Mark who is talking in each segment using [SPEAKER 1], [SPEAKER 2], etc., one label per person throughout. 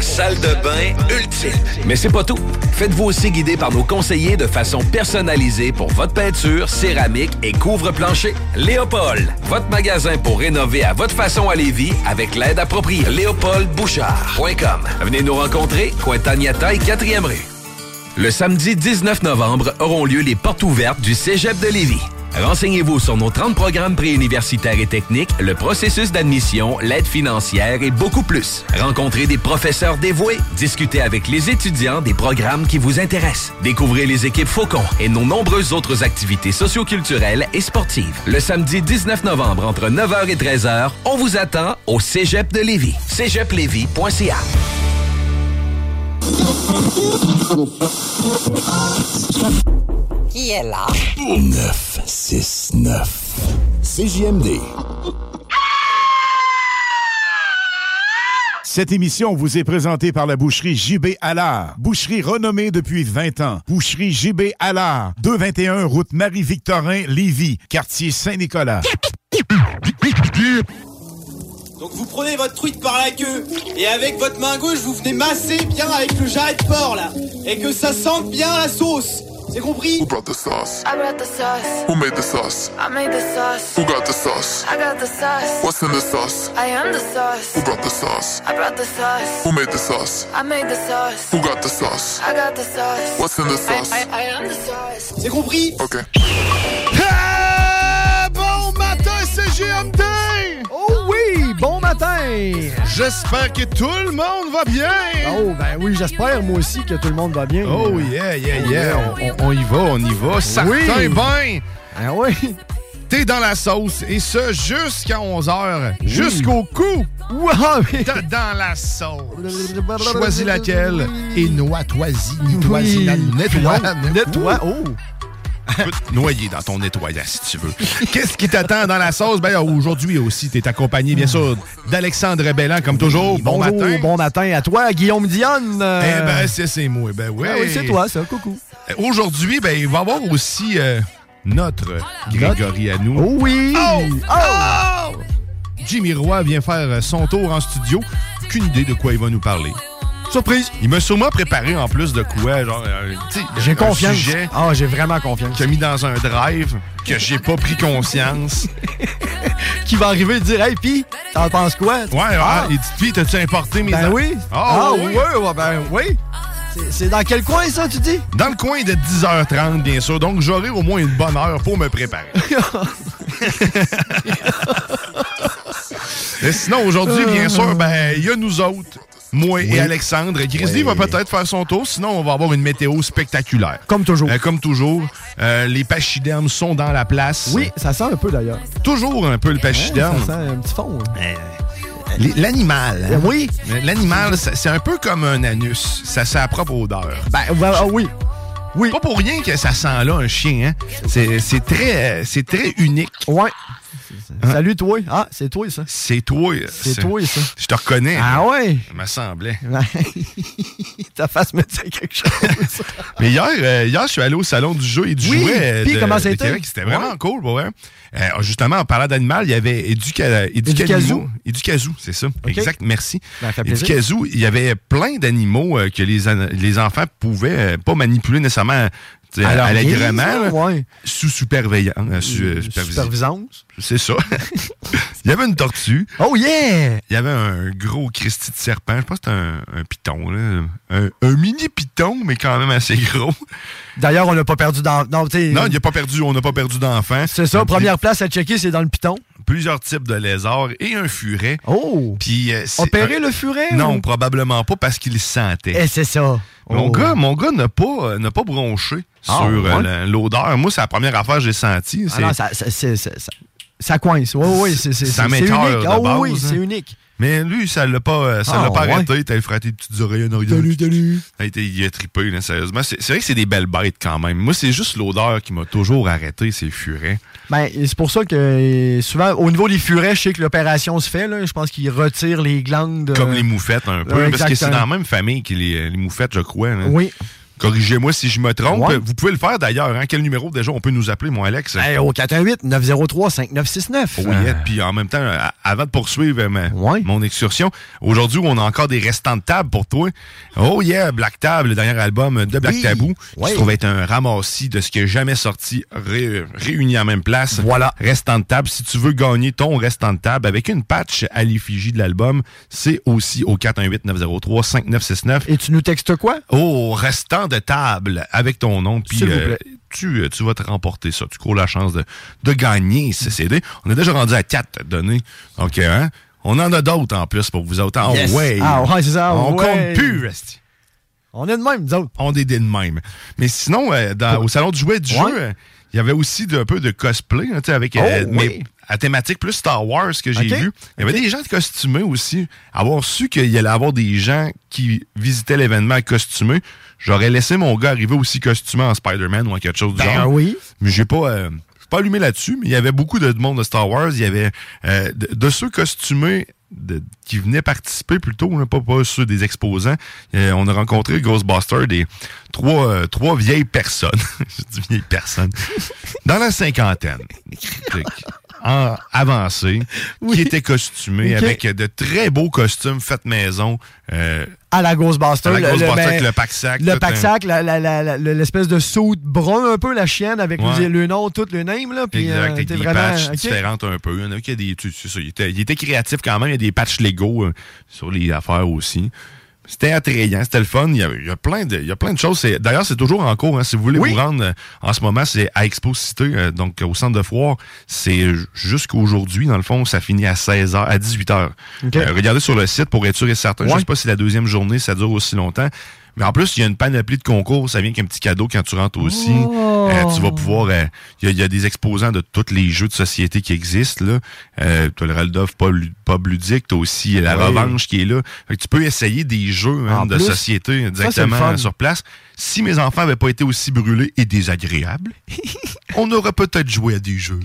[SPEAKER 1] Salle de bain ultime. Mais c'est pas tout. Faites-vous aussi guider par nos conseillers de façon personnalisée pour votre peinture, céramique et couvre-plancher. Léopold, votre magasin pour rénover à votre façon à Lévis avec l'aide appropriée. LéopoldBouchard.com. Venez nous rencontrer, Cointagnata et 4e rue. Le samedi 19 novembre auront lieu les portes ouvertes du Cégep de Lévis. Renseignez-vous sur nos 30 programmes préuniversitaires et techniques, le processus d'admission, l'aide financière et beaucoup plus. Rencontrez des professeurs dévoués, discutez avec les étudiants des programmes qui vous intéressent. Découvrez les équipes Faucon et nos nombreuses autres activités socioculturelles et sportives. Le samedi 19 novembre entre 9h et 13h, on vous attend au Cégep de Lévis. cégeplevis.ca.
[SPEAKER 2] Qui est là?
[SPEAKER 3] 969. CJMD.
[SPEAKER 4] Cette émission vous est présentée par la boucherie JB Allard, boucherie renommée depuis 20 ans. Boucherie JB Allard, 221 route Marie-Victorin, Lévis, quartier Saint-Nicolas.
[SPEAKER 5] Donc vous prenez votre truite par la queue et avec votre main gauche vous venez masser bien avec le jarret de porc là et que ça sente bien la sauce. C'est compris
[SPEAKER 6] I brought the sauce.
[SPEAKER 7] Who made the sauce?
[SPEAKER 6] I made the sauce.
[SPEAKER 7] Who got the sauce?
[SPEAKER 6] I got the sauce.
[SPEAKER 7] What's in the sauce?
[SPEAKER 6] I am the sauce.
[SPEAKER 7] Who brought the sauce?
[SPEAKER 6] I brought the sauce.
[SPEAKER 7] Who made the sauce?
[SPEAKER 6] I made the sauce.
[SPEAKER 7] Who got the sauce?
[SPEAKER 6] I got the sauce.
[SPEAKER 7] What's in the
[SPEAKER 6] I-
[SPEAKER 7] sauce?
[SPEAKER 6] I, I am the sauce.
[SPEAKER 5] C'est compris
[SPEAKER 7] OK.
[SPEAKER 8] Bon matin, CGMD! Oh oui, bon matin! J'espère que tout le monde va bien!
[SPEAKER 9] Oh, ben oui, j'espère, moi aussi, que tout le monde va bien.
[SPEAKER 8] Oh yeah, yeah, yeah. On, on- on y va, on y va. Certain
[SPEAKER 9] Oui.
[SPEAKER 8] bain.
[SPEAKER 9] Ah oui.
[SPEAKER 8] T'es dans la sauce, et ce, jusqu'à 11h. Jusqu'au cou. T'es dans la sauce. Choisis laquelle et noie-toi-y,
[SPEAKER 9] Oui.
[SPEAKER 8] noie-toi-y, nettoie. Oh.
[SPEAKER 9] Nettoie, oh!
[SPEAKER 8] Tu peux te noyer dans ton nettoyage si tu veux. Qu'est-ce qui t'attend dans la sauce? Ben, aujourd'hui aussi, t'es accompagné, bien sûr, d'Alexandre Bellan, comme toujours. Bon
[SPEAKER 9] Bonjour,
[SPEAKER 8] matin.
[SPEAKER 9] bon matin à toi, Guillaume Dionne. euh,
[SPEAKER 8] Eh ben, c'est, c'est moi. Ben oui.
[SPEAKER 9] ah oui, c'est toi, ça. Coucou.
[SPEAKER 8] Euh, Aujourd'hui, ben, il va y avoir aussi euh, notre Grégory à nous.
[SPEAKER 9] Oh oui!
[SPEAKER 8] Oh! Jimmy Roy vient faire euh, son tour en studio. Aucune idée de quoi il va nous parler. Surprise! Il m'a sûrement préparé en plus de quoi, genre, euh, tu sais,
[SPEAKER 9] J'ai
[SPEAKER 8] un
[SPEAKER 9] confiance.
[SPEAKER 8] sujet
[SPEAKER 9] Ah, j'ai vraiment confiance.
[SPEAKER 8] qu'il a mis dans un drive que j'ai pas pris conscience.
[SPEAKER 9] Qui va arriver et dire, hey, puis, t'en penses quoi?
[SPEAKER 8] Ouais,
[SPEAKER 9] Ah,
[SPEAKER 8] ouais, il dit, puis, t'as-tu importé mes
[SPEAKER 9] Ben
[SPEAKER 8] a-
[SPEAKER 9] oui!
[SPEAKER 8] Ah, oui.
[SPEAKER 9] ouais, ouais, ben oui! C'est- C'est dans quel coin, ça, tu dis?
[SPEAKER 8] Dans le coin de 10h30, bien sûr. Donc, j'aurai au moins une bonne heure pour me préparer. Mais sinon, aujourd'hui,
[SPEAKER 9] Euh.
[SPEAKER 8] bien sûr, ben, il y a nous autres, moi et Alexandre. Grizzly va peut-être faire son tour, sinon on va avoir une météo spectaculaire. Comme toujours. comme toujours. Euh, les pachydermes sont dans la place.
[SPEAKER 9] Oui, ça sent un peu, d'ailleurs.
[SPEAKER 8] Toujours un peu le pachyderme.
[SPEAKER 9] Ouais, ça sent un petit fond. hein.
[SPEAKER 8] Ben, Les- L'animal. hein?
[SPEAKER 9] Oui.
[SPEAKER 8] L'animal, ça- c'est un peu comme un anus. Ça sent à propre odeur.
[SPEAKER 9] Ben, oui. Oui.
[SPEAKER 8] Pas pour rien que ça sent là un chien. Hein? C'est c'est très, euh, c'est très unique. Hein?
[SPEAKER 9] Ouais. Salut, toi. Ah, c'est toi, ça.
[SPEAKER 8] C'est toi.
[SPEAKER 9] C'est toi, ça.
[SPEAKER 8] Je te reconnais.
[SPEAKER 9] Ah ouais? Ben,
[SPEAKER 8] Il me semblait.
[SPEAKER 9] Ta face me dit quelque chose.
[SPEAKER 8] Mais hier, euh, hier, je suis allé au salon du jeu et du
[SPEAKER 9] Oui,
[SPEAKER 8] jouet. euh,
[SPEAKER 9] puis
[SPEAKER 8] de-
[SPEAKER 9] comment
[SPEAKER 8] de
[SPEAKER 9] c'était?
[SPEAKER 8] Québec. C'était vraiment
[SPEAKER 9] Ouais.
[SPEAKER 8] cool, ouais. Euh, justement, en parlant d'animal, il y avait Educa, euh, Educalimo. Educazou, c'est ça. Exact, merci.
[SPEAKER 9] Ben, fait plaisir.
[SPEAKER 8] Educazou, il y avait plein d'animaux euh, que les, an- les enfants pouvaient euh, pas manipuler nécessairement tu sais,
[SPEAKER 9] À leur
[SPEAKER 8] allègrement,
[SPEAKER 9] guise,
[SPEAKER 8] là,
[SPEAKER 9] ouais.
[SPEAKER 8] sous superveillant. euh, su- euh, supervisi-
[SPEAKER 9] Supervisance.
[SPEAKER 8] C'est ça. il y avait une tortue.
[SPEAKER 9] Oh yeah!
[SPEAKER 8] Il y avait un gros Christy de serpent. Je pense que c'était un, un python. là. Un, un mini python, mais quand même assez gros.
[SPEAKER 9] D'ailleurs, on n'a pas perdu dans. Non, tu sais, euh,
[SPEAKER 8] Non, il a pas perdu, on n'a pas perdu d'enfant.
[SPEAKER 9] C'est ça, première place à checker, c'est dans le piton.
[SPEAKER 8] Plusieurs types de lézards et un furet.
[SPEAKER 9] Oh!
[SPEAKER 8] Puis, euh, c'est
[SPEAKER 9] Opérer
[SPEAKER 8] un-
[SPEAKER 9] le furet?
[SPEAKER 8] Non,
[SPEAKER 9] ou-
[SPEAKER 8] probablement pas parce qu'il sentait.
[SPEAKER 9] Eh, c'est ça.
[SPEAKER 8] Mon
[SPEAKER 9] Oh.
[SPEAKER 8] gars, mon gars n'a pas, euh, n'a pas bronché
[SPEAKER 9] Ah,
[SPEAKER 8] sur euh,
[SPEAKER 9] ouais?
[SPEAKER 8] la- l'odeur. Moi, c'est la première affaire que j'ai sentie.
[SPEAKER 9] Ah
[SPEAKER 8] C'est-
[SPEAKER 9] non, ça, ça, c'est- ça- ça- ça coince. Oui, oui, c'est c'est-
[SPEAKER 8] Ça
[SPEAKER 9] c'est- c'est unique.
[SPEAKER 8] m'éteure de
[SPEAKER 9] Ah oui,
[SPEAKER 8] base,
[SPEAKER 9] oui,
[SPEAKER 8] hein.
[SPEAKER 9] c'est unique.
[SPEAKER 8] Mais lui, ça l'a pas, euh, ça
[SPEAKER 9] Ah,
[SPEAKER 8] l'a pas
[SPEAKER 9] ouais.
[SPEAKER 8] arrêté. T'as fratté des petites oreilles en arrière.
[SPEAKER 9] Salut, salut.
[SPEAKER 8] Il a été- Il a trippé, là, sérieusement. C'est c'est vrai que c'est des belles bêtes quand même. Moi, c'est juste l'odeur qui m'a toujours arrêté, c'est le furet.
[SPEAKER 9] Ben, c'est pour ça que euh, souvent, au niveau des furets, je sais que l'opération se fait. Là, je pense qu'ils retirent les glandes.
[SPEAKER 8] Comme
[SPEAKER 9] euh,
[SPEAKER 8] les moufettes, un peu.
[SPEAKER 9] ouais,
[SPEAKER 8] parce que c'est
[SPEAKER 9] exactement.
[SPEAKER 8] dans la même famille que les, les moufettes, je crois. là.
[SPEAKER 9] Oui.
[SPEAKER 8] Corrigez-moi si je me trompe.
[SPEAKER 9] Ouais.
[SPEAKER 8] Vous pouvez le faire d'ailleurs. hein. Quel numéro déjà on peut nous appeler, moi, Alex?
[SPEAKER 9] Hey, au 418-903-5969.
[SPEAKER 8] Oh, yeah. Puis en même temps, euh, avant de poursuivre euh, ma- mon excursion, aujourd'hui, on a encore des restants de table pour toi. Oh yeah, Black Table, le dernier album de Black
[SPEAKER 9] Oui.
[SPEAKER 8] Tabou, qui
[SPEAKER 9] Ouais.
[SPEAKER 8] se trouve être un ramassis de ce qui n'est jamais sorti, ré- réuni en même place. Voilà. Restant de table, si tu veux gagner ton restant de table avec une patch à l'effigie de l'album, c'est aussi au 418-903-5969.
[SPEAKER 9] Et tu nous textes quoi?
[SPEAKER 8] Oh, restant de table avec ton nom. Puis
[SPEAKER 9] S'il vous
[SPEAKER 8] euh,
[SPEAKER 9] plaît.
[SPEAKER 8] tu, euh, tu vas te remporter ça. Tu cours la chance de, de gagner ce
[SPEAKER 9] Mm.
[SPEAKER 8] CD. On est déjà rendu à 4 données. OK, hein? On en a d'autres en plus pour vous autres. Oh,
[SPEAKER 9] Yes.
[SPEAKER 8] ouais.
[SPEAKER 9] Ah, ouais, c'est ça,
[SPEAKER 8] On
[SPEAKER 9] ouais.
[SPEAKER 8] compte plus, Rusty.
[SPEAKER 9] On est de même, nous autres.
[SPEAKER 8] On est des de même. Mais sinon, euh, dans- au salon du jouet du jeu, euh, il y avait aussi de- un peu de cosplay, hein, tu sais, avec euh,
[SPEAKER 9] Oh,
[SPEAKER 8] mais
[SPEAKER 9] oui.
[SPEAKER 8] à thématique plus Star Wars que j'ai
[SPEAKER 9] OK.
[SPEAKER 8] vu. Il y avait des gens costumés aussi. Avoir su qu'il y allait avoir des gens qui visitaient l'événement costumés, j'aurais laissé mon gars arriver aussi costumé en Spider-Man ou en quelque chose du
[SPEAKER 9] Ben
[SPEAKER 8] genre.
[SPEAKER 9] oui.
[SPEAKER 8] Mais j'ai pas. euh, j'ai pas allumé là-dessus, mais il y avait beaucoup de monde de Star Wars. Il y avait euh, de, de ceux costumés de- qui venaient participer plutôt, là, pas, pas ceux des exposants. Euh, on a rencontré Ghostbuster des trois, euh, trois vieilles personnes. Je dis vieilles personnes. Dans la cinquantaine. En avancée, qui étaient costumés
[SPEAKER 9] Ok.
[SPEAKER 8] avec de très beaux costumes faits maison. euh,
[SPEAKER 9] À la Ghostbuster.
[SPEAKER 8] À la Ghostbuster
[SPEAKER 9] ben,
[SPEAKER 8] avec le pack-sac, tout hein.
[SPEAKER 9] Le
[SPEAKER 8] un-
[SPEAKER 9] pack-sac, la- la- la- la- le- l'espèce de saut brun un peu, la chienne, avec
[SPEAKER 8] Ouais.
[SPEAKER 9] le, le nom, tout le name. Là, puis,
[SPEAKER 8] exact,
[SPEAKER 9] euh,
[SPEAKER 8] avec
[SPEAKER 9] t'es
[SPEAKER 8] des
[SPEAKER 9] vraiment-
[SPEAKER 8] patchs
[SPEAKER 9] ok.
[SPEAKER 8] différentes un peu. Il y en a qui a des. tu- c'est ça, il, était, il était créatif quand même. Il y a des patchs Lego euh, sur les affaires aussi. C'était attrayant, c'était le fun. Il y a, il y a plein de, il y a plein de choses. C'est- D'ailleurs, c'est toujours en cours. hein. si vous voulez vous rendre euh, en ce moment, c'est à Expo Cité, euh, donc au centre de foire. C'est ju- jusqu'aujourd'hui, dans le fond, ça finit à 16h, à 18h.
[SPEAKER 9] Ok.
[SPEAKER 8] regardez sur le site pour être sûr et certain. Je
[SPEAKER 9] Ouais.
[SPEAKER 8] sais pas si la deuxième journée, ça dure aussi longtemps. Mais en plus, il y a une panoplie de concours. Ça vient qu'un petit cadeau quand tu rentres aussi.
[SPEAKER 9] Oh.
[SPEAKER 8] Euh, tu vas pouvoir. euh, Il y, a- il y a des exposants de tous les jeux de société qui existent. là. Euh, tu as le Raldov Pub Pub Ludique, tu as aussi la
[SPEAKER 9] Oui.
[SPEAKER 8] Revanche qui est là. Fait que tu peux essayer des jeux hein,
[SPEAKER 9] En
[SPEAKER 8] de
[SPEAKER 9] plus.
[SPEAKER 8] société
[SPEAKER 9] Ça,
[SPEAKER 8] directement
[SPEAKER 9] c'est le fun.
[SPEAKER 8] sur place. Si mes enfants n'avaient pas été aussi brûlés et désagréables, on aurait peut-être joué à des jeux.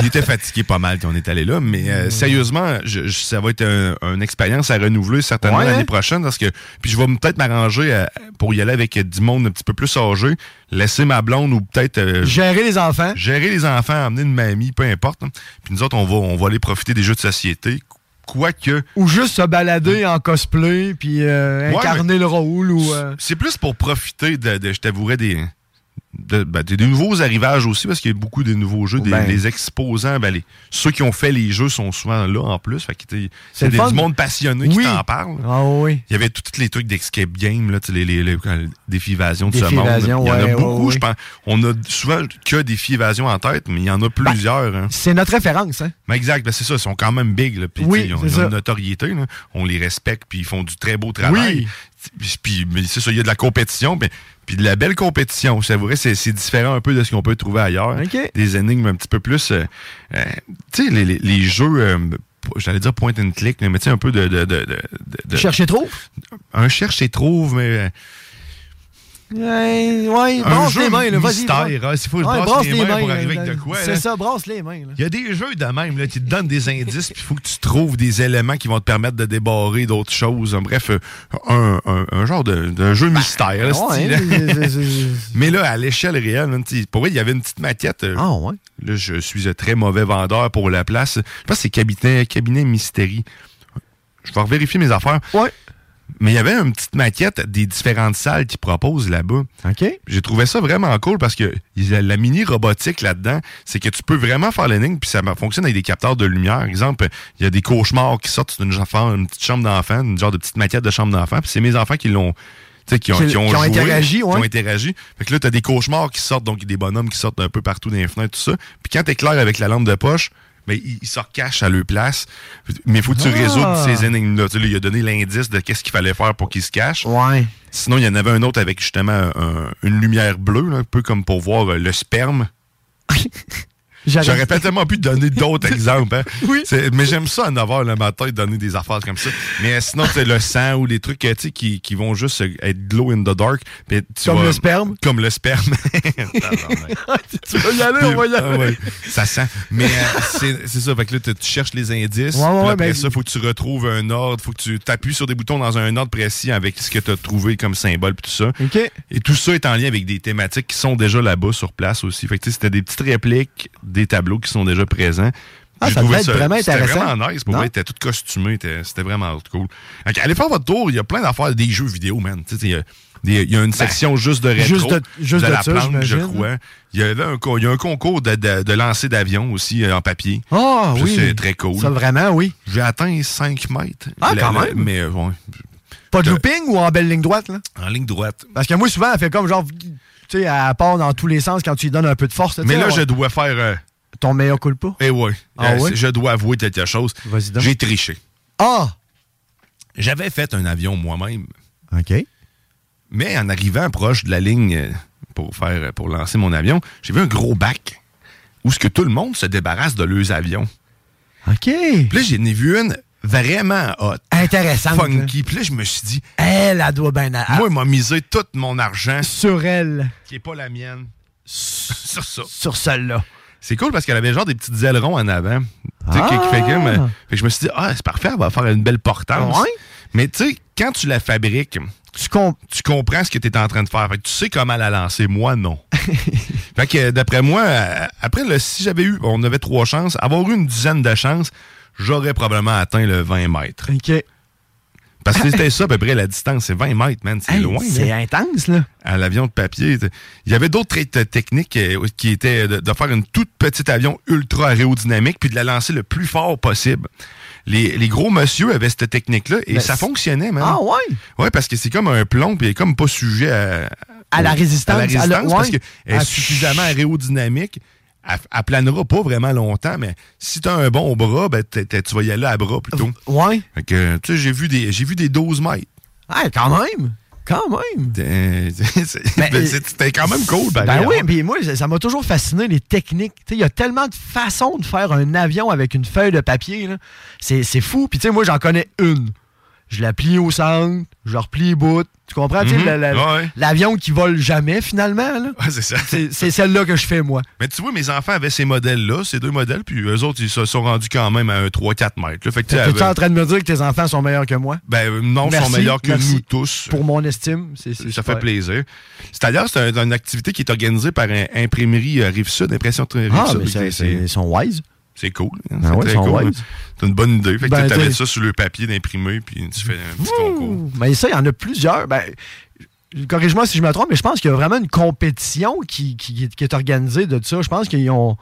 [SPEAKER 8] Il était fatigué pas mal quand on est allé là, mais
[SPEAKER 9] Mm.
[SPEAKER 8] euh, sérieusement, je- je- ça va être un- une expérience à renouveler certainement
[SPEAKER 9] Ouais, hein?
[SPEAKER 8] l'année prochaine parce que puis je vais peut-être m'arranger à- pour y aller avec du monde un petit peu plus âgé, laisser ma blonde ou peut-être euh,
[SPEAKER 9] Gérer les enfants.
[SPEAKER 8] gérer les enfants, amener une mamie, peu importe. hein. Puis nous autres, on va on va aller profiter des jeux de société, quoique
[SPEAKER 9] Ou juste se balader en cosplay, puis euh,
[SPEAKER 8] Ouais,
[SPEAKER 9] incarner le rôle. ou euh,
[SPEAKER 8] c'est plus pour profiter de, de- je t'avouerais des de- ben, des, des nouveaux arrivages aussi, parce qu'il y a beaucoup des nouveaux jeux, des,
[SPEAKER 9] Ben.
[SPEAKER 8] les exposants, ben, les- ceux qui ont fait les jeux sont souvent là en plus. Fait que t'es-
[SPEAKER 9] C'est
[SPEAKER 8] c'est
[SPEAKER 9] le
[SPEAKER 8] des-
[SPEAKER 9] fun.
[SPEAKER 8] du monde passionné
[SPEAKER 9] Oui.
[SPEAKER 8] qui t'en parle.
[SPEAKER 9] Ah oui.
[SPEAKER 8] Il y avait tous les trucs d'escape game, là, tu sais, les, les, les- les défivations de ce monde. Il y
[SPEAKER 9] Défivations,
[SPEAKER 8] en a
[SPEAKER 9] ouais,
[SPEAKER 8] beaucoup,
[SPEAKER 9] ouais,
[SPEAKER 8] je
[SPEAKER 9] ouais.
[SPEAKER 8] pense. On a souvent que des défivations en tête, mais il y
[SPEAKER 9] Ben,
[SPEAKER 8] en a plusieurs. hein.
[SPEAKER 9] C'est notre référence, hein?
[SPEAKER 8] Mais exact, ben c'est ça, ils sont quand même big, là, puis
[SPEAKER 9] Oui,
[SPEAKER 8] tu sais, ils ont,
[SPEAKER 9] c'est
[SPEAKER 8] ils ont
[SPEAKER 9] ça.
[SPEAKER 8] une notoriété, là. on les respecte, puis ils font du très beau travail. Puis- Puis mais c'est ça, il y a de la compétition, mais- puis de la belle compétition. Je t'avouerais, c'est, c'est différent un peu de ce qu'on peut trouver ailleurs. hein. Des énigmes un petit peu plus, euh, euh, tu sais, les, les- les jeux, euh, j'allais dire point and click, mais tu sais, un peu de... de, de, de, de-
[SPEAKER 9] Cherche et trouve?
[SPEAKER 8] Un cherche et trouve, mais... euh,
[SPEAKER 9] Ouais, ouais,
[SPEAKER 8] Un
[SPEAKER 9] brasse
[SPEAKER 8] jeu
[SPEAKER 9] les mains, là, vas-y.
[SPEAKER 8] mystère,
[SPEAKER 9] brasse.
[SPEAKER 8] hein, s'il faut que je brasse les mains pour arriver avec de quoi, hein.
[SPEAKER 9] C'est
[SPEAKER 8] là.
[SPEAKER 9] ça, brasse les mains. là.
[SPEAKER 8] Il y a des jeux de même, là, qui te donnent des indices, puis il faut que tu trouves des éléments qui vont te permettre de débarrer d'autres choses. Bref, euh, un, un- un genre de, d'un jeu mystère. Eh, là,
[SPEAKER 9] Ben, ouais,
[SPEAKER 8] style.
[SPEAKER 9] hein, c'est- c'est- c'est-
[SPEAKER 8] Mais là, à l'échelle réelle, là, tu sais, pour vrai, il y avait une petite maquette. Ah
[SPEAKER 9] ouais?
[SPEAKER 8] Là, je suis un très mauvais vendeur pour la place. Je pense que c'est cabinet, cabinet mystérie. Je vais vérifier mes affaires.
[SPEAKER 9] Ouais.
[SPEAKER 8] Mais il y avait une petite maquette des différentes salles qu'ils proposent là-bas.
[SPEAKER 9] OK.
[SPEAKER 8] J'ai trouvé ça vraiment cool parce que il y a la mini robotique là-dedans, c'est que tu peux vraiment faire l'énigme puis ça fonctionne avec des capteurs de lumière. Exemple, il y a des cauchemars qui sortent d'une chambre- une petite chambre d'enfant, une genre de petite maquette de chambre d'enfant, puis c'est mes enfants qui l'ont tu sais, qui ont,
[SPEAKER 9] Qui-
[SPEAKER 8] qui ont
[SPEAKER 9] qui ont
[SPEAKER 8] joué,
[SPEAKER 9] interagi, ouais.
[SPEAKER 8] qui ont interagi. Fait que là, t'as des cauchemars qui sortent, donc des bonhommes qui sortent un peu partout dans les fenêtres, tout ça. Puis quand t'éclaires avec la lampe de poche, ben, ils ils se recachent à leur place. Mais faut que tu
[SPEAKER 9] Ah.
[SPEAKER 8] résoudre ces énigmes-là. Tu sais, là, il a donné l'indice de qu'est-ce qu'il fallait faire pour qu'ils se cachent.
[SPEAKER 9] Ouais.
[SPEAKER 8] Sinon, il y en avait un autre avec justement un- une lumière bleue, là, un peu comme pour voir euh, le sperme.
[SPEAKER 9] J'arrive.
[SPEAKER 8] J'aurais pas tellement pu donner d'autres exemples. hein. C'est- Mais j'aime ça en avoir le matin, donner des affaires comme ça. Mais euh, sinon, c'est le sang ou les trucs euh, tu sais, qui, qui vont juste euh, être glow in the dark. mais tu
[SPEAKER 9] Comme
[SPEAKER 8] vas-
[SPEAKER 9] le sperme?
[SPEAKER 8] Comme le sperme.
[SPEAKER 9] tu vas y aller, on va y aller.
[SPEAKER 8] Ah ouais, ça sent. Mais euh, c'est c'est ça. Fait que là, tu tu cherches les indices.
[SPEAKER 9] Ouais,
[SPEAKER 8] puis
[SPEAKER 9] ouais,
[SPEAKER 8] après
[SPEAKER 9] ben-
[SPEAKER 8] ça, faut que tu retrouves un ordre. Faut que tu t'appuies sur des boutons dans un ordre précis avec ce que tu as trouvé comme symbole puis tout ça. Et tout ça est en lien avec des thématiques qui sont déjà là-bas sur place aussi. Fait que tu sais, c'était des petites répliques des tableaux qui sont déjà présents.
[SPEAKER 9] Ah,
[SPEAKER 8] J'ai
[SPEAKER 9] ça
[SPEAKER 8] trouvé
[SPEAKER 9] devait être vraiment
[SPEAKER 8] C'était
[SPEAKER 9] intéressant.
[SPEAKER 8] vraiment nice. Pour
[SPEAKER 9] Non?
[SPEAKER 8] vrai, t'es tout costumé. t'es- C'était vraiment cool. Fait que allez faire votre tour. Il y a plein d'affaires des jeux vidéo, man. Tu sais, Il y, a des- il y a une section juste de rétro.
[SPEAKER 9] Ben, juste de- juste
[SPEAKER 8] de,
[SPEAKER 9] de
[SPEAKER 8] la
[SPEAKER 9] ça,
[SPEAKER 8] planque, je
[SPEAKER 9] j'imagine.
[SPEAKER 8] crois. hein. Il y, avait un, con- il y a un concours de, de- de lancer d'avion aussi euh, en papier.
[SPEAKER 9] Ah
[SPEAKER 8] Ça,
[SPEAKER 9] oui.
[SPEAKER 8] C'est très cool.
[SPEAKER 9] Ça, vraiment, oui.
[SPEAKER 8] J'ai atteint 5 mètres.
[SPEAKER 9] Ah,
[SPEAKER 8] La-
[SPEAKER 9] quand
[SPEAKER 8] la-
[SPEAKER 9] même.
[SPEAKER 8] Mais euh, ouais,
[SPEAKER 9] Pas de looping ou en belle ligne droite, là?
[SPEAKER 8] en ligne droite.
[SPEAKER 9] Parce que moi, souvent, elle fait comme genre, tu sais, elle part dans tous les sens quand tu lui donnes un peu de force. tu
[SPEAKER 8] Mais
[SPEAKER 9] sais,
[SPEAKER 8] là,
[SPEAKER 9] on-
[SPEAKER 8] je dois faire... euh,
[SPEAKER 9] Ton meilleur coup pas.
[SPEAKER 8] Eh ouais.
[SPEAKER 9] Ah
[SPEAKER 8] Euh,
[SPEAKER 9] ouais?
[SPEAKER 8] Je dois avouer quelque chose. J'ai triché.
[SPEAKER 9] Ah!
[SPEAKER 8] J'avais fait un avion moi-même,
[SPEAKER 9] OK.
[SPEAKER 8] mais en arrivant proche de la ligne euh, pour faire euh, pour lancer mon avion, j'ai vu un gros bac où ce que tout le monde se débarrasse de leurs avions.
[SPEAKER 9] OK. Puis
[SPEAKER 8] là, j'en ai vu une vraiment hot.
[SPEAKER 9] Intéressante.
[SPEAKER 8] Funky. Puis là, je me suis dit,
[SPEAKER 9] Elle, elle doit bien. elle-
[SPEAKER 8] moi, il m'a misé tout mon argent
[SPEAKER 9] Ah. Sur elle.
[SPEAKER 8] qui est pas la mienne. Sur ça.
[SPEAKER 9] Sur celle-là.
[SPEAKER 8] C'est cool parce qu'elle avait genre des petites ailerons en avant. Tu sais,
[SPEAKER 9] Ah!
[SPEAKER 8] qui- qui fait comme, euh, fait que je me suis dit, ah, c'est parfait, elle va faire une belle portance.
[SPEAKER 9] Ouais.
[SPEAKER 8] Mais tu sais, quand tu la fabriques,
[SPEAKER 9] tu,
[SPEAKER 8] comprends ce que tu es en train de faire. Fait que tu sais comment la lancer. Moi, non. fait que euh, d'après moi, euh, après, là, si j'avais eu, on avait trois chances, avoir eu une dizaine de chances, j'aurais probablement atteint le 20 mètres.
[SPEAKER 9] OK.
[SPEAKER 8] Parce que c'était ça à peu près la distance. C'est 20 mètres, man. C'est
[SPEAKER 9] Hey,
[SPEAKER 8] loin. hein.
[SPEAKER 9] C'est
[SPEAKER 8] là
[SPEAKER 9] intense, là.
[SPEAKER 8] à l'avion de papier. t- Il y avait d'autres traits euh, techniques euh, qui étaient de, de faire une toute petite avion ultra aérodynamique puis de la lancer le plus fort possible. Les, les gros monsieur avaient cette technique-là et
[SPEAKER 9] Mais
[SPEAKER 8] ça
[SPEAKER 9] c'est-
[SPEAKER 8] fonctionnait, man.
[SPEAKER 9] Ah ouais?
[SPEAKER 8] Ouais, parce que c'est comme un plomb puis il est comme pas sujet à,
[SPEAKER 9] À la
[SPEAKER 8] au-
[SPEAKER 9] résistance,
[SPEAKER 8] À la
[SPEAKER 9] à la-
[SPEAKER 8] résistance parce euh,
[SPEAKER 9] ouais.
[SPEAKER 8] qu'elle est
[SPEAKER 9] À-
[SPEAKER 8] suffisamment aérodynamique. Elle, elle planera pas vraiment longtemps, mais si t'as un bon bras, ben t'es- t'es- tu vas y aller à bras plutôt.
[SPEAKER 9] Ouais.
[SPEAKER 8] Fait que, tu sais, j'ai vu des, j'ai vu des 12 mètres.
[SPEAKER 9] Ah, quand même. Quand même.
[SPEAKER 8] Euh, c'est-
[SPEAKER 9] Ben,
[SPEAKER 8] ben,
[SPEAKER 9] euh,
[SPEAKER 8] c'est- C'était quand même cool.
[SPEAKER 9] Ben,
[SPEAKER 8] pareil,
[SPEAKER 9] oui,
[SPEAKER 8] hein.
[SPEAKER 9] puis moi, ça- ça m'a toujours fasciné, les techniques. Tu sais, Il y a tellement de façons de faire un avion avec une feuille de papier. là. C'est c'est fou. Puis tu sais, moi, j'en connais une. Je la plie au centre, je la replie les bouts. Tu comprends? Tu sais,
[SPEAKER 8] Mhm.
[SPEAKER 9] la- la-
[SPEAKER 8] Ouais.
[SPEAKER 9] L'avion qui vole jamais, finalement. là.
[SPEAKER 8] Ouais, c'est ça.
[SPEAKER 9] C'est- C'est celle-là que je fais, moi.
[SPEAKER 8] Mais tu vois, mes enfants avaient ces modèles-là, ces deux modèles, puis eux autres, ils se sont rendus quand même à un 3-4 mètres. là. Fait que, tu
[SPEAKER 9] T'es-tu
[SPEAKER 8] sais, avec-
[SPEAKER 9] en train de me dire que tes enfants sont meilleurs que moi?
[SPEAKER 8] Ben euh, non, ils sont
[SPEAKER 9] Merci,
[SPEAKER 8] meilleurs que
[SPEAKER 9] merci
[SPEAKER 8] nous tous.
[SPEAKER 9] Pour mon estime, c'est
[SPEAKER 8] Ça fait plaisir. C'est d'ailleurs, c'est un- une activité qui est organisée par un- Imprimerie euh, Rive-Sud, Impression Rive-Sud.
[SPEAKER 9] Ah, mais c'est- c'est- ils sont wise.
[SPEAKER 8] C'est cool.
[SPEAKER 9] Ah
[SPEAKER 8] hein, c'est
[SPEAKER 9] ouais, ils
[SPEAKER 8] très
[SPEAKER 9] sont
[SPEAKER 8] cool.
[SPEAKER 9] wise.
[SPEAKER 8] C'est une bonne idée. Fait que
[SPEAKER 9] Ben,
[SPEAKER 8] tu avais
[SPEAKER 9] t'es-
[SPEAKER 8] ça sur le papier d'imprimer, puis tu fais un petit
[SPEAKER 9] Ouh! Mais ça, il y en a plusieurs. Ben, corrige-moi si je me trompe, mais je pense qu'il y a vraiment une compétition qui, qui- qui est organisée de ça. Je pense qu'ils ont.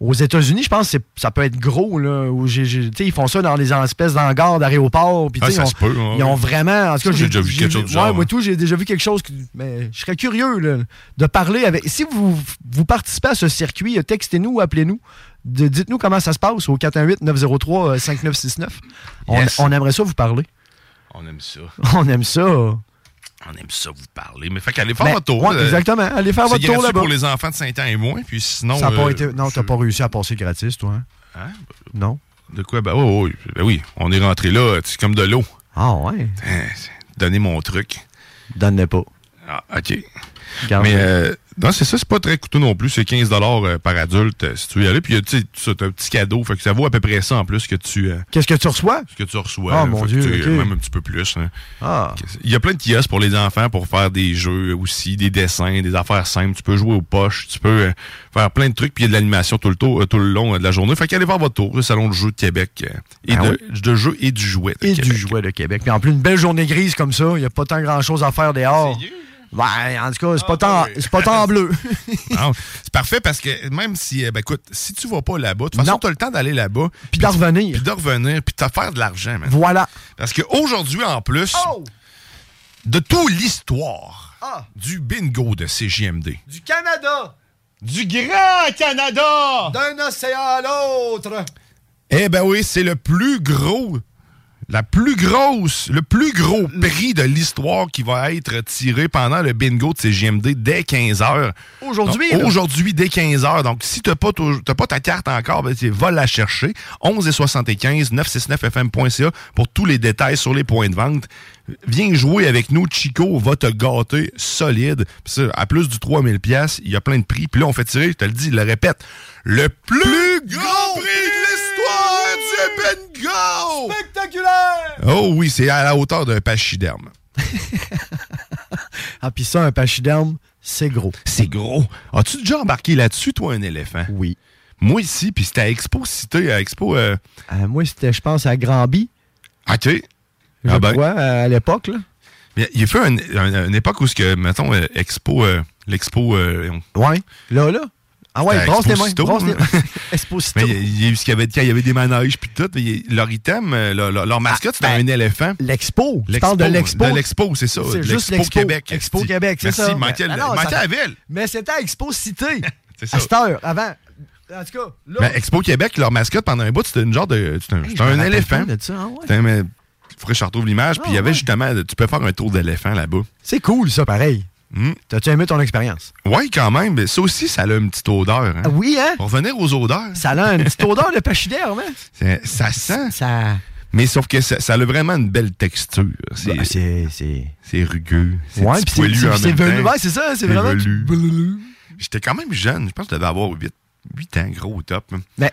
[SPEAKER 9] Aux États-Unis, je pense que c'est- ça peut être gros. Là, où j'ai- j'ai- tu sais, ils font ça dans les espèces d'hangars, d'aéroports. puis tu
[SPEAKER 8] Ah,
[SPEAKER 9] sais,
[SPEAKER 8] ça
[SPEAKER 9] ils
[SPEAKER 8] se
[SPEAKER 9] ont-
[SPEAKER 8] peut, ouais,
[SPEAKER 9] Ils ont
[SPEAKER 8] ouais.
[SPEAKER 9] vraiment. En tout
[SPEAKER 8] Ça,
[SPEAKER 9] cas,
[SPEAKER 8] j'ai déjà vu quelque chose du
[SPEAKER 9] ouais,
[SPEAKER 8] genre,
[SPEAKER 9] moi,
[SPEAKER 8] hein.
[SPEAKER 9] tout, j'ai déjà vu quelque chose. que- mais je serais curieux là, de parler avec. Si vous, vous participez à ce circuit, euh, textez-nous ou appelez-nous. De- Dites-nous comment ça se passe au 418-903-5969. On,
[SPEAKER 8] Yes.
[SPEAKER 9] on aimerait ça vous parler.
[SPEAKER 8] On aime ça.
[SPEAKER 9] On aime ça.
[SPEAKER 8] On aime ça vous parler. Mais fait qu'allez faire
[SPEAKER 9] Ben,
[SPEAKER 8] votre tour.
[SPEAKER 9] ouais,
[SPEAKER 8] là.
[SPEAKER 9] exactement. Allez faire
[SPEAKER 8] C'est
[SPEAKER 9] votre tour
[SPEAKER 8] gratuit
[SPEAKER 9] là-bas.
[SPEAKER 8] pour les enfants de 5 ans et moins. Puis sinon.
[SPEAKER 9] ça a pas
[SPEAKER 8] euh,
[SPEAKER 9] été... Non, t'as pas réussi à passer gratis, toi. hein?
[SPEAKER 8] hein?
[SPEAKER 9] Non.
[SPEAKER 8] De quoi? Ben, oh, oh, ben oui, on est rentré là. C'est comme de l'eau.
[SPEAKER 9] Ah ouais?
[SPEAKER 8] Donnez mon truc.
[SPEAKER 9] Donne-le pas.
[SPEAKER 8] Ah, OK. Mais euh, non, c'est ça, c'est pas très coûteux non plus. C'est 15 euh, par adulte euh, si tu veux y aller. Puis, euh, tu sais, ça, t'as un petit cadeau. Fait que ça vaut à peu près ça en plus que tu. euh,
[SPEAKER 9] Qu'est-ce que tu reçois?
[SPEAKER 8] ce que tu reçois.
[SPEAKER 9] Ah,
[SPEAKER 8] là.
[SPEAKER 9] mon
[SPEAKER 8] Fait que
[SPEAKER 9] Dieu, ok.
[SPEAKER 8] tu-
[SPEAKER 9] Ah.
[SPEAKER 8] Même un petit peu plus. hein. Il y a plein de kiosques pour les enfants pour faire des jeux aussi, des dessins, des affaires simples. Tu peux jouer aux poches, tu peux euh, faire plein de trucs, puis il y a de l'animation tout le, tour- euh, tout le long euh, de la journée. Fait qu'allez voir votre tour, le Salon de jeux de Québec. euh, Et
[SPEAKER 9] Ah
[SPEAKER 8] de, de jeux et du jouet. de
[SPEAKER 9] Et
[SPEAKER 8] Québec.
[SPEAKER 9] du jouet de Québec. Puis en plus, une belle journée grise comme ça, il n'y a pas tant grand-chose à faire dehors. Ben, en tout cas,
[SPEAKER 8] Ah,
[SPEAKER 9] c'est pas, tant, c'est pas tant en bleu.
[SPEAKER 8] Non, ah, c'est parfait parce que même si, euh, ben écoute, si tu vas pas là-bas, de toute façon, tu as le temps d'aller là-bas. Puis
[SPEAKER 9] d'en revenir.
[SPEAKER 8] Puis de revenir, puis de te faire de l'argent, man.
[SPEAKER 9] Voilà. Oh!
[SPEAKER 8] Parce qu'aujourd'hui, en plus, de toute l'histoire
[SPEAKER 9] Ah!
[SPEAKER 8] du bingo de CJMD,
[SPEAKER 9] Du Canada!
[SPEAKER 8] Du Grand Canada!
[SPEAKER 9] D'un océan à l'autre!
[SPEAKER 8] eh ben oui, c'est le plus gros, la plus grosse, le plus gros prix de l'histoire qui va être tiré pendant le bingo de CJMD dès 15h.
[SPEAKER 9] Aujourd'hui,
[SPEAKER 8] Donc,
[SPEAKER 9] là.
[SPEAKER 8] Aujourd'hui, dès 15h. Donc, si t'as pas, tou- t'as pas ta carte encore, ben, tu vas la chercher. 11 et 75 969fm.ca pour tous les détails sur les points de vente. Viens jouer avec nous. Chico va te gâter solide. Puis ça, à plus du 3000 pièces, il y a plein de prix. Puis là, on fait tirer, je te le dis, je le répète, le plus, grand prix de l'histoire du bingo!
[SPEAKER 9] Spectaculaire!
[SPEAKER 8] Oh oui, c'est à la hauteur d'un pachyderme.
[SPEAKER 9] Ah, puis ça, un pachyderme, c'est gros.
[SPEAKER 8] C'est gros. As-tu déjà embarqué là-dessus, toi, un éléphant?
[SPEAKER 9] Oui.
[SPEAKER 8] Moi ici, puis c'était à Expo Cité, à Expo. euh,
[SPEAKER 9] Euh, moi, c'était, je pense, à Granby.
[SPEAKER 8] OK.
[SPEAKER 9] Je
[SPEAKER 8] Ah ben.
[SPEAKER 9] crois, à l'époque, là.
[SPEAKER 8] Mais il fait un- un- une époque où, ce que, mettons, euh, Expo. euh, L'Expo. euh,
[SPEAKER 9] ouais, là, là. Ah ouais, brosse les mains, brosse les mains.
[SPEAKER 8] hein. Mais il y a- il y a eu ce qu'il y avait de cas, il y avait des manèges, puis tout. mais il- leur item, euh, leur, leur- leur mascotte, c'était un éléphant.
[SPEAKER 9] Ah, ben, L'expo. Tu parles de l'expo.
[SPEAKER 8] De l'expo, c'est ça.
[SPEAKER 9] C'est
[SPEAKER 8] de
[SPEAKER 9] juste
[SPEAKER 8] L'Expo
[SPEAKER 9] l'Expo.
[SPEAKER 8] Québec.
[SPEAKER 9] Expo
[SPEAKER 8] Esti.
[SPEAKER 9] Québec, c'est
[SPEAKER 8] Merci,
[SPEAKER 9] ça.
[SPEAKER 8] manquait
[SPEAKER 9] Ben
[SPEAKER 8] le-
[SPEAKER 9] non,
[SPEAKER 8] manquait
[SPEAKER 9] ça-
[SPEAKER 8] la ville.
[SPEAKER 9] Mais c'était à Expo Cité.
[SPEAKER 8] C'est ça.
[SPEAKER 9] à cette heure, avant. En tout cas, là.
[SPEAKER 8] Mais Ben, Expo Québec, leur mascotte pendant un bout, c'était une genre de. C'était un,
[SPEAKER 9] Hey,
[SPEAKER 8] c'était
[SPEAKER 9] je me
[SPEAKER 8] un
[SPEAKER 9] rappelle
[SPEAKER 8] éléphant.
[SPEAKER 9] pas de ça, ah ouais. Ah,
[SPEAKER 8] C'était un- mais, faudrait que je retrouve l'image. puis il y avait justement, tu peux faire un tour d'éléphant là-bas.
[SPEAKER 9] C'est cool, ça, pareil. T'as-tu aimé ton expérience?
[SPEAKER 8] Oui, quand même. Mais ça aussi, ça a une petite odeur. hein.
[SPEAKER 9] Oui, hein?
[SPEAKER 8] Pour revenir aux odeurs.
[SPEAKER 9] Ça a une petite odeur de pachyderme, hein?
[SPEAKER 8] C'est- Ça sent.
[SPEAKER 9] Ça.
[SPEAKER 8] Mais sauf que ça, ça a vraiment une belle texture. C'est
[SPEAKER 9] Bah, c'est
[SPEAKER 8] c'est rugueux. C'est
[SPEAKER 9] Ouais,
[SPEAKER 8] petit
[SPEAKER 9] puis c'est-
[SPEAKER 8] poilu
[SPEAKER 9] c'est-
[SPEAKER 8] en
[SPEAKER 9] c'est
[SPEAKER 8] même
[SPEAKER 9] velu.
[SPEAKER 8] temps.
[SPEAKER 9] Ouais, c'est ça, c'est vraiment-
[SPEAKER 8] velu. J'étais quand même jeune. Je pense que je devais avoir 8, ans, gros au top.
[SPEAKER 9] Mais,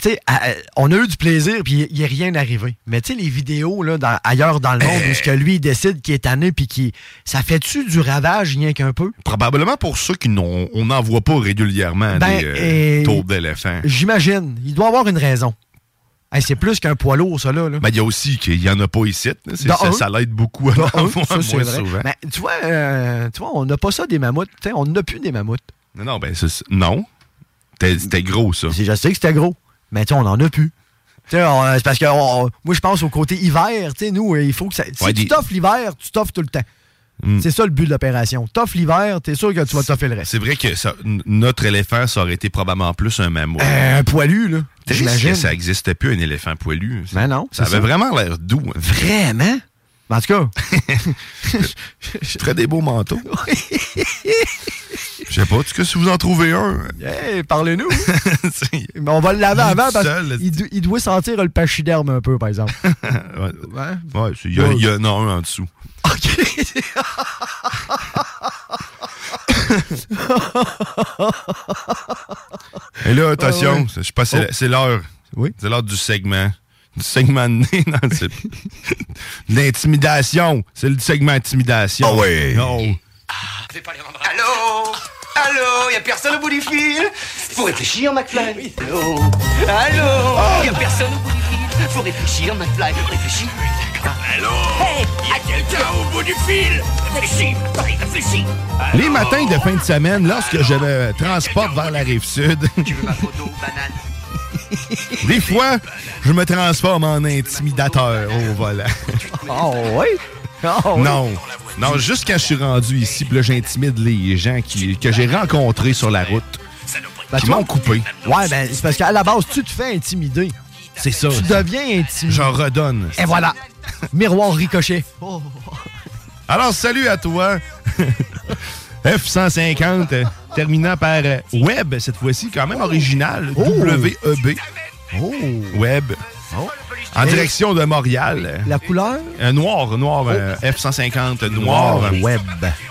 [SPEAKER 9] tu sais, à- à- on a eu du plaisir, puis il n'est rien arrivé. Mais, tu sais, les vidéos, là, dans- ailleurs dans le monde,
[SPEAKER 8] Euh.
[SPEAKER 9] où ce que lui, il décide qu'il est tanné, puis qui ça fait-tu du ravage, rien qu'un peu?
[SPEAKER 8] Probablement pour ceux qui n'ont, on n'en voit pas régulièrement
[SPEAKER 9] Ben,
[SPEAKER 8] des euh,
[SPEAKER 9] euh,
[SPEAKER 8] tours d'éléphant.
[SPEAKER 9] J'imagine. Il doit avoir une raison. Hey, c'est plus qu'un poids lourd, ça, là. là.
[SPEAKER 8] Ben, il y a aussi qu'il y en a pas ici. là. C'est-
[SPEAKER 9] Dans
[SPEAKER 8] Ça,
[SPEAKER 9] un.
[SPEAKER 8] ça l'aide beaucoup à
[SPEAKER 9] Dans
[SPEAKER 8] en
[SPEAKER 9] un,
[SPEAKER 8] voir
[SPEAKER 9] ça, c'est
[SPEAKER 8] moins
[SPEAKER 9] vrai.
[SPEAKER 8] souvent.
[SPEAKER 9] Ben, tu, vois, euh, tu vois, on n'a pas ça des mammouths. Tu sais, on n'a plus des mammouths.
[SPEAKER 8] non, non, ben, c'est- non. C'était- C'était gros, ça.
[SPEAKER 9] Je sais que c'était gros, mais tu sais, on n'en a plus. Tu sais, on- euh, C'est parce que on- moi, je pense au côté hiver. Tu sais, nous, euh, il faut que ça. Si
[SPEAKER 8] Ouais,
[SPEAKER 9] tu
[SPEAKER 8] des- Hmm.
[SPEAKER 9] t'offres l'hiver, tu t'offres tout le temps. C'est ça le but de l'opération. T'offres l'hiver, t'es sûr que tu vas t'offrir le reste.
[SPEAKER 8] C'est vrai que ça- n- notre éléphant, ça aurait été probablement plus un mammouth.
[SPEAKER 9] Euh, Un poilu, là.
[SPEAKER 8] Triste que
[SPEAKER 9] J'imagine.
[SPEAKER 8] ça n'existait plus, un éléphant poilu.
[SPEAKER 9] Ben non,
[SPEAKER 8] Ça
[SPEAKER 9] c'est ça.
[SPEAKER 8] avait vraiment l'air doux. hein.
[SPEAKER 9] Vraiment? Ben, en tout cas,
[SPEAKER 8] Je ferais des beaux manteaux. Je sais pas, en tout cas, si vous en trouvez un.
[SPEAKER 9] hey, parlez-nous. Mais on va le laver
[SPEAKER 8] Il est
[SPEAKER 9] avant
[SPEAKER 8] tout
[SPEAKER 9] parce
[SPEAKER 8] seul,
[SPEAKER 9] qu'il do- il doit sentir le pachyderme un peu, par exemple.
[SPEAKER 8] ouais, Ouais, c'est- il y, a- il y en a un en dessous. Et là, attention,
[SPEAKER 9] Ah ouais.
[SPEAKER 8] je sais pas, c'est
[SPEAKER 9] Oh.
[SPEAKER 8] c'est l'heure. C'est l'heure du segment. Du segment de nez. non, c'est- L'intimidation. C'est le segment intimidation. Ah oui.
[SPEAKER 10] Allô Allô Y'a personne au bout du fil Faut réfléchir, McFly.
[SPEAKER 9] Oh!
[SPEAKER 10] Allô Allô Y'a personne au bout du fil Faut réfléchir, McFly. Réfléchir. Oui,
[SPEAKER 2] Allô? Hey! Il y a quelqu'un au bout du fil! Réfléchis! Réfléchis!
[SPEAKER 8] Les matins de fin de semaine, lorsque je me transporte vers la rive sud, des fois, je me transforme en intimidateur au volant.
[SPEAKER 9] Oh, oui? Ah
[SPEAKER 8] Non. Non, juste quand je suis rendu ici, puis là, j'intimide les gens qui, que j'ai rencontrés sur la route. Qui m'ont coupé.
[SPEAKER 9] Ben, Ouais, ben, c'est parce qu'à la base, tu te fais intimider.
[SPEAKER 8] C'est ça.
[SPEAKER 9] Tu deviens intimidé.
[SPEAKER 8] J'en redonne.
[SPEAKER 9] Et voilà. Miroir ricochet.
[SPEAKER 8] Alors, salut à toi. F-150, euh, terminant par euh, Web, cette fois-ci, quand même original.
[SPEAKER 9] Oh!
[SPEAKER 8] W-E-B. Web. En
[SPEAKER 9] Et-
[SPEAKER 8] direction de Montréal.
[SPEAKER 9] Oh! La couleur?
[SPEAKER 8] Un noir, noir, euh, F-150 noir.
[SPEAKER 9] Noir web.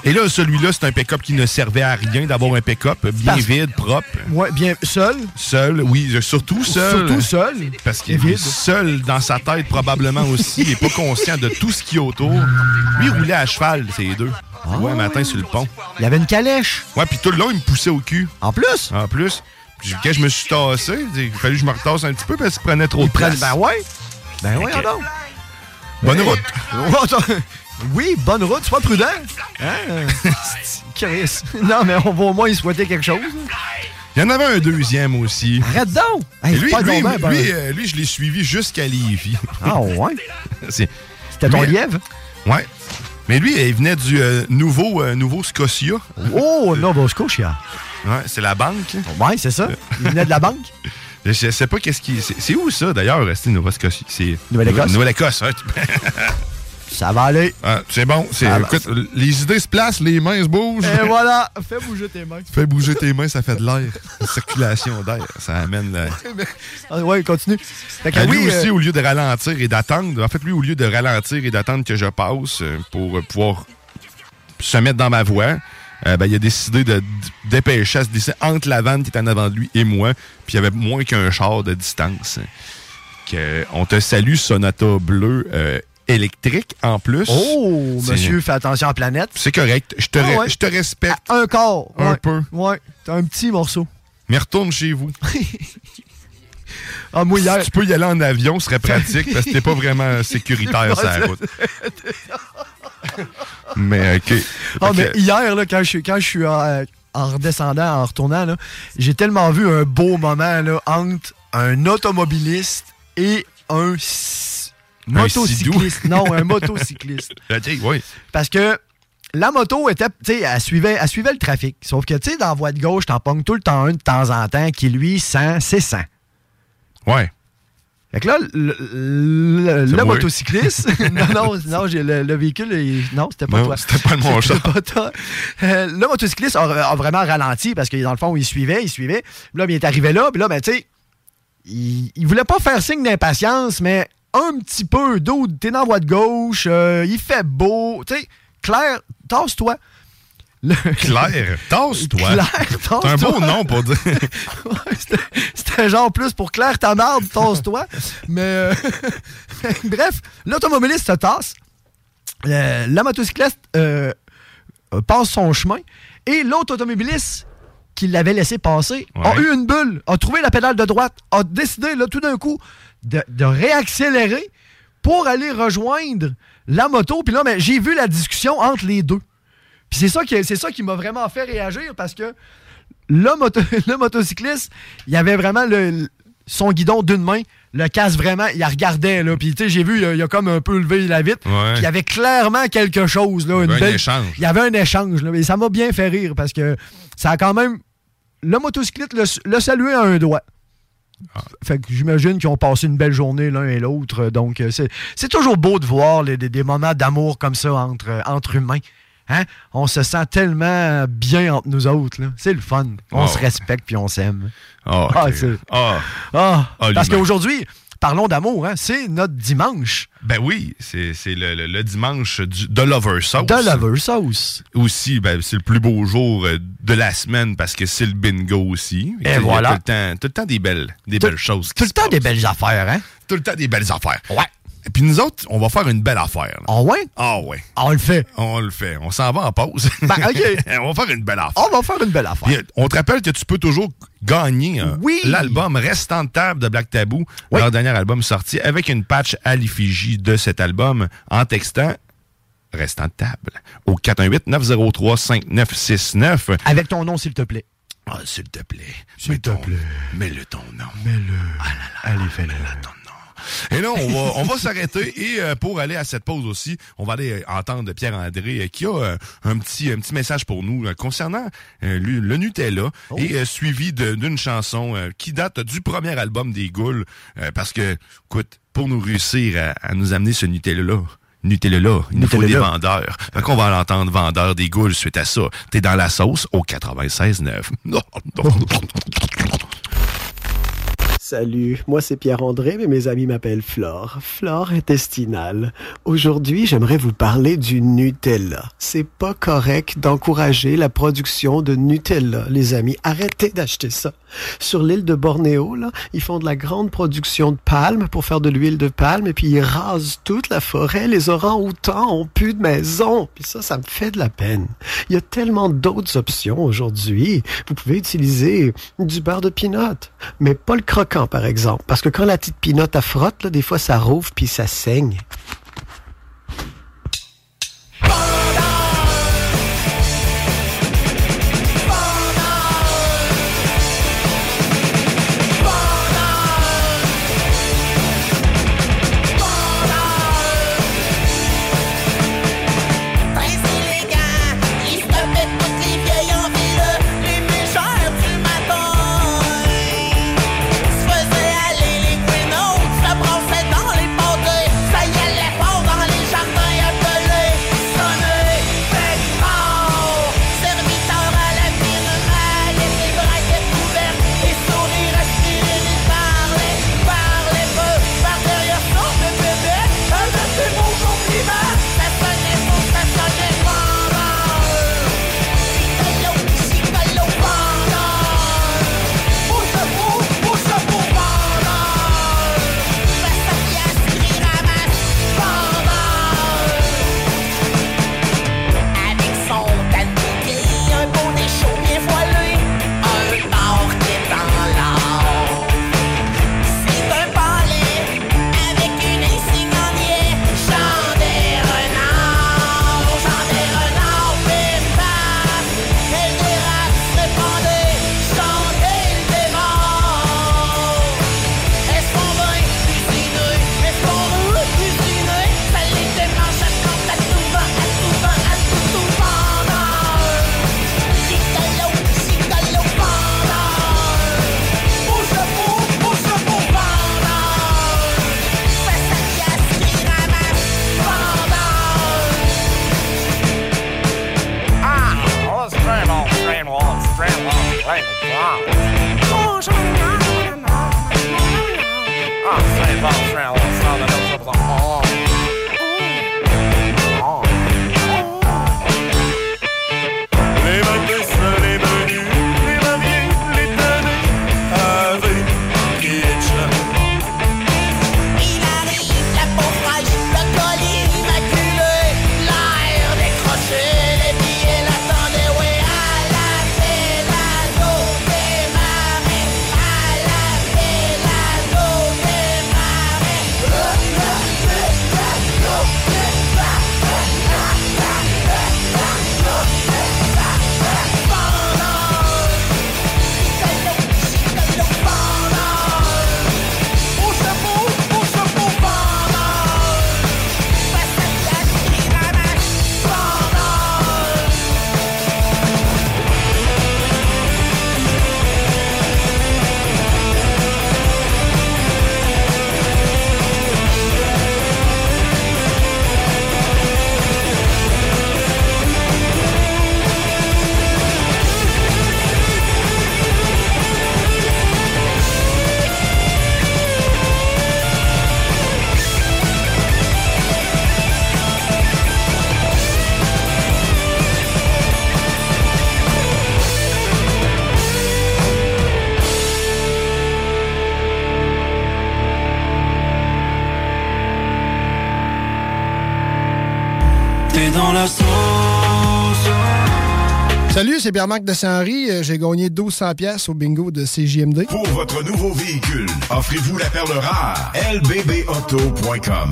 [SPEAKER 8] Et là, celui-là, c'est un pick-up qui ne servait à rien d'avoir un pick-up bien
[SPEAKER 9] Parce-
[SPEAKER 8] vide, propre.
[SPEAKER 9] Ouais, bien, seul?
[SPEAKER 8] Seul, oui, euh, surtout seul.
[SPEAKER 9] Surtout seul.
[SPEAKER 8] Parce qu'il est
[SPEAKER 9] Vide.
[SPEAKER 8] seul dans sa tête, probablement aussi. Il n'est pas conscient de tout ce qui est autour. Lui, il roulait à cheval, ces deux. ouais, un matin sur le pont.
[SPEAKER 9] Ah. Il avait une calèche.
[SPEAKER 8] Ouais, puis tout le long, il me poussait au cul.
[SPEAKER 9] En plus?
[SPEAKER 8] En plus. Puis quand je me suis tassé, il fallait que je me retasse un petit peu parce qu'il prenait trop de
[SPEAKER 9] Prenne-
[SPEAKER 8] place.
[SPEAKER 9] Ben ouais. Ben ouais,
[SPEAKER 8] Ok.
[SPEAKER 9] donc.
[SPEAKER 8] Bonne
[SPEAKER 9] Hey.
[SPEAKER 8] route.
[SPEAKER 9] Oh, attends. Oui, bonne route, sois prudent. Hein? Chris. Non, mais on va au moins y souhaiter quelque chose.
[SPEAKER 8] Il y en avait un deuxième aussi.
[SPEAKER 9] Arrête donc!
[SPEAKER 8] Et
[SPEAKER 9] Hey,
[SPEAKER 8] lui,
[SPEAKER 9] pas
[SPEAKER 8] lui,
[SPEAKER 9] convainc, ben.
[SPEAKER 8] lui, euh, lui, je l'ai suivi jusqu'à Lévis.
[SPEAKER 9] Ah ouais?
[SPEAKER 8] C'était
[SPEAKER 9] ton lièvre?
[SPEAKER 8] euh, Ouais. Mais lui, il venait du euh, nouveau, euh, nouveau Scotia.
[SPEAKER 9] Oh, Nova Scotia.
[SPEAKER 8] Ouais, c'est la banque.
[SPEAKER 9] Ouais, c'est ça. Il venait de la banque.
[SPEAKER 8] Je sais pas qu'est-ce qui. C'est c'est où ça, d'ailleurs, c'est Nova Scotia? C'est-
[SPEAKER 9] Nouvelle-Écosse.
[SPEAKER 8] Nouvelle-Écosse, hein?
[SPEAKER 9] Ça va aller.
[SPEAKER 8] c'est bon. c'est-
[SPEAKER 9] Ça va.
[SPEAKER 8] écoute, les idées se placent, les mains se bougent.
[SPEAKER 9] Et voilà, fais bouger tes mains.
[SPEAKER 8] Fais bouger tes mains, ça fait de l'air. La circulation d'air, ça amène... euh, la-
[SPEAKER 9] Ah, ouais, continue. Fait que
[SPEAKER 8] Ben, lui
[SPEAKER 9] oui,
[SPEAKER 8] aussi,
[SPEAKER 9] euh,
[SPEAKER 8] au lieu de ralentir et d'attendre, en fait, lui, au lieu de ralentir et d'attendre que je passe euh, pour euh, pouvoir se mettre dans ma voie, euh, ben, il a décidé de d- dépêcher à se glisser entre la vanne qui était en avant de lui et moi, puis il y avait moins qu'un char de distance. Que, on te salue, Sonata Bleu euh, électrique, en plus.
[SPEAKER 9] Oh,
[SPEAKER 8] C'est-
[SPEAKER 9] monsieur, fais attention à la planète.
[SPEAKER 8] C'est correct. Je te,
[SPEAKER 9] Ah
[SPEAKER 8] re-
[SPEAKER 9] ouais.
[SPEAKER 8] je te respecte.
[SPEAKER 9] À un quart.
[SPEAKER 8] Un
[SPEAKER 9] ouais.
[SPEAKER 8] peu.
[SPEAKER 9] Ouais, t'as un petit morceau.
[SPEAKER 8] Mais retourne chez vous.
[SPEAKER 9] Ah, moi, hier-
[SPEAKER 8] Si tu peux y aller en avion, ce serait pratique parce que t'es pas vraiment sécuritaire sur la route. Mais euh, OK.
[SPEAKER 9] Ah,
[SPEAKER 8] Fait
[SPEAKER 9] mais
[SPEAKER 8] que-
[SPEAKER 9] hier, là, quand je, suis- quand je suis en, en redescendant, en retournant, là, j'ai tellement vu un beau moment là, entre un automobiliste et un, s-
[SPEAKER 8] Un
[SPEAKER 9] motocycliste.
[SPEAKER 8] sidou.
[SPEAKER 9] non, un motocycliste.
[SPEAKER 8] OK, oui.
[SPEAKER 9] Parce que la moto était, tu sais, elle suivait, elle suivait le trafic. Sauf que, tu sais, dans la voie de gauche, t'en pognes tout le temps un de temps en temps qui, lui, sent, c'est 100.
[SPEAKER 8] Ouais.
[SPEAKER 9] Fait que là, le, le-
[SPEAKER 8] C'est
[SPEAKER 9] le
[SPEAKER 8] moi.
[SPEAKER 9] motocycliste, non, non, non j'ai le, le véhicule, il- non, c'était pas
[SPEAKER 8] Non,
[SPEAKER 9] toi.
[SPEAKER 8] c'était pas le mon
[SPEAKER 9] C'était
[SPEAKER 8] char.
[SPEAKER 9] pas toi. Euh, le motocycliste a, a vraiment ralenti parce que dans le fond, il suivait, il suivait. Puis Là, il est arrivé là, puis là, ben, tu sais, il, il voulait pas faire signe d'impatience, mais un petit peu, d'autres, t'es dans la voie de gauche, euh, il fait beau, tu sais, Claire, tasse-toi. Le-
[SPEAKER 8] Claire, tasse-toi.
[SPEAKER 9] Claire, tasse-toi.
[SPEAKER 8] C'est un beau nom pour dire.
[SPEAKER 9] C'était genre plus pour Claire ta marde, tasse-toi. Mais euh, bref, l'automobiliste se tasse. Euh, la motocyclette euh, euh, passe son chemin. Et l'autre automobiliste qui l'avait laissé passer a
[SPEAKER 8] Ouais.
[SPEAKER 9] eu une bulle, a trouvé la pédale de droite, a décidé là, tout d'un coup de, de réaccélérer pour aller rejoindre la moto. Puis là, ben, j'ai vu la discussion entre les deux. Puis c'est ça qui, c'est ça qui m'a vraiment fait réagir parce que le, moto- le motocycliste, il avait vraiment le, son guidon d'une main, le casse vraiment, il la regardait. Là. Puis tu sais, j'ai vu, il a, il a comme un peu levé la vitre.
[SPEAKER 8] Ouais.
[SPEAKER 9] puis Il y avait clairement quelque chose. Là,
[SPEAKER 8] Il y
[SPEAKER 9] une
[SPEAKER 8] avait un
[SPEAKER 9] belle-
[SPEAKER 8] échange.
[SPEAKER 9] Il y avait un échange. Là, et ça m'a bien fait rire parce que ça a quand même. Le motocycliste le, le saluait à un doigt.
[SPEAKER 8] Ah.
[SPEAKER 9] Fait que j'imagine qu'ils ont passé une belle journée l'un et l'autre. Donc, euh, c'est c'est toujours beau de voir les- des, des moments d'amour comme ça entre, euh, entre humains. Hein? On se sent tellement bien entre nous autres. là. C'est le fun. On
[SPEAKER 8] Oh.
[SPEAKER 9] se respecte puis on s'aime.
[SPEAKER 8] Ah, OK.
[SPEAKER 9] Ah, c'est-
[SPEAKER 8] Ah.
[SPEAKER 9] Ah,
[SPEAKER 8] Ah,
[SPEAKER 9] parce
[SPEAKER 8] l'humain.
[SPEAKER 9] qu'aujourd'hui, parlons d'amour. hein. C'est notre dimanche
[SPEAKER 8] Ben oui, c'est c'est le, le- le dimanche du- de Lover Sauce.
[SPEAKER 9] de Lover Sauce.
[SPEAKER 8] Aussi, ben, c'est le plus beau jour euh, de la semaine parce que c'est le bingo aussi.
[SPEAKER 9] Et
[SPEAKER 8] Il y a
[SPEAKER 9] voilà.
[SPEAKER 8] Tout le temps, tout le temps des belles, des belles choses.
[SPEAKER 9] Tout le temps des belles affaires, hein?
[SPEAKER 8] Tout le temps des belles affaires.
[SPEAKER 9] Ouais.
[SPEAKER 8] Puis nous autres, on va faire une belle affaire. là.
[SPEAKER 11] Ah ouais?
[SPEAKER 8] Ah ouais.
[SPEAKER 11] on le fait.
[SPEAKER 8] On le fait. On s'en va en pause.
[SPEAKER 11] Ben, OK.
[SPEAKER 8] on va faire une belle affaire.
[SPEAKER 11] On va faire une belle affaire.
[SPEAKER 8] Puis, euh, on te rappelle que tu peux toujours gagner euh,
[SPEAKER 11] Oui.
[SPEAKER 8] l'album Restant de table de Black Tabou, leur dernier album sorti, avec une patch à l'effigie de cet album en textant Restant de table au 418-903-5969.
[SPEAKER 11] Avec ton nom, s'il te plaît.
[SPEAKER 8] Ah, s'il te plaît. S'il te plaît. Mets-le ton nom.
[SPEAKER 11] Mets-le.
[SPEAKER 8] Allez, fais-le. Et là, on va, on va s'arrêter et euh, pour aller à cette pause aussi, on va aller euh, entendre Pierre-André euh, qui a euh, un petit un petit message pour nous euh, concernant euh, le, le Nutella et euh, suivi de- d'une chanson euh, qui date du premier album des Goules euh, parce que, écoute, pour nous réussir à, à nous amener ce Nutella-là, Nutella-là, il nous faut des
[SPEAKER 11] Nutella.
[SPEAKER 8] vendeurs. Fait qu'on va l'entendre vendeur des Goules suite à ça. T'es dans la sauce au 96.9. Non, non.
[SPEAKER 9] Salut, moi c'est Pierre-André, mais mes amis m'appellent Flore, Flore intestinale. Aujourd'hui, j'aimerais vous parler du Nutella. C'est pas correct d'encourager la production de Nutella, les amis. Arrêtez d'acheter ça. Sur l'île de Bornéo, là, ils font de la grande production de palmes pour faire de l'huile de palme et puis ils rasent toute la forêt. Les orangs-outans ont plus de maison. Puis ça, ça me fait de la peine. Il y a tellement d'autres options aujourd'hui. Vous pouvez utiliser du beurre de pinotte, mais pas le croquant, par exemple. Parce que quand la petite pinotte, elle frotte, là, des fois, ça rouvre puis ça saigne.
[SPEAKER 2] Pressez les gars, ils se mettent toutes les vieilles en ville, les méchants du matin. Se faisaient aller les quinones, se brassaient dans les pâtés, ça y allait.
[SPEAKER 6] Oh,
[SPEAKER 12] dans la
[SPEAKER 13] Salut, c'est Pierre-Marc de Saint-Henri. Euh, J'ai gagné 1200 pièces au bingo de CJMD.
[SPEAKER 4] Pour votre nouveau véhicule, offrez-vous la perle rare. lbbauto.com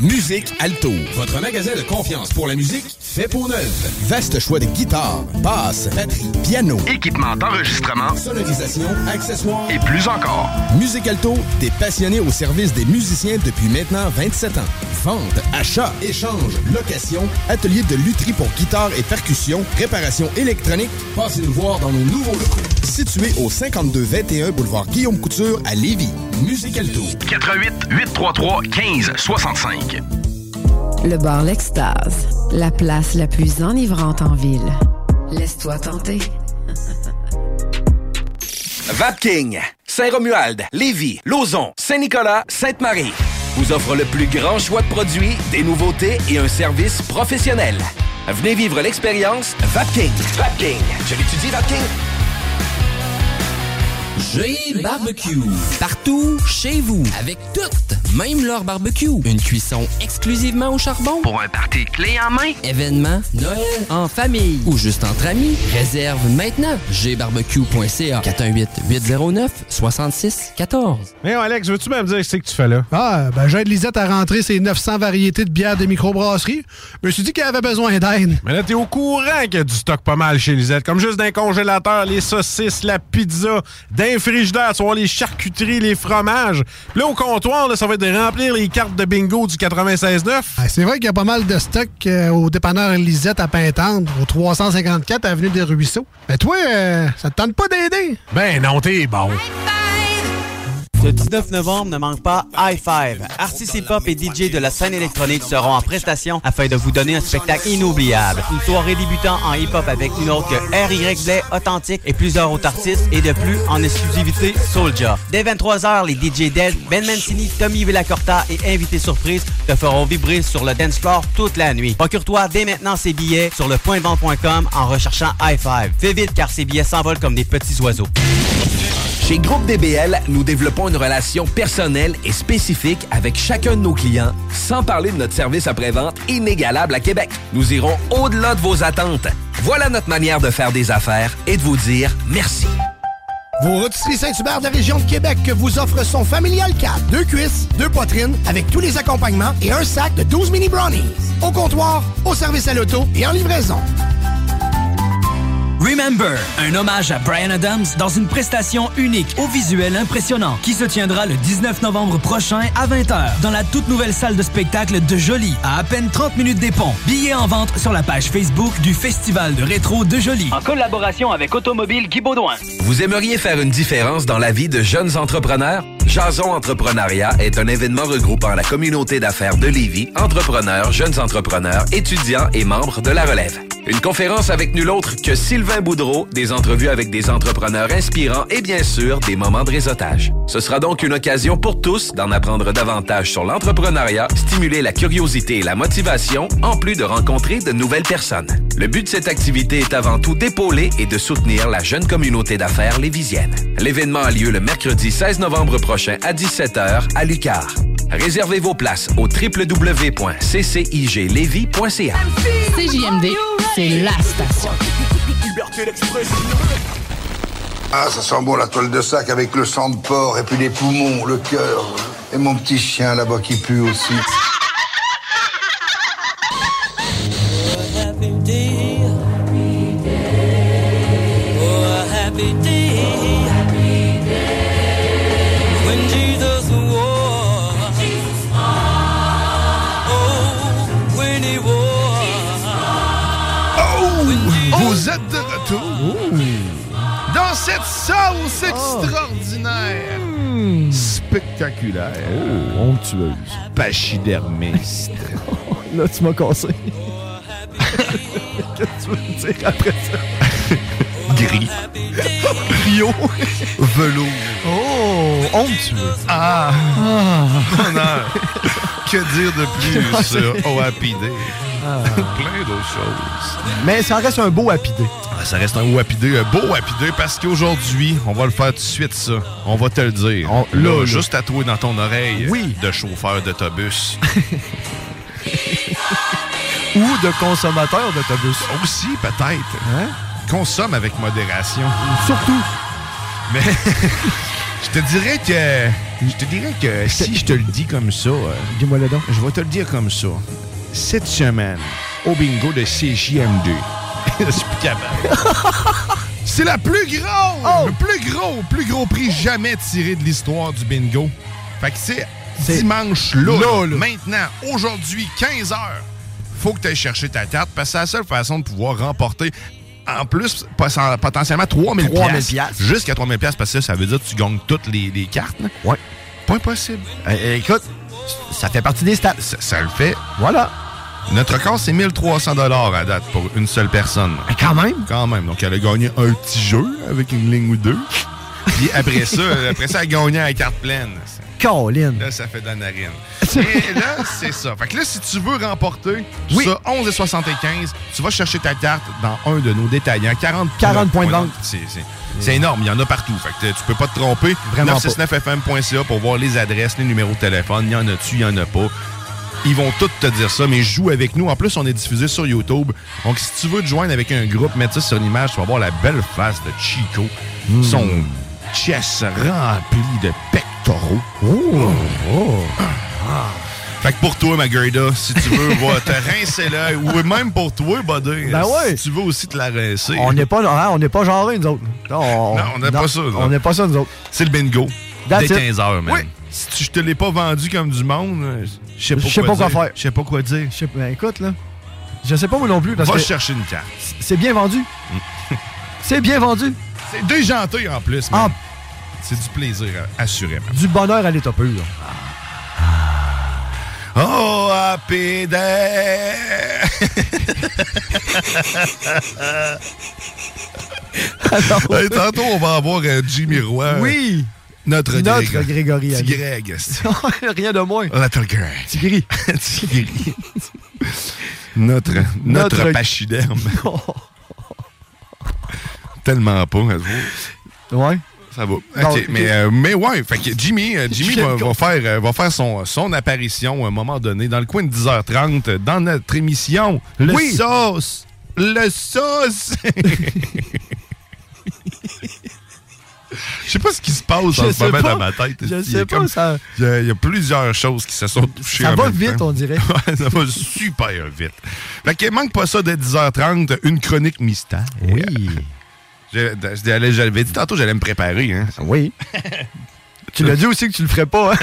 [SPEAKER 5] Musique Alto, votre magasin de confiance pour la musique fait pour neuve. Vaste choix de guitares, basses, batteries, piano, équipement d'enregistrement, sonorisation, accessoires et plus encore. Musique Alto, des passionnés au service des musiciens depuis maintenant 27 ans. Vente, achat, échange, location, atelier de lutherie pour guitare et percussion, réparation électronique. Passez nous voir dans nos nouveaux locaux. Situés au 5221 boulevard Guillaume Couture à Lévis. Musique Alto.
[SPEAKER 1] 88 833 15 65.
[SPEAKER 14] Le bar L'Extase, la place la plus enivrante en ville. Laisse-toi tenter.
[SPEAKER 1] Vapking, Saint-Romuald, Lévis, Lauson, Saint-Nicolas, Sainte-Marie vous offre le plus grand choix de produits, des nouveautés et un service professionnel. Venez vivre l'expérience Vapking. Vapking. Je l'étudie, Vapking.
[SPEAKER 15] J'ai barbecue. Partout, chez vous, avec toutes, même leur barbecue. Une cuisson exclusivement au charbon. Pour un party clé en main. Événement, Noël, en famille ou juste entre amis. Réserve maintenant. gbarbecue.ca 418-809-6614.
[SPEAKER 16] Mais Alex, veux-tu même dire ce que tu fais là?
[SPEAKER 13] Ah, ben j'aide Lisette à rentrer ses 900 variétés de bières des microbrasseries. Je me suis dit qu'elle avait besoin d'aide.
[SPEAKER 16] Mais là, t'es au courant qu'il y a du stock pas mal chez Lisette. Comme juste d'un congélateur, les saucisses, la pizza, d'un frigidaire, tu vas voir les charcuteries, les fromages. Puis là, au comptoir, là, ça va être de remplir les cartes de bingo du 96.9.
[SPEAKER 13] Ah, C'est vrai qu'il y a pas mal de stock euh, au dépanneur Lisette à Pintendre, au 354 Avenue des Ruisseaux. Mais toi, euh, ça te tente pas d'aider?
[SPEAKER 16] Ben non, t'es bon.
[SPEAKER 17] Ce 19 novembre ne manque pas High Five. Artistes hip-hop et DJ de la scène électronique seront en prestation afin de vous donner un spectacle inoubliable. Une soirée débutant en hip-hop avec une autre que R.Y. Blais, Authentique et plusieurs autres artistes et de plus en exclusivité Soulja. Dès 23h, les DJ Del, Ben Mancini, Tommy Villacorta et Invité Surprise te feront vibrer sur le dance floor toute la nuit. Procure-toi dès maintenant ces billets sur le pointdevente.com en recherchant High Five. Fais vite car ces billets s'envolent comme des petits oiseaux.
[SPEAKER 1] Chez Groupe DBL, nous développons une relation personnelle et spécifique avec chacun de nos clients, sans parler de notre service après-vente inégalable à Québec. Nous irons au-delà de vos attentes. Voilà notre manière de faire des affaires et de vous dire merci.
[SPEAKER 18] Vos rôtisseries Saint-Hubert de la région de Québec que vous offrent son familial 4. Deux cuisses, deux poitrines, avec tous les accompagnements et un sac de 12 mini brownies. Au comptoir, au service à l'auto et en livraison.
[SPEAKER 19] Remember, un hommage à Brian Adams dans une prestation unique au visuel impressionnant qui se tiendra le 19 novembre prochain à 20h dans la toute nouvelle salle de spectacle de Jolie à à peine 30 minutes des ponts. Billets en vente sur la page Facebook du Festival de rétro de Jolie. En collaboration avec Automobile Guy Baudouin.
[SPEAKER 1] Vous aimeriez faire une différence dans la vie de jeunes entrepreneurs? Jason Entrepreneuriat est un événement regroupant la communauté d'affaires de Lévis, entrepreneurs, jeunes entrepreneurs, étudiants et membres de la relève. Une conférence avec nul autre que Sylvain Boudreau, des entrevues avec des entrepreneurs inspirants et bien sûr des moments de réseautage. Ce sera donc une occasion pour tous d'en apprendre davantage sur l'entrepreneuriat, stimuler la curiosité et la motivation, en plus de rencontrer de nouvelles personnes. Le but de cette activité est avant tout d'épauler et de soutenir la jeune communauté d'affaires lévisienne. L'événement a lieu le mercredi 16 novembre prochain à 17h à Lucar. Réservez vos places au www.cciglevy.ca.
[SPEAKER 20] CJMD, c'est la station.
[SPEAKER 21] Ah, ça sent bon la toile de sac avec le sang de porc et puis les poumons, le cœur. Et mon petit chien là-bas qui pue aussi.
[SPEAKER 2] Oh, Vous êtes de retour dans cette sauce extraordinaire, spectaculaire, Oh, onctueuse, pachydermiste.
[SPEAKER 9] Là, tu m'as cassé.
[SPEAKER 2] Qu'est-ce que tu veux dire après ça?
[SPEAKER 8] Gris.
[SPEAKER 2] Rio.
[SPEAKER 8] Velours.
[SPEAKER 2] Oh, onctueux. Ah.
[SPEAKER 8] Bonheur. Oh, que dire de plus sur OAPD?
[SPEAKER 2] Ah.
[SPEAKER 8] Plein d'autres choses.
[SPEAKER 9] Mais ça reste un beau happy-day.
[SPEAKER 8] Ah, Ça reste un wapidé, un beau wapidé, parce qu'aujourd'hui, on va le faire tout de suite, ça. On va te le dire. là,
[SPEAKER 2] là.
[SPEAKER 8] juste tatoué dans ton oreille, de chauffeur d'autobus.
[SPEAKER 9] Ou de consommateurs d'autobus. Hein?
[SPEAKER 8] Aussi, peut-être. Consomme avec modération.
[SPEAKER 9] Surtout.
[SPEAKER 8] Mais je te dirais que. Je te dirais que si je te le dis comme ça. euh,
[SPEAKER 9] Dis-moi le
[SPEAKER 8] Je vais te le dire comme ça. Cette semaine, au bingo de CJM2. je suis plus capable. C'est la plus grosse! Le plus gros, plus gros prix jamais tiré de l'histoire du bingo. Fait que c'est dimanche là,
[SPEAKER 22] là, là.
[SPEAKER 8] maintenant, aujourd'hui, 15h. Faut que tu ailles chercher ta tarte parce que c'est la seule façon de pouvoir remporter en plus poss- potentiellement 3000
[SPEAKER 22] 3000
[SPEAKER 8] piastres. Jusqu'à 3000 piastres parce que ça veut dire que tu gagnes toutes les, les cartes. Ouais. Pas impossible. Eh, écoute, ça fait partie des stats. Ça, ça le fait. Voilà. Notre record, c'est 1300 à date pour une seule personne. Eh, quand même. Quand même. Donc, elle a gagné un petit jeu avec une ligne ou deux. Puis après ça, après ça, elle a gagné à carte pleine.
[SPEAKER 9] Colin.
[SPEAKER 8] Là, ça fait de la narine. Et là, c'est ça. Fait que là, si tu veux remporter ça, 11 et 75, tu vas chercher ta carte dans un de nos détaillants. 40,
[SPEAKER 9] 40 points de vente.
[SPEAKER 8] C'est, c'est- c'est énorme. Il y en a partout. Fait que t- tu peux pas te tromper.
[SPEAKER 9] Mm. Vraiment pas.
[SPEAKER 8] 969fm.ca pour voir les adresses, les numéros de téléphone. Il y en a-tu, il y en a pas. Ils vont tous te dire ça, mais joue avec nous. En plus, on est diffusé sur YouTube. Donc, si tu veux te joindre avec un groupe, mettre ça sur une image, tu vas voir la belle face de Chico.
[SPEAKER 9] Mm.
[SPEAKER 8] Son chest rempli de pectoraux.
[SPEAKER 9] Oh,
[SPEAKER 8] Ah. Fait que pour toi, Magarida, si tu veux, va te rincer l'œil. Ou même pour toi, Buddy.
[SPEAKER 9] Ben ouais.
[SPEAKER 8] Si tu veux aussi te la rincer.
[SPEAKER 9] On n'est pas, hein, on n'est pas genrés, nous autres. Non, on
[SPEAKER 8] Non, on n'est
[SPEAKER 9] non,
[SPEAKER 8] pas ça. non.
[SPEAKER 9] On n'est pas ça, nous autres.
[SPEAKER 8] C'est le bingo.
[SPEAKER 9] That's
[SPEAKER 8] Dès
[SPEAKER 9] it.
[SPEAKER 8] 15 h man.
[SPEAKER 9] Oui.
[SPEAKER 8] Si tu- je te l'ai pas vendu comme du monde, euh, je sais pas,
[SPEAKER 9] Je sais pas quoi
[SPEAKER 8] dire.
[SPEAKER 9] faire.
[SPEAKER 8] Je sais pas quoi dire.
[SPEAKER 9] Je sais pas- ben, écoute, là. Je sais pas moi non plus. Parce
[SPEAKER 8] Va
[SPEAKER 9] que
[SPEAKER 8] chercher une carte.
[SPEAKER 9] C'est bien vendu. c'est bien vendu.
[SPEAKER 8] C'est déjanté en plus. man. C'est du plaisir, euh, assurément.
[SPEAKER 9] Du bonheur à l'état pur. Ah!
[SPEAKER 8] Oh, happy day! Hey, tantôt, on va avoir euh, Jimmy Roy.
[SPEAKER 9] Oui.
[SPEAKER 8] Notre,
[SPEAKER 9] Notre
[SPEAKER 8] Grégor-
[SPEAKER 9] Grégory
[SPEAKER 8] Petit
[SPEAKER 9] Allais.
[SPEAKER 8] Greg. c'est-
[SPEAKER 9] Rien de moins.
[SPEAKER 8] Little Greg.
[SPEAKER 9] Tigri.
[SPEAKER 8] Tigri. Notre, notre,
[SPEAKER 9] Notre- Oh,
[SPEAKER 8] pachyderme. Tellement pas, êtes-vous?
[SPEAKER 9] Ouais.
[SPEAKER 8] Ça va.
[SPEAKER 9] Non,
[SPEAKER 8] OK,
[SPEAKER 9] ok.
[SPEAKER 8] mais, euh, mais ouais, fait que Jimmy, euh, Jimmy
[SPEAKER 9] Je
[SPEAKER 8] va,
[SPEAKER 9] le
[SPEAKER 8] va faire, euh, va faire son, son apparition à un moment donné dans le coin de 10h30 euh, dans notre émission. Le
[SPEAKER 22] Oui.
[SPEAKER 8] sauce! Le sauce! Je sais pas ce qui se passe
[SPEAKER 9] Je
[SPEAKER 8] en ce
[SPEAKER 9] sais
[SPEAKER 8] moment
[SPEAKER 9] pas.
[SPEAKER 8] dans ma tête.
[SPEAKER 9] Je
[SPEAKER 8] Il y
[SPEAKER 9] sais
[SPEAKER 8] a
[SPEAKER 9] pas, ça-
[SPEAKER 8] Il y, a- il y a plusieurs choses qui se sont touchées.
[SPEAKER 9] Ça
[SPEAKER 8] en
[SPEAKER 9] va
[SPEAKER 8] même
[SPEAKER 9] vite,
[SPEAKER 8] temps.
[SPEAKER 9] on dirait.
[SPEAKER 8] Ouais, ça va super vite. Fait que manque pas ça dès 10h30, une chronique mystère. Oui. J'avais j'avais dit tantôt j'allais me préparer. Hein.
[SPEAKER 9] Ah Oui. Tu l'as dit aussi que tu le ferais pas. hein?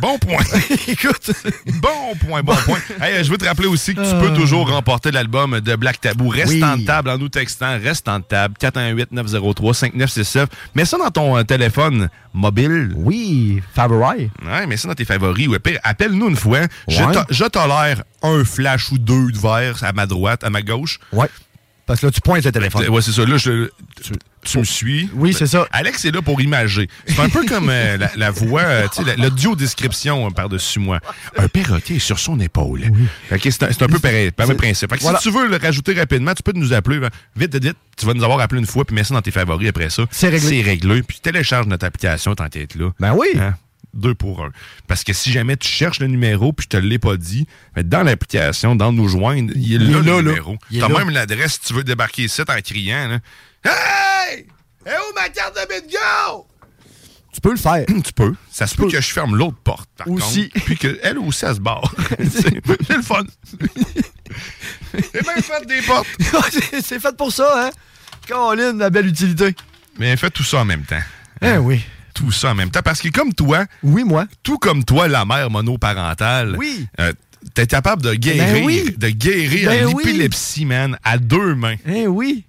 [SPEAKER 8] bon point.
[SPEAKER 9] Écoute.
[SPEAKER 8] Bon point, bon point. Hey, je veux te rappeler aussi que tu
[SPEAKER 9] Euh.
[SPEAKER 8] peux toujours remporter l'album de Black Tabou. Reste
[SPEAKER 22] Oui.
[SPEAKER 8] en table en nous textant. Reste en table. 418-903-5969. Mets ça dans ton euh, téléphone mobile.
[SPEAKER 9] Oui, favori.
[SPEAKER 8] Ouais, mets ça dans tes favoris. Ou pire, appelle-nous une fois. Je,
[SPEAKER 9] Ouais.
[SPEAKER 8] to- je tolère un flash ou deux de verre à ma droite, à ma gauche.
[SPEAKER 9] Ouais. Parce que là, tu pointes le téléphone.
[SPEAKER 8] Ben, Ouais, c'est ça. Là, je- tu, tu me suis. Ben,
[SPEAKER 9] Oui, c'est ça.
[SPEAKER 8] Alex est là pour imager. C'est un peu comme euh, la, la voix, euh, tu sais, la- l'audio-description euh, par-dessus moi. Un perroquet est sur son épaule. Fait que c'est un, c'est un peu pareil, pas le même principe. Fait que
[SPEAKER 9] Voilà.
[SPEAKER 8] Si tu veux le rajouter rapidement, tu peux nous appeler. là. Vite, vite, vite. Tu vas nous avoir appelé une fois, puis mets ça dans tes favoris après ça.
[SPEAKER 9] C'est réglé.
[SPEAKER 8] C'est réglé. Puis télécharge notre application, tant qu'à être là. Hein?
[SPEAKER 9] Ben oui.
[SPEAKER 8] Deux pour un. Parce que si jamais tu cherches le numéro, puis je te l'ai pas dit, ben, dans l'application, dans nous joindre, il est
[SPEAKER 22] Il
[SPEAKER 8] là,
[SPEAKER 22] est là, là.
[SPEAKER 8] le numéro.
[SPEAKER 22] Il est
[SPEAKER 8] T'as
[SPEAKER 22] là.
[SPEAKER 8] même l'adresse si tu veux débarquer ici en criant. là. Hey! Et où ma carte de bingo?
[SPEAKER 9] Tu peux le faire.
[SPEAKER 8] tu peux. Ça se peut que je ferme l'autre porte, par
[SPEAKER 9] Aussi.
[SPEAKER 8] contre. Puis qu'elle aussi, elle se barre. C'est c'est le fun. J'ai bien fait des portes.
[SPEAKER 9] c'est fait pour ça, hein? Colin, la belle utilité.
[SPEAKER 8] Mais fais tout ça en même temps. Hein?
[SPEAKER 9] Eh oui.
[SPEAKER 8] Tout ça en même temps. Parce que comme toi...
[SPEAKER 9] Oui, moi.
[SPEAKER 8] Tout comme toi, la mère monoparentale...
[SPEAKER 9] Oui.
[SPEAKER 8] euh, T'es capable de guérir,
[SPEAKER 9] Ben oui.
[SPEAKER 8] de guérir
[SPEAKER 9] Ben oui.
[SPEAKER 8] l'épilepsie, man, à deux mains.
[SPEAKER 9] Eh oui.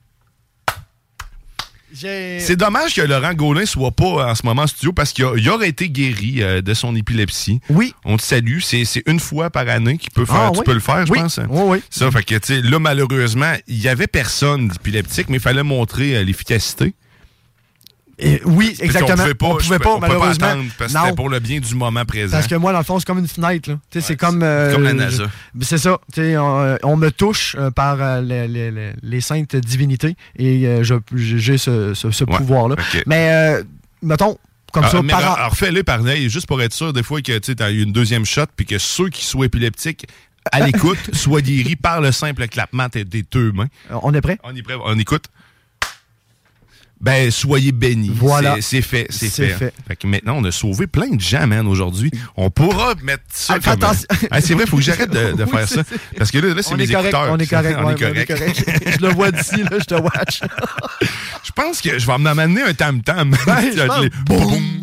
[SPEAKER 8] C'est dommage que Laurent Gaulin soit pas en ce moment en studio parce qu'il a- il aurait été guéri euh, de son épilepsie.
[SPEAKER 9] Oui.
[SPEAKER 8] On te salue. C'est c'est une fois par année qu'il peut faire.
[SPEAKER 9] Ah,
[SPEAKER 8] tu
[SPEAKER 9] oui.
[SPEAKER 8] peux le faire, je
[SPEAKER 9] Oui.
[SPEAKER 8] pense.
[SPEAKER 9] Oui, oui.
[SPEAKER 8] Ça, fait que, tu sais, là, malheureusement, il y avait personne d'épileptique, mais il fallait montrer euh, l'efficacité.
[SPEAKER 9] oui,
[SPEAKER 8] Puis
[SPEAKER 9] exactement.
[SPEAKER 8] On pouvait pas,
[SPEAKER 9] On pouvait pas,
[SPEAKER 8] je- on pouvait
[SPEAKER 9] malheureusement.
[SPEAKER 8] attendre parce que
[SPEAKER 9] Non.
[SPEAKER 8] c'était pour le bien du moment présent.
[SPEAKER 9] Parce que moi, dans le fond, c'est comme une fenêtre. là. Tu sais, c'est comme. euh,
[SPEAKER 8] hein. comme la
[SPEAKER 9] je-
[SPEAKER 8] NASA.
[SPEAKER 9] Ben, C'est ça. Tu sais, On, euh, on me touche euh, par euh, les, les- les- les saintes divinités et euh, je- j'ai ce, ce- ce pouvoir-là.
[SPEAKER 8] ok.
[SPEAKER 9] Mais, euh, mettons, Comme
[SPEAKER 8] Ah,
[SPEAKER 9] ça,
[SPEAKER 8] mais
[SPEAKER 9] par
[SPEAKER 8] re- Refais-le par l'œil, juste pour être sûr, des fois, que tu as eu une deuxième shot, puis que ceux qui sont épileptiques à l'écoute soient guéris par le simple clapement des des deux mains.
[SPEAKER 9] Euh, On est prêt?
[SPEAKER 8] On est prêt, on écoute. Ben, soyez bénis.
[SPEAKER 9] Voilà.
[SPEAKER 8] C'est- C'est fait, c'est
[SPEAKER 9] C'est
[SPEAKER 8] fait.
[SPEAKER 9] fait.
[SPEAKER 8] Fait que maintenant, on a sauvé plein de gens, man, aujourd'hui. On pourra mettre ça
[SPEAKER 9] Ah, fais
[SPEAKER 8] comme...
[SPEAKER 9] attention.
[SPEAKER 8] Ah, c'est vrai, faut que j'arrête de, de
[SPEAKER 9] Oui,
[SPEAKER 8] faire
[SPEAKER 9] c'est-
[SPEAKER 8] ça. Parce que là, là, c'est
[SPEAKER 9] on
[SPEAKER 8] mes
[SPEAKER 9] est correct,
[SPEAKER 8] écouteurs.
[SPEAKER 9] on est correct,
[SPEAKER 8] on
[SPEAKER 9] ouais,
[SPEAKER 8] est correct.
[SPEAKER 9] je le vois d'ici, là, je te watch. Ben,
[SPEAKER 8] Je pense que je vais m'amener un tam-tam.
[SPEAKER 9] je pense-
[SPEAKER 8] Les- boum.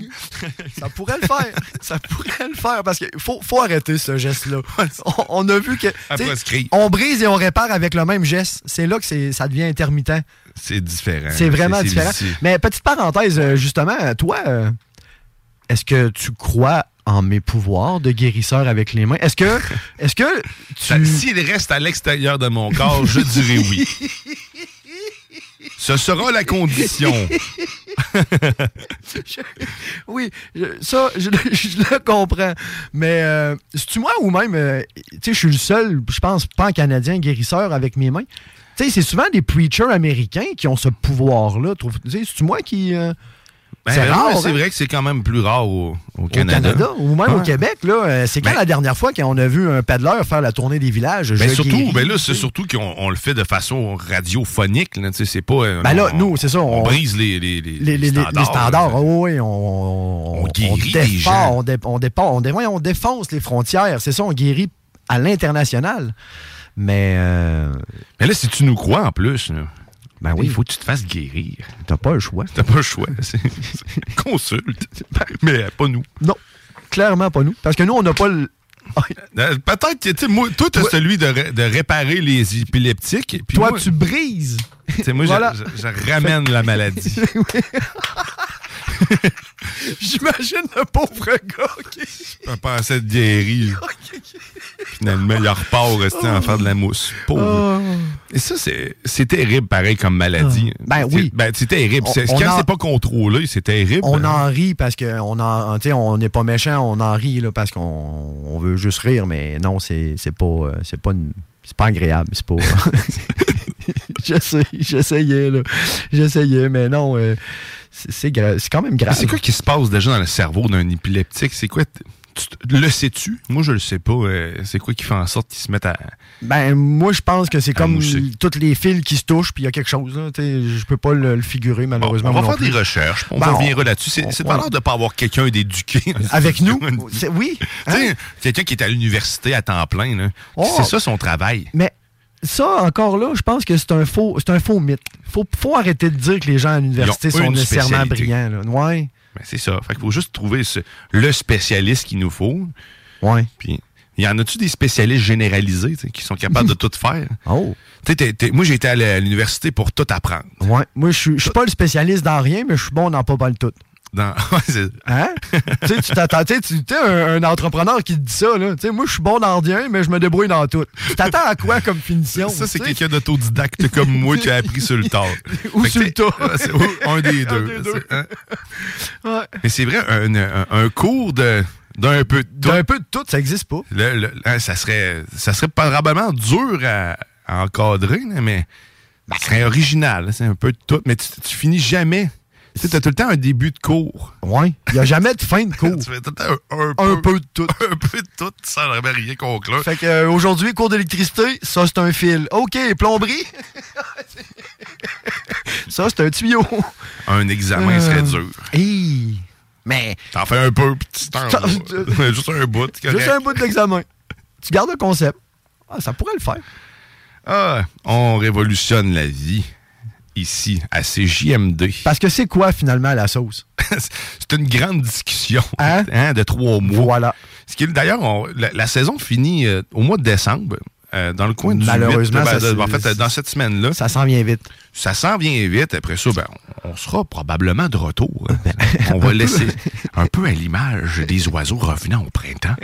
[SPEAKER 9] Ça pourrait le faire. Ça pourrait le faire parce qu'il faut, faut arrêter ce geste-là. On, on a vu que.
[SPEAKER 8] Après,
[SPEAKER 9] t'sais,
[SPEAKER 8] se crier.
[SPEAKER 9] On brise et on répare avec le même geste. C'est là que c'est- ça devient intermittent.
[SPEAKER 8] C'est différent.
[SPEAKER 9] C'est vraiment différent.
[SPEAKER 8] ici.
[SPEAKER 9] Mais petite parenthèse, euh, justement, toi, euh, est-ce que tu crois en mes pouvoirs de guérisseur avec les mains? Est-ce que, est-ce que
[SPEAKER 8] Ça-
[SPEAKER 9] tu...
[SPEAKER 8] S'il reste à l'extérieur de mon corps, je dirais oui. Ce sera la condition.
[SPEAKER 9] Oui, je- ça, je, le- je le comprends. Mais euh, c'est-tu moi ou même, euh, tu sais, je suis le seul, je pense, pan-canadien guérisseur avec mes mains. Tu sais, c'est souvent des preachers américains qui ont ce pouvoir-là. trouve- Tu sais, c'est-tu moi qui... euh,
[SPEAKER 8] Ben,
[SPEAKER 9] c'est
[SPEAKER 8] ben,
[SPEAKER 9] rare,
[SPEAKER 8] ouais, C'est
[SPEAKER 9] hein?
[SPEAKER 8] vrai que c'est quand même plus rare au, au
[SPEAKER 9] Au Canada.
[SPEAKER 8] Canada. Ah.
[SPEAKER 9] ou même au
[SPEAKER 8] Ouais.
[SPEAKER 9] Québec, là, euh, c'est quand la dernière fois qu'on a vu un paddleur faire la tournée des villages?
[SPEAKER 8] Ben,
[SPEAKER 9] Je
[SPEAKER 8] surtout,
[SPEAKER 9] guéris.
[SPEAKER 8] ben là, c'est surtout qu'on on le fait de façon radiophonique. Là, tu sais, c'est pas, euh,
[SPEAKER 9] Ben là,
[SPEAKER 8] on-
[SPEAKER 9] nous, c'est ça,
[SPEAKER 8] on,
[SPEAKER 9] on-
[SPEAKER 8] brise les, les, les-
[SPEAKER 9] les, les-
[SPEAKER 8] les
[SPEAKER 9] les- les
[SPEAKER 8] standards.
[SPEAKER 9] standards. oh oui, on, on, on
[SPEAKER 8] guérit
[SPEAKER 9] défend,
[SPEAKER 8] des gens.
[SPEAKER 9] On, dé- on, dépa- on, dé- voyons, on défonce les frontières. C'est ça, on guérit à l'international. Mais. euh,
[SPEAKER 8] Mais là, si tu nous crois en plus, là,
[SPEAKER 9] ben oui.
[SPEAKER 8] il faut que tu te fasses guérir.
[SPEAKER 9] T'as pas le choix.
[SPEAKER 8] T'as pas le choix. C'est- c'est- Consulte. Mais euh, pas nous.
[SPEAKER 9] Non, clairement pas nous. Parce que nous, on n'a pas le.
[SPEAKER 8] Euh, Peut-être que, tu sais, moi, toi, t'as celui de, ré- de réparer les épileptiques. puis
[SPEAKER 9] Toi,
[SPEAKER 8] moi-
[SPEAKER 9] tu brises.
[SPEAKER 8] Tu sais, moi, je-
[SPEAKER 9] Voilà.
[SPEAKER 8] je, je ramène la maladie.
[SPEAKER 9] J'imagine le pauvre gars qui.
[SPEAKER 8] Je pensais être guéri. Finalement, il repart resté
[SPEAKER 9] Oh.
[SPEAKER 8] en faire de la mousse. Pauvre. Et ça, c'est c'est terrible, pareil, comme maladie.
[SPEAKER 9] Ben
[SPEAKER 8] C'est-
[SPEAKER 9] oui.
[SPEAKER 8] Ben, c'est terrible. C'est-
[SPEAKER 9] On- on
[SPEAKER 8] Quand
[SPEAKER 9] en-
[SPEAKER 8] c'est pas contrôlé, c'est terrible.
[SPEAKER 9] On en rit parce qu'on en, tu sais, on n'est pas méchant, on en rit là, parce qu'on on veut juste rire, mais non, c'est c'est pas, euh, c'est pas, une- c'est pas agréable, c'est pas. Je sais, j'essayais là, j'essayais, mais non, euh, c'est c'est gra- c'est quand même grave.
[SPEAKER 8] C'est quoi qui se passe déjà dans le cerveau d'un épileptique? C'est quoi? t- tu te- le sais-tu? Moi, je le sais pas. euh, c'est quoi qui fait en sorte qu'ils se mettent à...
[SPEAKER 9] Ben moi, je pense que
[SPEAKER 8] Ah,
[SPEAKER 9] c'est comme
[SPEAKER 8] mousser.
[SPEAKER 9] toutes les fils qui se touchent, puis il y a quelque chose. là, tu sais, Je peux pas le, le figurer malheureusement.
[SPEAKER 8] on va
[SPEAKER 9] non
[SPEAKER 8] faire
[SPEAKER 9] plus.
[SPEAKER 8] des recherches. On
[SPEAKER 9] Ben, on-
[SPEAKER 8] reviendra là-dessus. C'est c'est de
[SPEAKER 9] ouais.
[SPEAKER 8] valeur de pas avoir quelqu'un d'éduqué.
[SPEAKER 9] Avec nous, c'est- oui. hein?
[SPEAKER 8] Tu sais, quelqu'un qui est à l'université à temps plein. là.
[SPEAKER 9] Oh.
[SPEAKER 8] C'est ça son travail.
[SPEAKER 9] Mais ça, encore là, je pense que c'est un faux, c'est un faux mythe. Faut, faut arrêter de dire que les gens à l'université
[SPEAKER 8] Ils ont
[SPEAKER 9] sont
[SPEAKER 8] une
[SPEAKER 9] nécessairement
[SPEAKER 8] spécialité.
[SPEAKER 9] brillants. Là. Ouais.
[SPEAKER 8] Ben, c'est ça. Fait qu'il faut juste trouver ce- le spécialiste qu'il nous faut.
[SPEAKER 9] Ouais.
[SPEAKER 8] Puis, y en a-tu des spécialistes généralisés tu sais, qui sont capables de tout faire?
[SPEAKER 9] Oh.
[SPEAKER 8] moi, j'ai été à la- à l'université pour tout apprendre.
[SPEAKER 9] Ouais. Moi, je suis- je suis pas le spécialiste dans rien, mais je suis bon dans pas mal tout.
[SPEAKER 8] Dans... Ouais, c'est-
[SPEAKER 9] Hein? tu sais, tu t'attends, tu sais, tu t'es un, un entrepreneur qui te dit ça, là. Tu sais, moi, je suis bon dans rien, mais je me débrouille dans tout. Tu t'attends à quoi comme finition?
[SPEAKER 8] ça, c'est quelqu'un d'autodidacte comme moi qui a appris sur le tard.
[SPEAKER 9] Ou sur le tas.
[SPEAKER 8] un des
[SPEAKER 9] Un
[SPEAKER 8] deux.
[SPEAKER 9] des deux.
[SPEAKER 8] C'est- hein?
[SPEAKER 9] Ouais.
[SPEAKER 8] Mais c'est vrai, un, un- un cours de- d'un peu de tout.
[SPEAKER 9] D'un peu de tout, ça n'existe pas.
[SPEAKER 8] Le- le- hein, ça, serait, ça serait probablement dur à, à encadrer, là, mais ça serait original. là, C'est un peu de tout. Mais tu, tu finis jamais. Tu as tout le temps un début de cours.
[SPEAKER 9] Oui. Il n'y a jamais de fin de cours.
[SPEAKER 8] tu fais tout le temps un, un
[SPEAKER 9] Un
[SPEAKER 8] peu,
[SPEAKER 9] peu de tout.
[SPEAKER 8] un peu de tout sans jamais rien conclure.
[SPEAKER 9] Fait que, euh, aujourd'hui, cours d'électricité, ça, c'est un fil. OK, plomberie. ça, c'est un tuyau.
[SPEAKER 8] Un examen serait
[SPEAKER 9] Euh,
[SPEAKER 8] dur.
[SPEAKER 9] Hey. Mais.
[SPEAKER 8] T'en fais un peu, puis tu t'en
[SPEAKER 9] T'en-
[SPEAKER 8] vas. Juste un bout. c'est
[SPEAKER 9] Juste un
[SPEAKER 8] correct.
[SPEAKER 9] bout d'examen. Tu gardes le concept. Ah, ça pourrait le faire.
[SPEAKER 8] Ah, on révolutionne la vie ici à CJMD.
[SPEAKER 9] Parce que c'est quoi finalement la sauce?
[SPEAKER 8] C'est une grande discussion hein, de trois mois.
[SPEAKER 9] Voilà.
[SPEAKER 8] Ce qui est- d'ailleurs, on- la, la saison finit euh, au mois de décembre. euh, dans le coin du
[SPEAKER 9] Malheureusement,
[SPEAKER 8] huit, ben,
[SPEAKER 9] ça
[SPEAKER 8] de- en
[SPEAKER 9] s'est-
[SPEAKER 8] fait, euh, dans cette semaine-là.
[SPEAKER 9] Ça s'en vient vite.
[SPEAKER 8] Ça s'en vient vite. Après ça, ben, on, on sera probablement de retour. hein. on va laisser un peu à l'image des oiseaux revenant au printemps.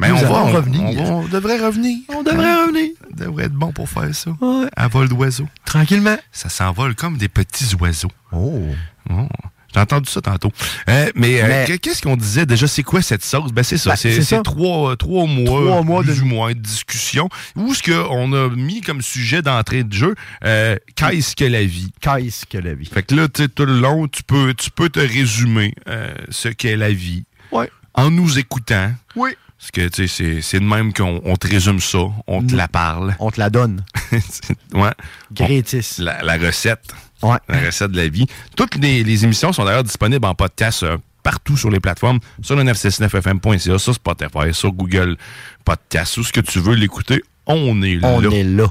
[SPEAKER 8] Mais
[SPEAKER 9] Nous
[SPEAKER 8] on va,
[SPEAKER 9] allons
[SPEAKER 8] on-
[SPEAKER 9] revenir.
[SPEAKER 8] on va- on devrait revenir.
[SPEAKER 9] On devrait revenir.
[SPEAKER 8] Ça devrait être bon pour faire ça. À vol d'oiseau.
[SPEAKER 9] Tranquillement.
[SPEAKER 8] Ça s'envole comme des petits oiseaux.
[SPEAKER 9] Oh.
[SPEAKER 8] J'ai entendu ça tantôt. Euh, mais euh, que- qu'est-ce qu'on disait déjà? C'est quoi cette sauce? Ben, c'est ça.
[SPEAKER 22] Ben,
[SPEAKER 8] c'est
[SPEAKER 22] c'est
[SPEAKER 8] c'est
[SPEAKER 22] ça.
[SPEAKER 8] trois, euh, trois mois,
[SPEAKER 22] Trois mois
[SPEAKER 8] plus ou moins, de discussion. Où est-ce qu'on a mis comme sujet d'entrée de jeu? euh, qu'est-ce que la vie?
[SPEAKER 9] Qu'est-ce que la vie?
[SPEAKER 8] Fait que là, tu sais, tout le long, tu peux, tu peux te résumer euh, ce qu'est la vie. En nous écoutant.
[SPEAKER 9] Oui.
[SPEAKER 8] Parce que, tu sais, c'est- c'est de même qu'on on te résume ça, on te la parle.
[SPEAKER 9] On te la donne.
[SPEAKER 8] ouais.
[SPEAKER 9] Gratis.
[SPEAKER 8] la, la recette.
[SPEAKER 9] Ouais.
[SPEAKER 8] La recette de la vie. Toutes les, les émissions sont d'ailleurs disponibles en podcast euh, partout sur les plateformes, sur le 969fm.ca, sur Spotify, sur Google Podcast, ou ce que tu veux l'écouter, on est
[SPEAKER 9] On
[SPEAKER 8] là.
[SPEAKER 9] est là.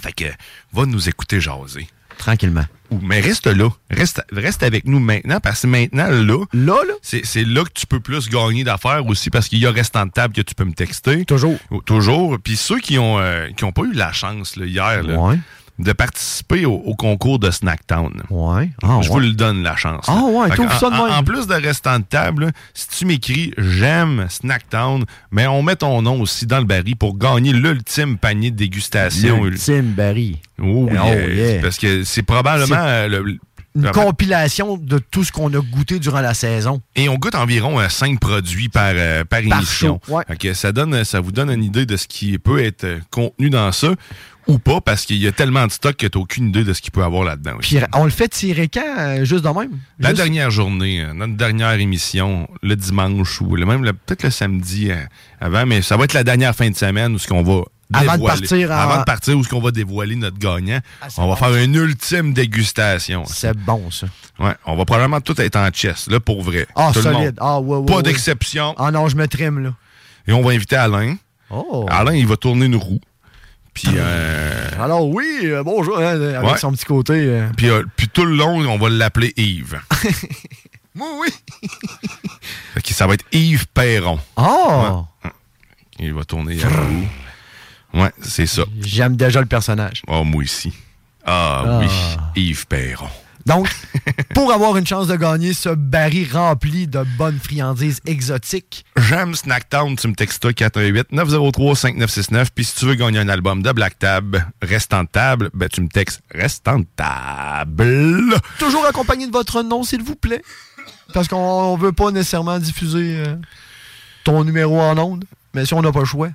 [SPEAKER 8] Fait que, va nous écouter jaser.
[SPEAKER 9] Tranquillement.
[SPEAKER 8] Ou- mais reste là. Reste, reste avec nous maintenant, parce que maintenant, là, c'est c'est là que tu peux plus gagner d'affaires aussi, parce qu'il y a restant de table que tu peux me texter.
[SPEAKER 9] Toujours.
[SPEAKER 8] toujours. Puis ceux qui ont, euh, qui ont pas eu la chance là, hier là, de participer au, au concours de Snacktown.
[SPEAKER 9] Ah,
[SPEAKER 8] Je
[SPEAKER 9] ouais.
[SPEAKER 8] vous le donne, la chance.
[SPEAKER 9] Ah,
[SPEAKER 8] là.
[SPEAKER 9] ouais,
[SPEAKER 8] Fait
[SPEAKER 9] trouve
[SPEAKER 8] qu'en-
[SPEAKER 9] ça de
[SPEAKER 8] en-
[SPEAKER 9] même.
[SPEAKER 8] En plus de restant de table, là, si tu m'écris « J'aime Snacktown », mais on met ton nom aussi dans le baril pour gagner l'ultime panier de dégustation.
[SPEAKER 9] L'ultime baril. Oh,
[SPEAKER 8] Oh, yeah.
[SPEAKER 9] yeah.
[SPEAKER 8] Parce que c'est probablement...
[SPEAKER 9] C'est
[SPEAKER 8] euh, le-
[SPEAKER 9] Une
[SPEAKER 8] le-
[SPEAKER 9] compilation de tout ce qu'on a goûté durant la saison.
[SPEAKER 8] Et on goûte environ 5 produits par, euh, par émission.
[SPEAKER 9] show, ouais.
[SPEAKER 8] Fait que ça, donne, ça vous donne une idée de ce qui peut être euh, contenu dans ça ou pas, parce qu'il y a tellement de stock que tu aucune idée de ce qu'il peut y avoir là-dedans. aussi.
[SPEAKER 9] Puis on le fait tirer quand, euh, juste de même?
[SPEAKER 8] La
[SPEAKER 9] Juste-
[SPEAKER 8] dernière journée, euh, notre dernière émission, le dimanche ou le même le- peut-être le samedi euh, avant, mais ça va être la dernière fin de semaine où ce qu'on va
[SPEAKER 9] Avant de
[SPEAKER 8] dévoiler-
[SPEAKER 9] partir Ah, en-
[SPEAKER 8] avant de partir où ce qu'on va dévoiler notre gagnant. on va faire une ultime dégustation.
[SPEAKER 9] C'est bon ça.
[SPEAKER 8] Ouais, on va probablement tout être en chess là pour vrai.
[SPEAKER 9] Ah,
[SPEAKER 8] Tout le monde.
[SPEAKER 9] solide. Ah, ouais, ouais,
[SPEAKER 8] Pas
[SPEAKER 9] ouais.
[SPEAKER 8] d'exception.
[SPEAKER 9] Ah non, je me trime, là.
[SPEAKER 8] Et on va inviter Alain.
[SPEAKER 9] Oh.
[SPEAKER 8] Alain, il va tourner une roue. Puis euh,
[SPEAKER 9] Alors oui, euh, bonjour, hein, avec
[SPEAKER 8] Ouais.
[SPEAKER 9] son petit côté. euh,
[SPEAKER 8] puis, euh, puis tout le long, on va l'appeler Yves.
[SPEAKER 9] Moi, oui.
[SPEAKER 8] Fait que ça va être Yves Perron.
[SPEAKER 9] Oh!
[SPEAKER 8] Il va tourner la roue. Ouais, c'est ça.
[SPEAKER 9] J'aime déjà le personnage.
[SPEAKER 8] Oh, moi aussi. Ah,
[SPEAKER 9] Ah.
[SPEAKER 8] oui, Yves Perron.
[SPEAKER 9] Donc, pour avoir une chance de gagner ce baril rempli de bonnes friandises exotiques,
[SPEAKER 8] J'aime Snacktown, tu me textes 418-903-5969. Puis si tu veux gagner un album de Black Tab, restant de table, ben tu me textes restant de table.
[SPEAKER 9] toujours accompagné de votre nom, s'il vous plaît. Parce qu'on ne veut pas nécessairement diffuser euh, ton numéro en ondes, mais si on n'a pas le choix.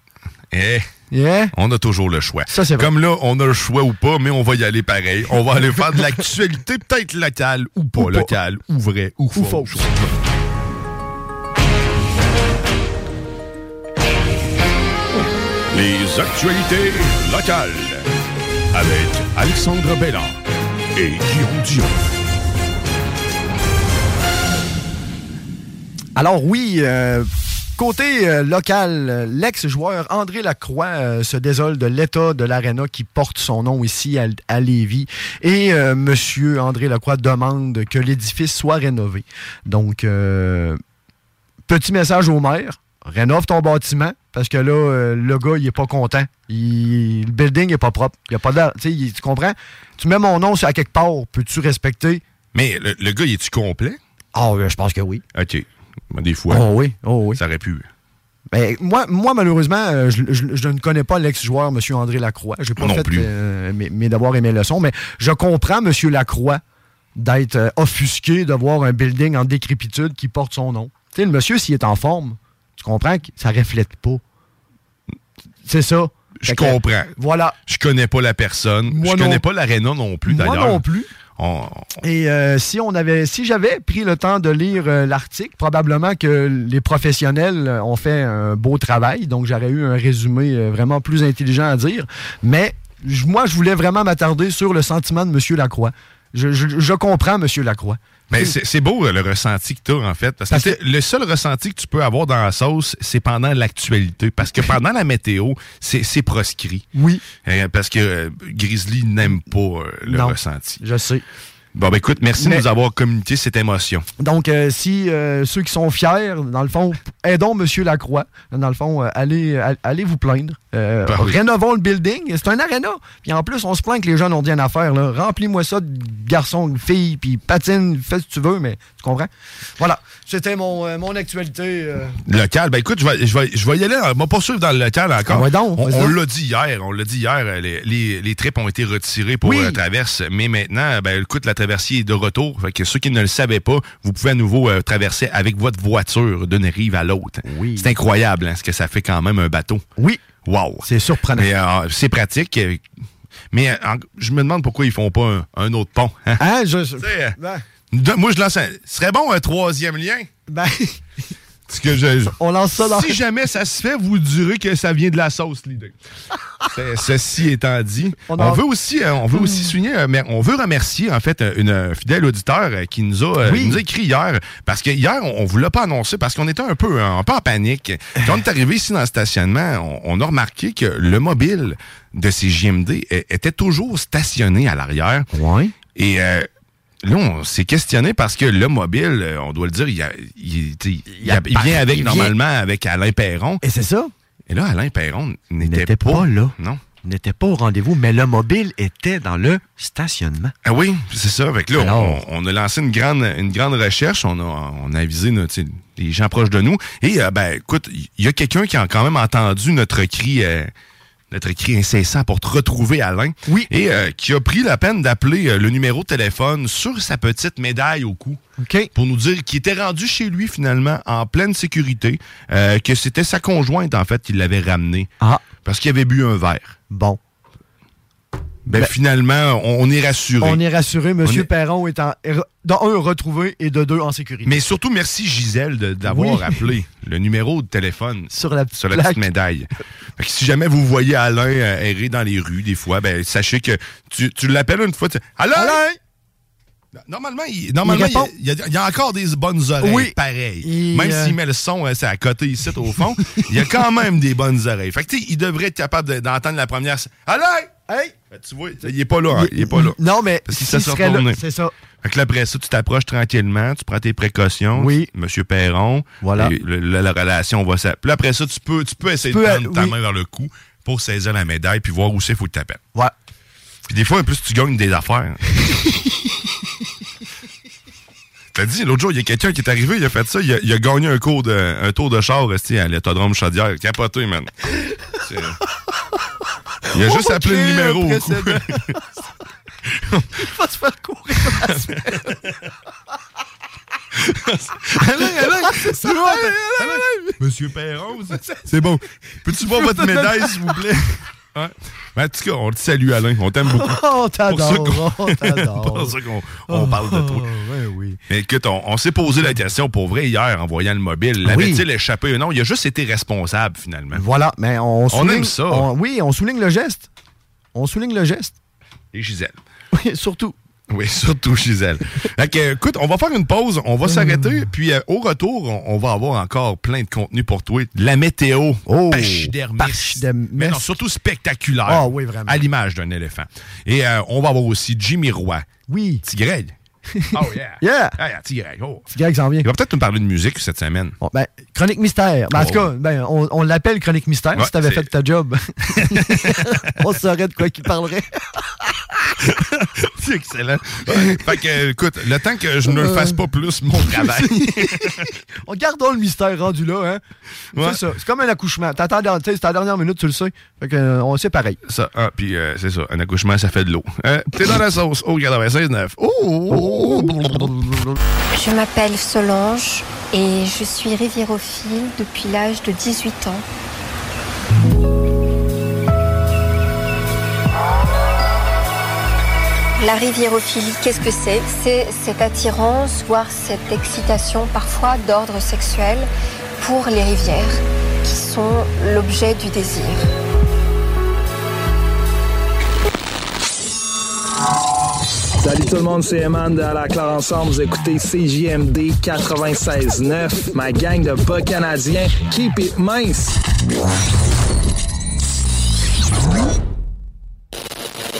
[SPEAKER 8] Eh,
[SPEAKER 9] Yeah.
[SPEAKER 8] on a toujours le choix.
[SPEAKER 9] Ça, c'est vrai.
[SPEAKER 8] Comme là, on a le choix ou pas, mais on va y aller pareil. On va aller faire de l'actualité, peut-être locale ou pas locale, ou vrai ou, faux.
[SPEAKER 4] Les actualités locales avec Alexandre Bella et Guillaume Dion.
[SPEAKER 9] Alors oui, euh, côté euh, local, euh, l'ex-joueur André Lacroix euh, se désole de l'état de l'aréna qui porte son nom ici à, à Lévis. Et euh, Monsieur André Lacroix demande que l'édifice soit rénové. Donc, euh, petit message au maire. Rénove ton bâtiment parce que là, euh, le gars, il est pas content. Il- le building est pas propre. Il y a pas d'air. Tu sais, il- tu comprends? Tu mets mon nom sur- à quelque part, peux-tu respecter?
[SPEAKER 8] Mais le, le gars, il est-tu complet?
[SPEAKER 9] Ah, je pense que oui.
[SPEAKER 8] OK. Ben, Des fois.
[SPEAKER 9] Oh oui, oh oui.
[SPEAKER 8] Ça aurait pu.
[SPEAKER 9] Ben, moi, moi, malheureusement, euh, je, je- je ne connais pas l'ex-joueur, M. André Lacroix. J'ai pas
[SPEAKER 8] Non
[SPEAKER 9] fait
[SPEAKER 8] plus.
[SPEAKER 9] euh, mes, mes devoirs et mes leçons, mais je comprends M. Lacroix d'être euh, offusqué de voir un building en décrépitude qui porte son nom. Tu sais, le monsieur, s'il est en forme, tu comprends que ça reflète pas. C'est ça.
[SPEAKER 8] Je
[SPEAKER 9] Fait que,
[SPEAKER 8] comprends.
[SPEAKER 9] Voilà.
[SPEAKER 8] Je connais pas la personne.
[SPEAKER 9] Moi
[SPEAKER 8] je
[SPEAKER 9] non-
[SPEAKER 8] connais pas l'aréna non plus,
[SPEAKER 9] Moi
[SPEAKER 8] d'ailleurs.
[SPEAKER 9] non plus.
[SPEAKER 8] On-
[SPEAKER 9] Et euh, si on avait, si j'avais pris le temps de lire euh, l'article, probablement que les professionnels euh, ont fait un beau travail, donc j'aurais eu un résumé euh, vraiment plus intelligent à dire. Mais j- moi, je voulais vraiment m'attarder sur le sentiment de M. Lacroix. Je, je- je comprends M. Lacroix.
[SPEAKER 8] Mais c'est c'est beau euh, le ressenti que tu as, en fait. Parce, que, tu sais, le seul ressenti que tu peux avoir dans la sauce, c'est pendant l'actualité. Parce que pendant la météo, c'est c'est proscrit.
[SPEAKER 9] Oui.
[SPEAKER 8] Euh, parce que euh, Grizzly n'aime pas euh, le
[SPEAKER 9] Non,
[SPEAKER 8] ressenti.
[SPEAKER 9] Je sais.
[SPEAKER 8] Bon, ben écoute, merci
[SPEAKER 9] Mais-
[SPEAKER 8] de nous avoir communiqué cette émotion.
[SPEAKER 9] Donc, euh, si euh, ceux qui sont fiers, dans le fond, aidons M. Lacroix. Dans le fond, euh, allez, euh, allez vous plaindre. Euh,
[SPEAKER 8] Ben oui.
[SPEAKER 9] Rénovons le building. C'est un aréna. Puis en plus, on se plaint que les jeunes ont rien à faire. là. Remplis-moi ça de garçons, de filles, puis patine, fais ce que tu veux, mais tu comprends? Voilà. C'était mon, euh, mon actualité. euh.
[SPEAKER 8] Local, ben écoute, je vais, je vais, je vais y aller. On va pas suivre dans le local encore.
[SPEAKER 9] Ah ouais donc,
[SPEAKER 8] on
[SPEAKER 9] vas-y
[SPEAKER 8] on
[SPEAKER 9] donc.
[SPEAKER 8] l'a dit hier, on l'a dit hier, euh, les, les, les tripes ont été retirées pour
[SPEAKER 9] Oui.
[SPEAKER 8] la traverse, mais maintenant, ben écoute, la, tra- traversier est de retour. Fait que ceux qui ne le savaient pas, vous pouvez à nouveau euh, traverser avec votre voiture d'une rive à l'autre. C'est incroyable hein, ce que ça fait quand même un bateau.
[SPEAKER 9] Oui.
[SPEAKER 8] Wow.
[SPEAKER 9] C'est surprenant.
[SPEAKER 8] Mais euh, c'est pratique. euh, Mais euh, en- je me demande pourquoi ils font pas un, un autre pont. hein. Tu sais, euh, de- moi, je lance un. Ce serait bon un troisième lien.
[SPEAKER 9] Ben.
[SPEAKER 8] Parce que je- je-
[SPEAKER 9] On lance ça dans-
[SPEAKER 8] Si jamais ça se fait, vous direz que ça vient de la sauce, l'idée. C'est- Ceci étant dit, on,
[SPEAKER 9] a-
[SPEAKER 8] veut aussi, euh, on veut aussi souligner, euh, mer- on veut remercier en fait euh, une euh, fidèle auditeur euh, qui nous a, euh,
[SPEAKER 9] Oui.
[SPEAKER 8] nous a écrit hier, parce que hier on, on voulait pas annoncer parce qu'on était un peu, hein, un peu en panique. Quand on est arrivé ici dans le stationnement, on, on a remarqué que le mobile de ces JMD euh, était toujours stationné à l'arrière. Et euh, Là, on s'est questionné parce que le mobile, euh, on doit le dire, il, a- il- tu sais, il a- il
[SPEAKER 9] apparaît,
[SPEAKER 8] vient avec
[SPEAKER 9] il vient.
[SPEAKER 8] normalement avec Alain Perron.
[SPEAKER 9] Et c'est ça.
[SPEAKER 8] Et là, Alain Perron n'était
[SPEAKER 9] n'était pas, là.
[SPEAKER 8] Non.
[SPEAKER 9] N'était pas au rendez-vous, mais le mobile était dans le stationnement.
[SPEAKER 8] Ah oui, c'est ça. Fait que là, on, on a lancé une grande, une grande recherche. On a, on a avisé notre- tu sais, les gens proches de nous. Et, euh, ben, écoute, il y a quelqu'un qui a quand même entendu notre cri, euh, notre cri incessant pour te retrouver Alain.
[SPEAKER 9] Oui.
[SPEAKER 8] Et euh, qui a pris la peine d'appeler euh, le numéro de téléphone sur sa petite médaille au cou. Pour nous dire qu'il était rendu chez lui, finalement, en pleine sécurité, euh, que c'était sa conjointe, en fait, qui l'avait ramené. Parce qu'il avait bu un verre.
[SPEAKER 9] Ah. Bon.
[SPEAKER 8] Ben,
[SPEAKER 9] Ben,
[SPEAKER 8] finalement, on, on est rassuré.
[SPEAKER 9] On est rassuré, M.
[SPEAKER 8] On est-
[SPEAKER 9] Perron est en, est re- de un, retrouvé et de deux, en sécurité.
[SPEAKER 8] Mais surtout, merci Gisèle de- d'avoir
[SPEAKER 9] Oui.
[SPEAKER 8] appelé le numéro de téléphone
[SPEAKER 9] sur la, petite plaque.
[SPEAKER 8] médaille. Fait que si jamais vous voyez Alain euh, errer dans les rues des fois, ben, sachez que tu, tu l'appelles une fois. tu- Alain! Normalement, il, normalement, il,
[SPEAKER 22] répond.
[SPEAKER 8] y a- il y a, il y a encore des bonnes oreilles
[SPEAKER 22] Oui.
[SPEAKER 8] pareilles.
[SPEAKER 22] Il,
[SPEAKER 8] même
[SPEAKER 22] euh,
[SPEAKER 8] s'il met le son, euh, c'est à côté ici, au fond, il y a quand même des bonnes oreilles. Fait que, tu sais, il devrait être capable de- d'entendre la première. Alain!
[SPEAKER 9] Hey!
[SPEAKER 23] ben,
[SPEAKER 8] tu vois, il est pas là. hein, Il est pas là.
[SPEAKER 9] Non, mais
[SPEAKER 8] Parce
[SPEAKER 9] s'il
[SPEAKER 8] qu'il s'est
[SPEAKER 9] serait là,
[SPEAKER 8] retourné.
[SPEAKER 9] c'est ça.
[SPEAKER 8] Fait que là, après ça, tu t'approches tranquillement, tu prends tes précautions.
[SPEAKER 9] Oui.
[SPEAKER 8] Monsieur Perron.
[SPEAKER 9] Voilà.
[SPEAKER 8] Et le- la, la relation va s'appeler. Puis là, après ça, tu peux, tu peux essayer
[SPEAKER 9] Tu
[SPEAKER 8] de
[SPEAKER 9] peux,
[SPEAKER 8] prendre ta
[SPEAKER 9] oui.
[SPEAKER 8] main vers le cou pour saisir la médaille puis voir où c'est, faut que tu t'appelles.
[SPEAKER 9] Ouais.
[SPEAKER 8] Puis des fois, en plus, tu gagnes des affaires. T'as dit, l'autre jour, il y a quelqu'un qui est arrivé, il a fait ça, il a, il a gagné un, cours de, un tour de char resté à l'autodrome Chaudière. Capoté, man. C'est- Il a
[SPEAKER 9] On
[SPEAKER 8] juste
[SPEAKER 9] va
[SPEAKER 8] appelé le
[SPEAKER 9] créer un
[SPEAKER 8] numéro au cou.
[SPEAKER 9] précédent. Il va se faire courir la semaine.
[SPEAKER 8] Alain, Alain,
[SPEAKER 9] Ah, c'est ça.
[SPEAKER 8] Alain,
[SPEAKER 9] Alain,
[SPEAKER 8] Monsieur Perron, c'est- c'est bon. Peux-tu voir votre médaille, s'il vous plaît? Hein? Ben, En tout cas, on te salue, Alain. On t'aime beaucoup.
[SPEAKER 2] 어,
[SPEAKER 9] On
[SPEAKER 8] Pour ça
[SPEAKER 9] t'adore,
[SPEAKER 8] qu'on-
[SPEAKER 9] on t'adore.
[SPEAKER 8] pour ça qu'on
[SPEAKER 9] Oh.
[SPEAKER 8] on parle de toi. Mais écoute, on, on s'est posé la question pour vrai hier en voyant le mobile.
[SPEAKER 9] Ah
[SPEAKER 8] L'avait-il échappé ou non? Il a juste été responsable, finalement.
[SPEAKER 9] Voilà, mais on,
[SPEAKER 8] On
[SPEAKER 9] souligne...
[SPEAKER 8] aime ça.
[SPEAKER 9] on- oui, on souligne le geste. On souligne le geste.
[SPEAKER 8] Et Gisèle.
[SPEAKER 9] Oui, surtout.
[SPEAKER 8] Oui, surtout Gisèle. Fait que, écoute, on va faire une pause, on
[SPEAKER 9] Mm.
[SPEAKER 8] va s'arrêter, puis euh, au retour, on, on va avoir encore plein de contenu pour toi. La météo.
[SPEAKER 9] Oh,
[SPEAKER 8] pachydermiste. Mais non, surtout spectaculaire.
[SPEAKER 9] Ah oui, vraiment.
[SPEAKER 8] À l'image d'un éléphant. Et euh, on va avoir aussi Jimmy Roy.
[SPEAKER 9] Oui.
[SPEAKER 8] Tigreille. Oh yeah.
[SPEAKER 9] Yeah.
[SPEAKER 8] Ah, yeah, Tigreille. Oh.
[SPEAKER 9] Petit gars qui s'en vient.
[SPEAKER 8] Il va peut-être nous parler de musique cette semaine.
[SPEAKER 9] Ben, chronique mystère. Ben, en tout cas, ben, on, on l'appelle chronique mystère
[SPEAKER 8] Oh. Ouais,
[SPEAKER 9] si t'avais
[SPEAKER 8] c'est-
[SPEAKER 9] fait ta job. on saurait de quoi qu'il parlerait.
[SPEAKER 8] C'est excellent. Ouais. Fait que, euh, écoute, le temps que je ne le fasse pas plus, mon travail.
[SPEAKER 9] On Gardons le mystère rendu là, hein.
[SPEAKER 8] Ouais.
[SPEAKER 9] C'est ça. C'est comme un accouchement. T'attends, dans- tu sais, c'est ta dernière minute, tu le sais. Fait que, euh, on sait pareil.
[SPEAKER 8] Ça, ah, puis euh, c'est ça, un accouchement, ça fait de l'eau. Euh, T'es dans la sauce, au 96.9. Oh!
[SPEAKER 19] Je m'appelle Solange et je suis riviérophile depuis l'âge de 18 ans. La riviérophilie, qu'est-ce que c'est C'est cette attirance, voire cette excitation parfois d'ordre sexuel pour les rivières qui sont l'objet du désir.
[SPEAKER 7] Salut tout le monde, c'est Eman de À la Claire Ensemble. Vous écoutez CJMD 96.9, ma gang de pas canadiens. Keep it mince!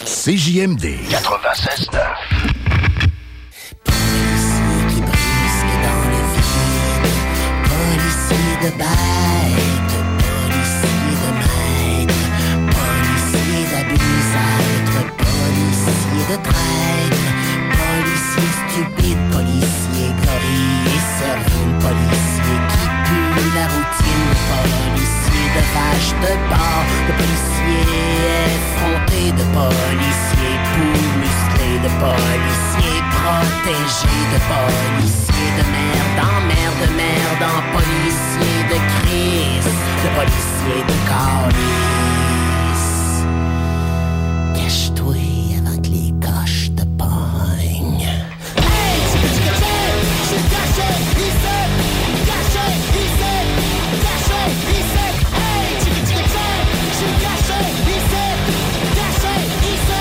[SPEAKER 7] CJMD 96.9.
[SPEAKER 24] qui brisque dans le vide. Policier de bête, policier de maître, policier d'abusâtre, policier de traître, policier stupide, policier gorille, servile, policier qui pue la routine, policier de vache de bord, de policier effronté, de policier pour musclé, de policier prend
[SPEAKER 2] protégé de policiers de merde en merde de merde en policier de crise, de policier de calice. Cache-toi avant que les coches te pognent. Hey, tu me dis que j'ai, je suis caché ici, caché ici, caché ici. Hey, tu me dis que j'ai, je suis caché ici, caché ici, caché ici.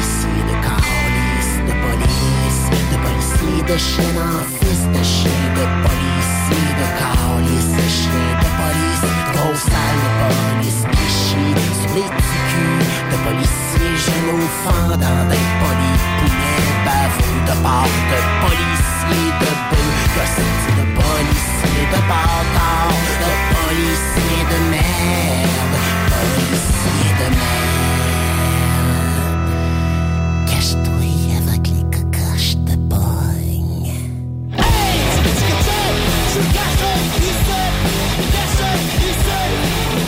[SPEAKER 2] Policier de calice, de police, de policier de chien en fils de chien de policier de calice, de chien de police, grosse salle de police qui chie sur les petits culs de policiers genoux fendant des polis, poulets baveux de porc, de policiers de bœufs, gossettes de policiers de bâtards, de policiers de merde, policiers de merde. Cache-toi avant que les cocoches te pognent. Hey, tu me dis que tu es, je suis caché ici, caché ici,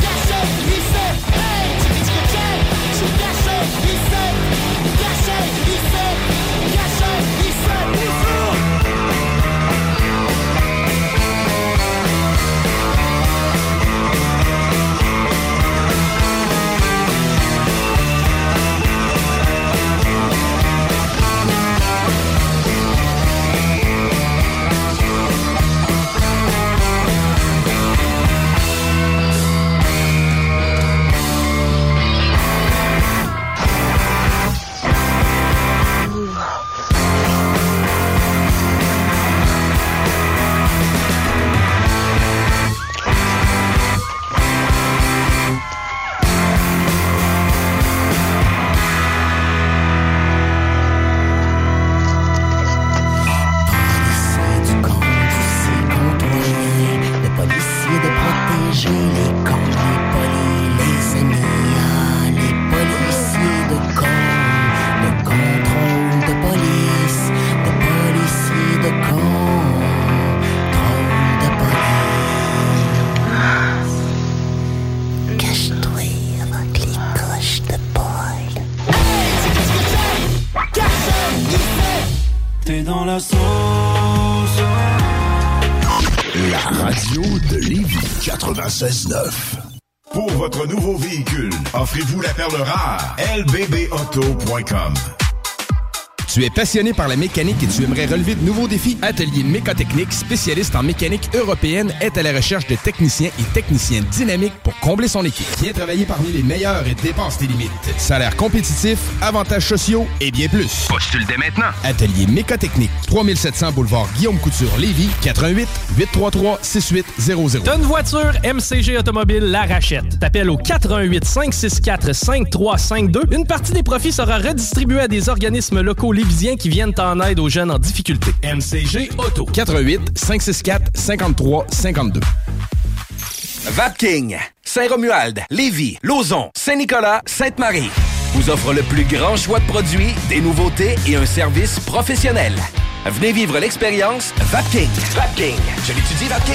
[SPEAKER 2] caché ici. Hey, tu me dis que tu es, je suis caché ici, caché ici, caché ici, Le policier de protéger les cons, les polis, les ennemis, ah, les policiers de cons, de contrôle de police, de policiers de cons, contrôle de police. Cache-toi avant que les coches te poignent. Hey, c'est qu'est-ce que c'est? Cache-toi,
[SPEAKER 25] T'es dans la sauce.
[SPEAKER 4] La radio de Lévis 96.9.
[SPEAKER 1] Pour votre nouveau véhicule, offrez-vous la perle rare.
[SPEAKER 4] lbbauto.com
[SPEAKER 5] Tu es passionné par la mécanique et tu aimerais relever de nouveaux défis? Atelier Mécotechnique, spécialiste en mécanique européenne, est à la recherche de techniciens et techniciennes dynamiques pour combler son équipe. Viens travailler parmi les meilleurs et dépasse tes limites. Salaire compétitif, avantages sociaux et bien plus. Postule dès maintenant. Atelier Mécotechnique, 3700 boulevard Guillaume Couture, Lévis, 88 833 6800.
[SPEAKER 26] T'as une voiture, MCG Automobile la rachète. T'appelles au 418 564 5352. Une partie des profits sera redistribuée à des organismes locaux lévisiens qui viennent en aide aux jeunes en difficulté. MCG Auto.
[SPEAKER 5] 88 564 53 52.
[SPEAKER 1] Vapking, Saint-Romuald, Lévis, Lauson, Saint-Nicolas, Sainte-Marie vous offre le plus grand choix de produits, des nouveautés et un service professionnel. Venez vivre l'expérience Vapking. Vapking. Je l'étudie, Vapking.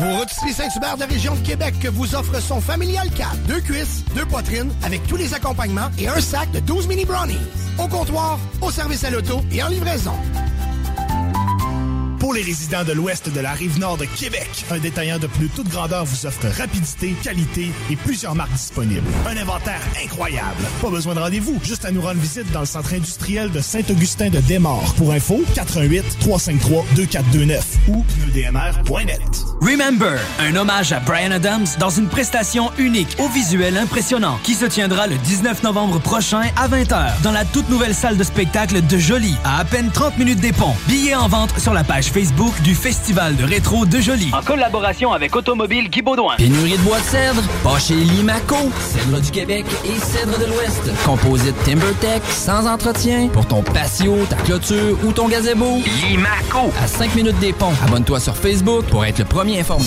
[SPEAKER 27] Vos rôtisseries Saint-Hubert de la région de Québec que vous offre son familial 4. Deux cuisses, deux poitrines, avec tous les accompagnements et un sac de 12 mini brownies. Au comptoir, au service à l'auto et en livraison.
[SPEAKER 22] Pour les résidents de l'ouest de la rive nord de Québec, un détaillant de pneus toute grandeur vous offre rapidité, qualité et plusieurs marques disponibles. Un inventaire incroyable. Pas besoin de rendez-vous, juste à nous rendre visite dans le centre industriel de Saint-Augustin de Desmaures. Pour info, 88 353 2429 ou pneudmr.net.
[SPEAKER 19] Remember, un hommage à Brian Adams dans une prestation unique au visuel impressionnant qui se tiendra le 19 novembre prochain à 20h dans la toute nouvelle salle de spectacle de Jolie à à peine 30 minutes des ponts. Billets en vente sur la page
[SPEAKER 15] Facebook du Festival de rétro de Jolie.
[SPEAKER 6] En collaboration avec Automobile Guy Baudouin.
[SPEAKER 15] Pénurie de bois de cèdre, pas chez Limaco. Cèdre du Québec et cèdre de l'Ouest. Composite TimberTech, sans entretien, pour ton patio, ta clôture ou ton gazebo. Limaco. À 5 minutes des ponts. Abonne-toi sur Facebook pour être le premier informé.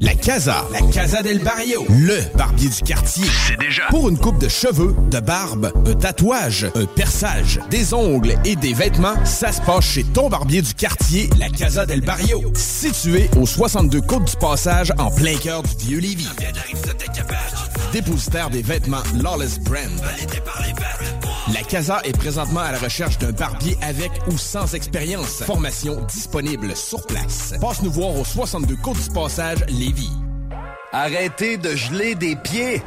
[SPEAKER 5] La Casa, la Casa del Barrio, le barbier du quartier. C'est déjà. Pour une coupe de cheveux, de barbe, un tatouage, un perçage, des ongles et des vêtements, ça se passe chez ton barbier du quartier, la Casa del Barrio. Situé au 62 Côte du Passage, en plein cœur du Vieux-Lévis. Dépositaire des vêtements Lawless Brand. La Casa est présentement à la recherche d'un barbier avec ou sans expérience. Formation disponible sur place. Passe nous voir au 62 Côte du Passage, Lévis.
[SPEAKER 1] Arrêtez de geler des pieds.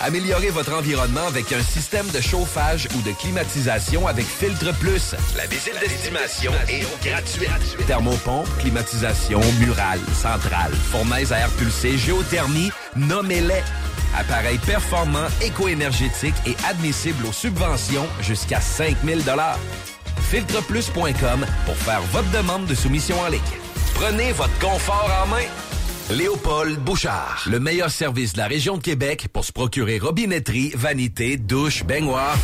[SPEAKER 1] Améliorez votre environnement avec un système de chauffage ou de climatisation avec Filtre Plus. La visite d'estimation est gratuite. Thermopompe, climatisation, murale, centrale, fournaise à air pulsé, géothermie, nommez-les. Appareil performant, éco-énergétique et admissible aux subventions jusqu'à 5000 Filtreplus.com pour faire votre demande de soumission en ligne. Prenez votre confort en main. Léopold Bouchard, le meilleur service de la région de Québec pour se procurer robinetterie, vanité, douche, baignoire.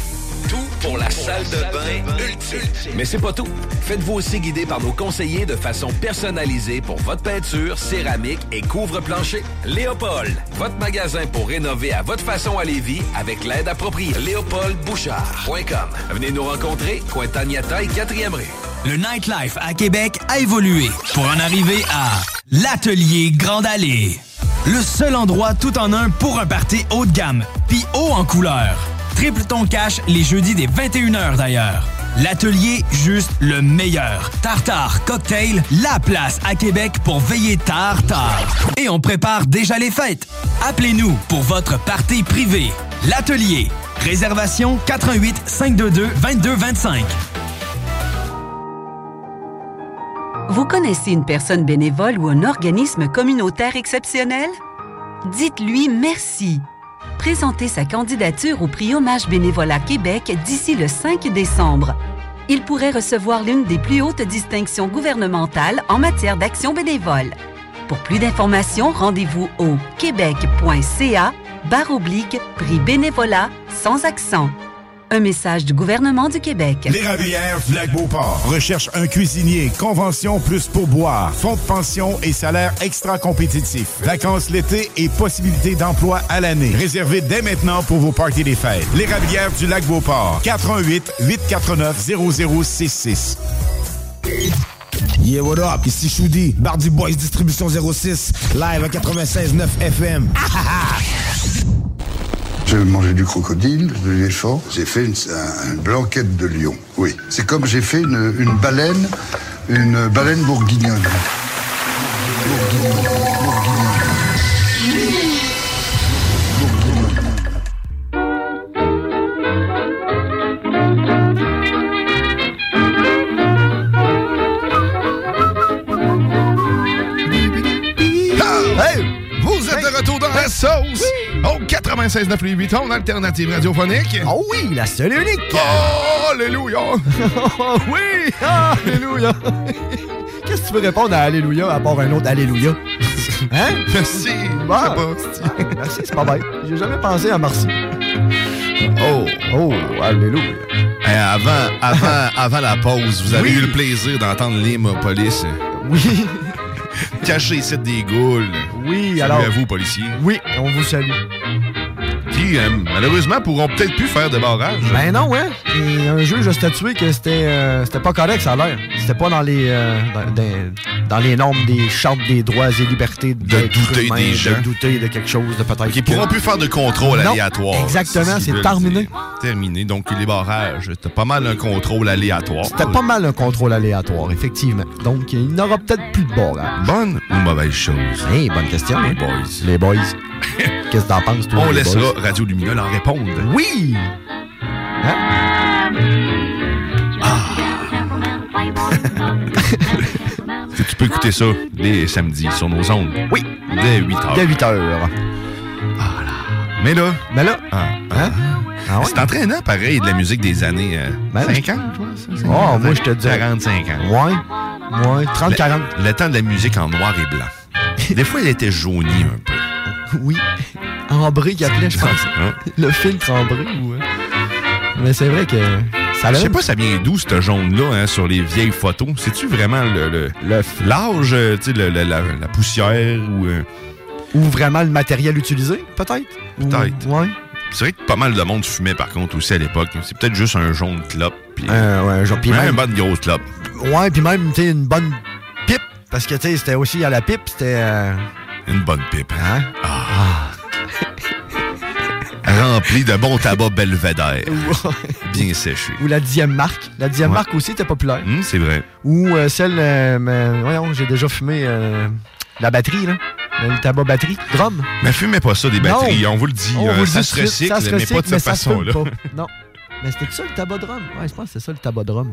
[SPEAKER 1] Tout pour la salle de bain ultime. Mais c'est pas tout. Faites-vous aussi guider par nos conseillers de façon personnalisée pour votre peinture, céramique et couvre-plancher. Léopold, votre magasin pour rénover à votre façon à Lévis avec l'aide appropriée. LéopoldBouchard.com. Venez nous rencontrer, Cointagnata et 4e rue.
[SPEAKER 15] Le nightlife à Québec a évolué pour en arriver à l'Atelier Grande Allée. Le seul endroit tout en un pour un party haut de gamme, puis haut en couleur. Triple ton cash les jeudis des 21h d'ailleurs. L'atelier juste le meilleur. Tartare Cocktail, la place à Québec pour veiller tard tard. Et on prépare déjà les fêtes. Appelez-nous pour votre party privé. L'atelier. Réservation 88 522 2225.
[SPEAKER 28] Vous connaissez une personne bénévole ou un organisme communautaire exceptionnel? Dites-lui merci. Présentez sa candidature au prix Hommage Bénévolat Québec d'ici le 5 décembre. Il pourrait recevoir l'une des plus hautes distinctions gouvernementales en matière d'action bénévole. Pour plus d'informations, rendez-vous au québec.ca barre oblique prix bénévolat sans accent. Un message du gouvernement du Québec.
[SPEAKER 4] Les Ravières Flag Beauport recherche un cuisinier, convention plus pourboire, fonds de pension et salaire extra compétitif, vacances l'été et possibilité d'emploi à l'année. Réservez dès maintenant pour vos parties des fêtes. Les Ravières du Lac Beauport 418 849 0066.
[SPEAKER 29] Yeah, what up? Ici Choudi, Bardi Boys Distribution 06, live à 96.9 FM.
[SPEAKER 5] Ah,
[SPEAKER 21] J'ai mangé du crocodile, de l'éléphant. J'ai fait une, un- une blanquette de lion. Oui. C'est comme j'ai fait une, une baleine, une baleine bourguignonne.
[SPEAKER 8] Ah, Hey! Vous êtes de retour dans la sauce! Oh, Au 96.9 les 8 en alternative radiophonique. Oh oui, la seule et unique! Oh, alléluia!
[SPEAKER 9] Oh oui! Ah, Alléluia! Qu'est-ce que tu veux répondre à Alléluia à part un autre Alléluia? Hein? Bah. Ah,
[SPEAKER 8] Merci!
[SPEAKER 9] merci, c'est pas bête. J'ai jamais pensé à merci. Oh! Oh! Alléluia!
[SPEAKER 8] Hey, Euh, avant, avant, avant la pause, vous avez eu le plaisir d'entendre l'hémopolis.
[SPEAKER 9] Oui!
[SPEAKER 8] Caché ici des goules.
[SPEAKER 9] Oui,
[SPEAKER 8] Salut
[SPEAKER 9] alors-
[SPEAKER 8] à vous, policiers.
[SPEAKER 9] Oui, on vous salue.
[SPEAKER 8] Qui, euh, malheureusement, pourront peut-être plus faire de barrage.
[SPEAKER 9] Ben non, ouais. Et un juge a statué que c'était euh, c'était pas correct, ça a l'air. C'était pas dans les. euh, dans, dans- dans les normes des chartes des droits et libertés de,
[SPEAKER 8] douter des gens.
[SPEAKER 9] de douter de quelque chose, de peut-être.
[SPEAKER 8] Ils pourront
[SPEAKER 9] que-
[SPEAKER 8] plus faire de contrôle
[SPEAKER 9] Non,
[SPEAKER 8] aléatoire.
[SPEAKER 9] Exactement,
[SPEAKER 8] ce qu'ils
[SPEAKER 9] c'est
[SPEAKER 8] veulent
[SPEAKER 9] terminé.
[SPEAKER 8] dire. Terminé. Donc, les barrages, t'as pas mal un contrôle aléatoire.
[SPEAKER 9] C'était pas mal un contrôle aléatoire, effectivement. Donc, il n'aura peut-être plus de barrage.
[SPEAKER 8] Bonne ou mauvaise chose?
[SPEAKER 9] Hey, bonne question. Les
[SPEAKER 8] boys.
[SPEAKER 9] Les boys. Qu'est-ce que t'en penses, toi?
[SPEAKER 8] On
[SPEAKER 9] les
[SPEAKER 8] laissera
[SPEAKER 9] boys?
[SPEAKER 8] Radio Luminol en répondre.
[SPEAKER 9] Oui!
[SPEAKER 8] Tu peux écouter ça les samedis sur nos ondes. Oui. Dès 8 h.
[SPEAKER 9] Dès 8 heures.
[SPEAKER 8] Mais là. Ah,
[SPEAKER 9] Mais là. Hein? Ah
[SPEAKER 8] C'est entraînant, pareil, de la musique des années euh, 50, je pense.
[SPEAKER 9] Oh, Ben moi, je te dis.
[SPEAKER 8] 45 ans.
[SPEAKER 9] Ouais. Ouais, 30, 40.
[SPEAKER 8] Le, temps de la musique en noir et blanc. Des fois, il était jauni un peu.
[SPEAKER 9] Oui. Ambré qui appelait, je pense.
[SPEAKER 8] Hein?
[SPEAKER 9] Le filtre ambré ou. euh, Mais c'est vrai que. Ça
[SPEAKER 8] Je
[SPEAKER 9] l'a-
[SPEAKER 8] sais pas, ça vient d'où, ce jaune-là, hein, sur les vieilles photos. C'est-tu vraiment le, le- l'âge, euh, tu sais, le- le- la, la poussière ou. euh,
[SPEAKER 9] Ou vraiment le matériel utilisé, peut-être?
[SPEAKER 8] Peut-être.
[SPEAKER 9] Ouais.
[SPEAKER 8] C'est vrai que pas mal de monde fumait, par contre, aussi à l'époque. C'est peut-être juste un jaune clope. Puis,
[SPEAKER 9] Euh, ouais, genre, puis
[SPEAKER 8] même,
[SPEAKER 9] même-
[SPEAKER 8] un bon grosse clope.
[SPEAKER 9] Ouais, puis même, tu sais, une bonne pipe. Parce que, tu sais, c'était aussi à la pipe, c'était. euh,
[SPEAKER 8] Une bonne pipe. Hein? Remplie Ah. de bon tabac belvédère. Bien séché.
[SPEAKER 9] Ou la dixième marque. La dixième
[SPEAKER 8] Ouais.
[SPEAKER 9] marque aussi était populaire.
[SPEAKER 8] Hum, c'est vrai.
[SPEAKER 9] Ou euh, celle. euh, mais, voyons, j'ai déjà fumé euh, la batterie, là. Euh, Le tabac batterie. Drum.
[SPEAKER 8] Mais fumez pas ça des
[SPEAKER 9] Non.
[SPEAKER 8] batteries, on vous le dit.
[SPEAKER 9] On
[SPEAKER 8] euh,
[SPEAKER 9] vous le
[SPEAKER 8] ça
[SPEAKER 9] dit
[SPEAKER 8] se
[SPEAKER 9] tout de suite,
[SPEAKER 8] recycle,
[SPEAKER 9] ça se
[SPEAKER 8] mais pas de
[SPEAKER 9] recycle,
[SPEAKER 8] cette
[SPEAKER 9] ça se fume
[SPEAKER 8] façon-là.
[SPEAKER 9] pas. Non. Mais c'était ça le tabac drum. Ouais, je pense que c'est ça le tabac drum.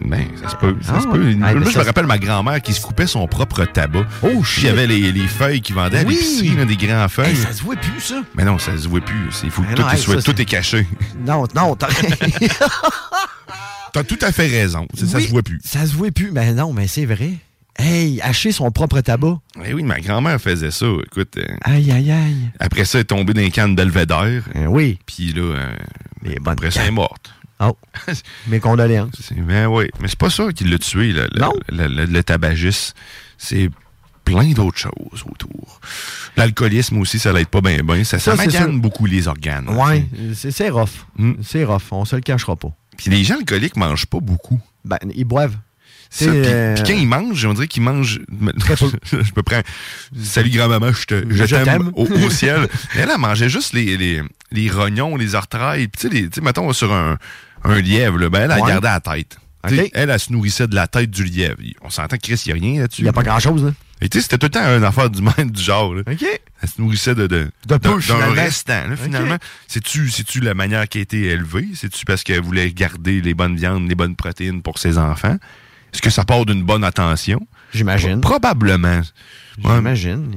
[SPEAKER 8] Ben, ça se peut. Ça
[SPEAKER 9] Ah
[SPEAKER 8] se peut.
[SPEAKER 9] ouais. Ah, ben,
[SPEAKER 8] Moi, je
[SPEAKER 9] ça
[SPEAKER 8] me
[SPEAKER 9] se-
[SPEAKER 8] rappelle ma grand-mère qui se coupait son propre tabac.
[SPEAKER 9] Oh,
[SPEAKER 8] Il y avait les, les feuilles qui vendaient à
[SPEAKER 9] Oui.
[SPEAKER 8] l'épicerie, là, des grands feuilles.
[SPEAKER 9] Hey, ça se voit plus, ça.
[SPEAKER 8] Mais non, ça se voit plus. C'est- Il faut que
[SPEAKER 9] Mais
[SPEAKER 8] tout,
[SPEAKER 9] non,
[SPEAKER 8] est,
[SPEAKER 9] hey,
[SPEAKER 8] soit-
[SPEAKER 9] ça,
[SPEAKER 8] tout
[SPEAKER 9] c'est-
[SPEAKER 8] est caché.
[SPEAKER 9] Non, non, t'as.
[SPEAKER 8] T'as tout à fait raison. C'est- Ça
[SPEAKER 9] Oui,
[SPEAKER 8] se voit plus.
[SPEAKER 9] Ça se voit plus. Mais non, mais c'est vrai. Hey, hacher son propre tabac.
[SPEAKER 8] Eh oui, ma grand-mère faisait ça. Écoute, euh,
[SPEAKER 9] Aïe, aïe, aïe.
[SPEAKER 8] après ça, elle est tombée dans les cannes belvédère.
[SPEAKER 9] oui.
[SPEAKER 8] Puis là, euh, après ça, elle est morte.
[SPEAKER 9] Oh. Mes condoléances.
[SPEAKER 8] C'est- Ben oui, mais c'est pas ça qui l'a tué, le, le- le- le- le tabagiste. C'est plein d'autres choses autour. L'alcoolisme aussi, ça l'aide pas bien, bien. Ça, ça,
[SPEAKER 9] Ça, c'est
[SPEAKER 8] magane
[SPEAKER 9] sûr.
[SPEAKER 8] beaucoup les organes.
[SPEAKER 9] Ouais, c'est c'est rough.
[SPEAKER 8] Hmm.
[SPEAKER 9] C'est rough. On se le cachera pas.
[SPEAKER 8] Puis les gens alcooliques mangent pas beaucoup.
[SPEAKER 9] Ben, ils boivent.
[SPEAKER 8] C'est ça. Puis,
[SPEAKER 9] Euh,
[SPEAKER 8] puis quand ils mangent, on dirait qu'ils mangent. je peux prendre. Salut grand-maman, je te- je
[SPEAKER 9] Je
[SPEAKER 8] t'aime
[SPEAKER 9] t'aime.
[SPEAKER 8] au, au ciel. Elle, elle mangeait juste les, les, les rognons, les artrailles. Puis tu sais, les- tu sais, mettons sur un, un lièvre, là, ben elle, elle
[SPEAKER 9] Ouais.
[SPEAKER 8] gardait la tête. Tu sais, Elle, elle se nourrissait de la tête du lièvre. On s'entend que Chris, il n'y a rien là-dessus.
[SPEAKER 9] Il n'y a pas grand-chose, hein. là.
[SPEAKER 8] Et tu sais, c'était tout le temps une affaire du même du genre. là. Elle se nourrissait de, de,
[SPEAKER 9] De peu,
[SPEAKER 8] d'un- d'un
[SPEAKER 9] finalement.
[SPEAKER 8] restant. là,
[SPEAKER 9] OK.
[SPEAKER 8] finalement, c'est-tu, c'est-tu la manière qui a été élevée? C'est-tu parce qu'elle voulait garder les bonnes viandes, les bonnes protéines pour ses enfants? Est-ce que ça part d'une bonne attention?
[SPEAKER 9] J'imagine.
[SPEAKER 8] Probablement. Ouais.
[SPEAKER 9] J'imagine.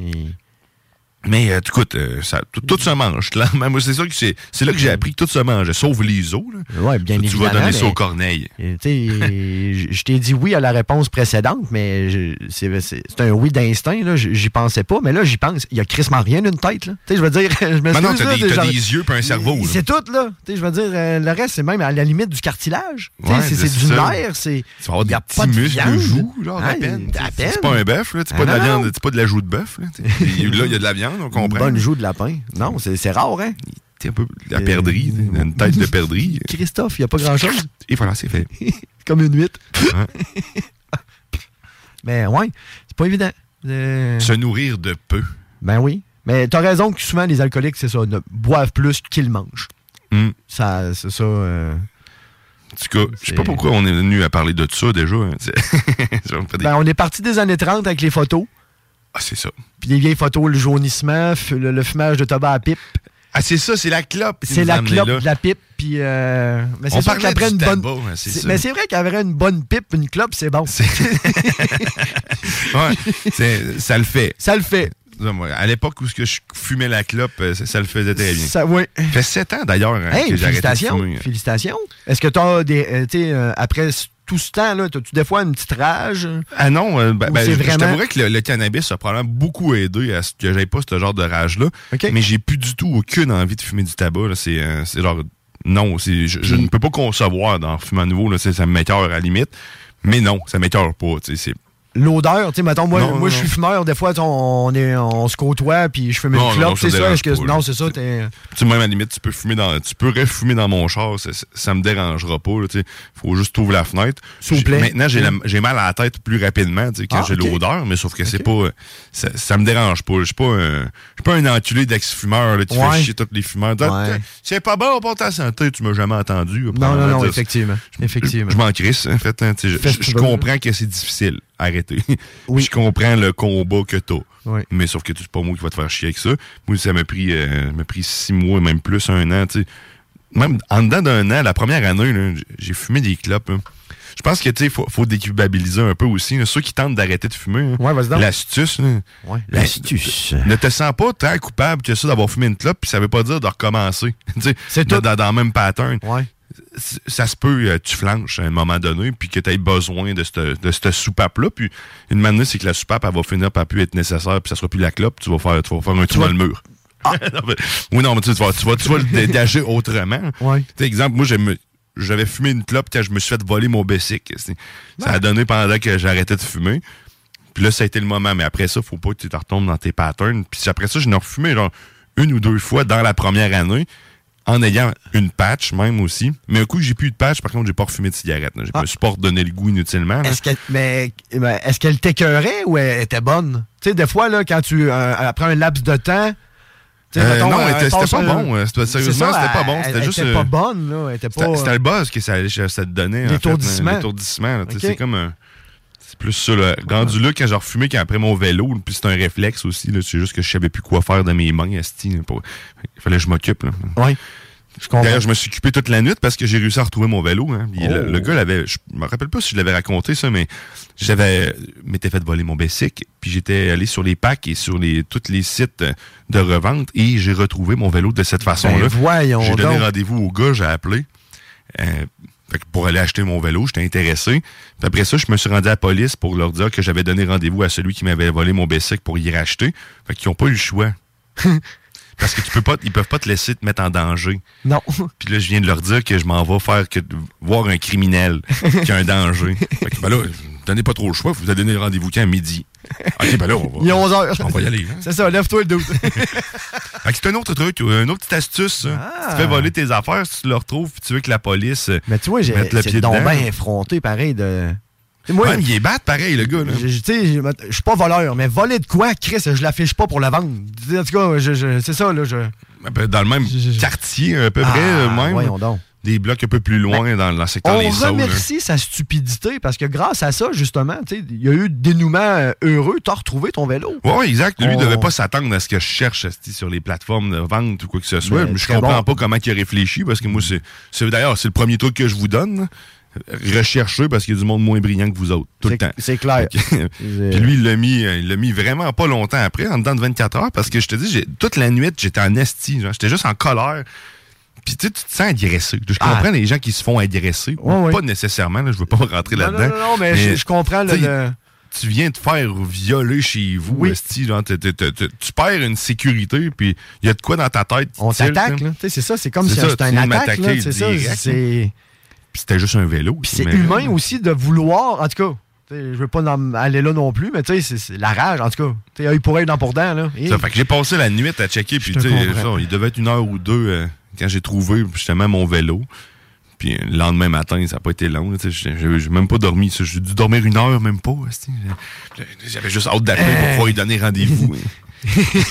[SPEAKER 8] Mais euh, écoute, euh, ça, tout, tout se mange. clairement. Moi, c'est ça que c'est, c'est là que j'ai appris que tout se mange, sauf les os. là.
[SPEAKER 9] Ouais, bien
[SPEAKER 8] Ça, tu vas
[SPEAKER 9] évidemment,
[SPEAKER 8] donner ça
[SPEAKER 9] mais-
[SPEAKER 8] aux corneilles.
[SPEAKER 9] Et, tu sais, je je t'ai dit oui à la réponse précédente, mais je- c'est c'est- c'est un oui d'instinct. là. J- J'y pensais pas, mais là, j'y pense. Il y a crissement rien d'une tête. là. Tu sais, Je veux dire, je m'excuse.
[SPEAKER 8] Maintenant, t'as
[SPEAKER 9] là,
[SPEAKER 8] des,
[SPEAKER 9] c'est
[SPEAKER 8] t'as
[SPEAKER 9] genre-
[SPEAKER 8] des yeux puis un cerveau. là.
[SPEAKER 9] C'est tout, là. Tu sais, Je veux dire, euh, le reste, c'est même à la limite du cartilage. Tu sais,
[SPEAKER 8] Ouais,
[SPEAKER 9] c'est-
[SPEAKER 8] c'est
[SPEAKER 9] c'est du
[SPEAKER 8] ça.
[SPEAKER 9] nerf. C'est
[SPEAKER 8] Tu vas avoir des
[SPEAKER 9] a
[SPEAKER 8] petits
[SPEAKER 9] pas de
[SPEAKER 8] muscles de
[SPEAKER 9] viande.
[SPEAKER 8] joue, genre, à
[SPEAKER 9] Ouais,
[SPEAKER 8] peine.
[SPEAKER 9] à
[SPEAKER 8] C'est- C'est
[SPEAKER 9] peine.
[SPEAKER 8] pas un bœuf, là. C'est
[SPEAKER 9] Ah
[SPEAKER 8] pas de la
[SPEAKER 9] non,
[SPEAKER 8] viande,
[SPEAKER 9] non.
[SPEAKER 8] c'est pas de la joue de bœuf, là. t'sais. Et là, il y a de la viande, on
[SPEAKER 9] une
[SPEAKER 8] comprend.
[SPEAKER 9] bonne joue de lapin. Non, c'est c'est rare, hein?
[SPEAKER 8] T'es un peu la perdrix, t'sais, une tête de perdrix.
[SPEAKER 9] Christophe, il n'y a pas grand-chose.
[SPEAKER 8] Et voilà, c'est fait.
[SPEAKER 9] Comme une huit.
[SPEAKER 8] Hein?
[SPEAKER 9] Mais ouais, c'est pas évident. Euh,
[SPEAKER 8] Se nourrir de peu.
[SPEAKER 9] Ben oui. Mais t'as raison que souvent les alcooliques, c'est ça, ne boivent plus qu'ils mangent.
[SPEAKER 8] Hmm.
[SPEAKER 9] Ça, c'est ça. euh,
[SPEAKER 8] En tout cas, je sais pas pourquoi on est venu à parler de ça déjà. hein. C'est- Ça me fait des-
[SPEAKER 9] Ben, on est parti des années 30 avec les photos.
[SPEAKER 8] Ah, c'est ça.
[SPEAKER 9] Puis les vieilles photos, le jaunissement, f- le, le fumage de tabac à pipe.
[SPEAKER 8] Ah, c'est ça, c'est la clope. qui
[SPEAKER 9] C'est
[SPEAKER 8] nous a
[SPEAKER 9] la
[SPEAKER 8] amenés
[SPEAKER 9] clope
[SPEAKER 8] là.
[SPEAKER 9] de la pipe. Puis, euh, mais
[SPEAKER 8] On
[SPEAKER 9] c'est sûr
[SPEAKER 8] parlait
[SPEAKER 9] qu'après
[SPEAKER 8] du
[SPEAKER 9] une
[SPEAKER 8] tabac,
[SPEAKER 9] bonne.
[SPEAKER 8] hein, c'est
[SPEAKER 9] c'est-
[SPEAKER 8] ça.
[SPEAKER 9] mais c'est vrai qu'après une bonne pipe, une clope, c'est bon.
[SPEAKER 8] Ouais, c'est- ça le fait.
[SPEAKER 9] Ça le fait.
[SPEAKER 8] À l'époque où ce que je fumais la clope, euh, ça, ça le faisait très bien.
[SPEAKER 9] Ça, oui.
[SPEAKER 8] fait 7 ans d'ailleurs hein,
[SPEAKER 9] Hey,
[SPEAKER 8] que j'ai arrêté de
[SPEAKER 9] félicitations.
[SPEAKER 8] fumer. hein.
[SPEAKER 9] Félicitations. Est-ce que t'as des. euh, tu sais, euh, après c- tout ce temps-là, t'as-tu des fois une petite rage?
[SPEAKER 8] Ah non, euh, ben,
[SPEAKER 9] Ou
[SPEAKER 8] ben,
[SPEAKER 9] c'est
[SPEAKER 8] je- je
[SPEAKER 9] vraiment-
[SPEAKER 8] t'avouerais que le, le cannabis a probablement beaucoup aidé à ce que j'aie pas ce genre de rage-là. Mais j'ai plus du tout aucune envie de fumer du tabac. là. C'est euh, c'est genre. Non, c'est- je, je
[SPEAKER 9] Mm.
[SPEAKER 8] ne peux pas concevoir d'en fumer à nouveau. Là, C'est- ça m'écœure à la limite. Mais non, ça m'écœure pas. tu sais, C'est
[SPEAKER 9] l'odeur. Tu sais, mettons, moi,
[SPEAKER 16] Non, non,
[SPEAKER 9] moi je suis
[SPEAKER 16] non.
[SPEAKER 9] fumeur. Des fois, tu sais, on, est, on se côtoie, puis je fume
[SPEAKER 8] Non,
[SPEAKER 9] une
[SPEAKER 8] non, non,
[SPEAKER 9] clope.
[SPEAKER 8] ça
[SPEAKER 9] C'est ça,
[SPEAKER 8] dérange
[SPEAKER 9] est-ce que-
[SPEAKER 8] pas, là.
[SPEAKER 9] non, c'est ça. t'es-
[SPEAKER 8] Tu sais, même à la limite, tu peux fumer dans, tu peux refumer dans mon char, ça, ça- ça me dérangera pas. Il faut juste trouver la fenêtre.
[SPEAKER 9] S'il vous
[SPEAKER 8] J'ai-
[SPEAKER 9] plaît.
[SPEAKER 8] Maintenant, j'ai, la-
[SPEAKER 9] Mm.
[SPEAKER 8] j'ai mal à la tête plus rapidement tu sais, quand
[SPEAKER 9] Ah,
[SPEAKER 8] j'ai
[SPEAKER 9] ok.
[SPEAKER 8] l'odeur, mais sauf que c'est pas, euh, ça, ça me dérange pas. Je suis pas, un- je suis pas un enculé d'ex-fumeur là, qui
[SPEAKER 9] Ouais.
[SPEAKER 8] fait chier tous les fumeurs. T'as-
[SPEAKER 9] Ouais.
[SPEAKER 8] C'est pas bon pour ta santé, tu m'as jamais entendu.
[SPEAKER 9] Non, non, non,
[SPEAKER 8] Dire-
[SPEAKER 9] effectivement. Effectivement.
[SPEAKER 8] Je m'en crisse, en fait. hein, tu sais, je-
[SPEAKER 9] Fais ce que tu
[SPEAKER 8] je, je
[SPEAKER 9] veux.
[SPEAKER 8] comprends que c'est difficile. Arrêtez. Je comprends le combat que t'as.
[SPEAKER 9] Oui.
[SPEAKER 8] Mais sauf que c'est pas moi qui va te faire chier avec ça. Moi, ça m'a pris, euh, m'a pris six mois, même plus, un an. tu sais. Même en dedans d'un an, la première année, là, j- j'ai fumé des clopes. hein. Je pense que tu sais, faut, faut déculpabiliser un peu aussi. là. Ceux qui tentent d'arrêter de fumer, hein.
[SPEAKER 9] donc.
[SPEAKER 8] l'astuce. là.
[SPEAKER 9] L'astuce.
[SPEAKER 8] Ben, Ne te sens pas tant coupable que ça d'avoir fumé une clope, puis ça veut pas dire de recommencer. Tu sais, dans, dans, dans le même pattern. C- Ça se peut, euh, tu flanches à un moment donné, puis que tu aies besoin de cette, de cette soupape-là. Puis une manière, c'est que la soupape, elle va finir par plus être nécessaire, puis ça sera plus la clope, tu vas faire, tu vas faire un trou dans le mur. Ah, Non, mais- oui, non, mais tu, sais, tu vas, tu, vas, tu vas le dégager autrement.
[SPEAKER 9] Ouais.
[SPEAKER 8] Tu sais, exemple, moi, j'aime- j'avais fumé une clope quand je me suis fait voler mon Bessic. C'est- Ça a donné pendant que j'arrêtais de fumer. Puis là, ça a été le moment. Mais après ça, faut pas que tu te retombes dans tes patterns. Puis après ça, je n'ai refumé genre une ou deux fois dans la première année en ayant une patch même aussi. Mais un coup, que j'ai plus eu de patch. Par contre, j'ai pas refumé de cigarette. là. J'ai pas support donné le goût inutilement. là.
[SPEAKER 9] Est-ce qu'elle, mais, mais est-ce qu'elle t'écœurait ou elle était bonne? Tu sais, des fois, là, quand tu. euh, après un laps de temps. tu sais,
[SPEAKER 8] Euh,
[SPEAKER 9] mettons,
[SPEAKER 8] non,
[SPEAKER 9] euh,
[SPEAKER 8] elle était- c'était
[SPEAKER 9] passe
[SPEAKER 8] pas
[SPEAKER 9] un-
[SPEAKER 8] bon. euh, c'était-
[SPEAKER 9] C'est
[SPEAKER 8] Sérieusement,
[SPEAKER 9] ça,
[SPEAKER 8] c'était pas bon.
[SPEAKER 9] elle-
[SPEAKER 8] C'était juste.
[SPEAKER 9] Elle était pas
[SPEAKER 8] euh,
[SPEAKER 9] bonne, là. Elle était pas. euh,
[SPEAKER 8] C'était c'était le buzz que ça, allait- ça te donnait. en fait,
[SPEAKER 9] L'étourdissement.
[SPEAKER 8] hein, L'étourdissement. là, tu sais,
[SPEAKER 9] Ok.
[SPEAKER 8] C'est comme un- C'est plus ça. là. Rendu là, quand j'ai refumé quand après mon vélo, puis c'est un réflexe aussi. là, C'est juste que je savais plus quoi faire de mes mains. asti, là, pour- Il fallait que je m'occupe. là. D'ailleurs, je me suis occupé toute la nuit parce que j'ai réussi à retrouver mon vélo. hein. Puis le,
[SPEAKER 16] Oh.
[SPEAKER 8] le gars l'avait. Je me rappelle pas si je l'avais raconté ça, mais j'avais m'étais fait voler mon Bessic. Puis j'étais allé sur les packs et sur les tous les sites euh, de revente et j'ai retrouvé mon vélo de
[SPEAKER 9] Ben
[SPEAKER 8] cette façon-là.
[SPEAKER 9] voyons
[SPEAKER 8] J'ai donné
[SPEAKER 9] donc.
[SPEAKER 8] rendez-vous au gars, j'ai appelé. euh, fait que pour aller acheter mon vélo, j'étais intéressé. Puis après ça, je me suis rendu à la police pour leur dire que j'avais donné rendez-vous à celui qui m'avait volé mon Bessic pour y racheter. Fait qu'ils n'ont pas eu le choix. Parce que tu peux pas, ils peuvent pas te laisser te mettre en danger.
[SPEAKER 9] Non.
[SPEAKER 8] Puis là, je viens de leur dire que je m'en vais faire que voir un criminel qui a un danger. Fait que, ben là, donnez pas trop le choix, vous allez donner rendez-vous quand à midi. OK, ben là, on va.
[SPEAKER 9] Il est 11 heures.
[SPEAKER 8] On va y aller. hein.
[SPEAKER 9] C'est ça, lève-toi le doute.
[SPEAKER 8] Fait que c'est un autre truc, une autre petite astuce. ça. Si tu fais voler tes affaires, si tu le retrouves, puis tu veux que la police euh,
[SPEAKER 9] Ah. Mais tu vois, j'ai
[SPEAKER 8] mette le
[SPEAKER 9] c'est
[SPEAKER 8] pied
[SPEAKER 9] donc
[SPEAKER 8] dedans.
[SPEAKER 9] bien effronté, pareil, de... Tu sais, Moi,
[SPEAKER 8] Ouais, mais il est bad, pareil, le gars. là.
[SPEAKER 9] je- je- tu sais, je je suis pas voleur, mais voler de quoi, Chris, je l'affiche pas pour la vendre. En tout cas, je- je- c'est ça, là, je...
[SPEAKER 8] Un peu Dans le même quartier, à peu
[SPEAKER 9] Ah,
[SPEAKER 8] près, euh, même.
[SPEAKER 9] voyons donc.
[SPEAKER 8] Des blocs un peu plus loin dans, dans le secteur
[SPEAKER 9] On
[SPEAKER 8] des saules, hein. là.
[SPEAKER 9] remercie sa stupidité, parce que grâce à ça, justement, tu sais, il y a eu des dénouement euh, heureux, t'as retrouvé ton vélo.
[SPEAKER 8] Oui, ouais, exact. Lui,
[SPEAKER 9] On-
[SPEAKER 8] il devait pas s'attendre à ce que je cherche esti, sur les plateformes de vente ou quoi que ce soit.
[SPEAKER 9] Mais
[SPEAKER 8] Mais je
[SPEAKER 9] très
[SPEAKER 8] comprends
[SPEAKER 9] bon.
[SPEAKER 8] pas comment il a réfléchi parce que moi, c'est, c'est- d'ailleurs, c'est le premier truc que je vous donne. Recherchez parce qu'il y a du monde moins brillant que vous autres, tout le temps.
[SPEAKER 9] C'est clair.
[SPEAKER 8] Fait que- Puis lui, il l'a mis, euh, il l'a mis vraiment pas longtemps après, en dedans de 24 heures, parce que je te dis, j'ai, toute la nuit, j'étais en esti, genre, j'étais juste en colère. Puis tu sais, tu te sens agressé. Je
[SPEAKER 9] Ah.
[SPEAKER 8] comprends les gens qui se font agresser. Pas nécessairement, là, je veux pas rentrer
[SPEAKER 9] Non,
[SPEAKER 8] là-dedans.
[SPEAKER 9] non, non, non, mais je- je comprends le-
[SPEAKER 8] tu sais,
[SPEAKER 9] le-
[SPEAKER 8] Tu viens te faire violer chez vous, esti, genre, t'es- t'es- t'es- t'es- tu perds une sécurité, puis il y a de quoi dans ta tête. qui
[SPEAKER 9] On
[SPEAKER 8] tilte,
[SPEAKER 9] t'attaque,
[SPEAKER 8] hein.
[SPEAKER 9] là. Tu sais, C'est ça, c'est comme
[SPEAKER 8] C'est
[SPEAKER 9] si
[SPEAKER 8] ça,
[SPEAKER 9] c'était
[SPEAKER 8] tu
[SPEAKER 9] un
[SPEAKER 8] viens de
[SPEAKER 9] attaque, là,
[SPEAKER 8] m'attaquer
[SPEAKER 9] c'est ça.
[SPEAKER 8] direct.
[SPEAKER 9] C'est...
[SPEAKER 8] Puis c'était juste un vélo.
[SPEAKER 9] C'est
[SPEAKER 8] mais-
[SPEAKER 9] humain aussi de vouloir, en tout cas. tu sais, Je veux pas en- aller là non plus, mais tu sais, c'est- c'est la rage, en tout cas. Tu sais, œil pour œil, dent pour dent, là. Et-
[SPEAKER 8] Ça, fait que j'ai passé la nuit à checker, puis
[SPEAKER 9] Je te
[SPEAKER 8] tu sais,
[SPEAKER 9] comprends.
[SPEAKER 8] ça, il devait être une heure ou deux euh, quand j'ai trouvé justement mon vélo. Puis euh, le lendemain matin, ça n'a pas été long. là, tu sais, J'ai j'ai- j'ai même pas dormi. ça, J'ai dû dormir une heure, même pas. esti. J'ai- J'avais juste hâte d'appeler
[SPEAKER 9] Euh.
[SPEAKER 8] pour pouvoir lui donner rendez-vous.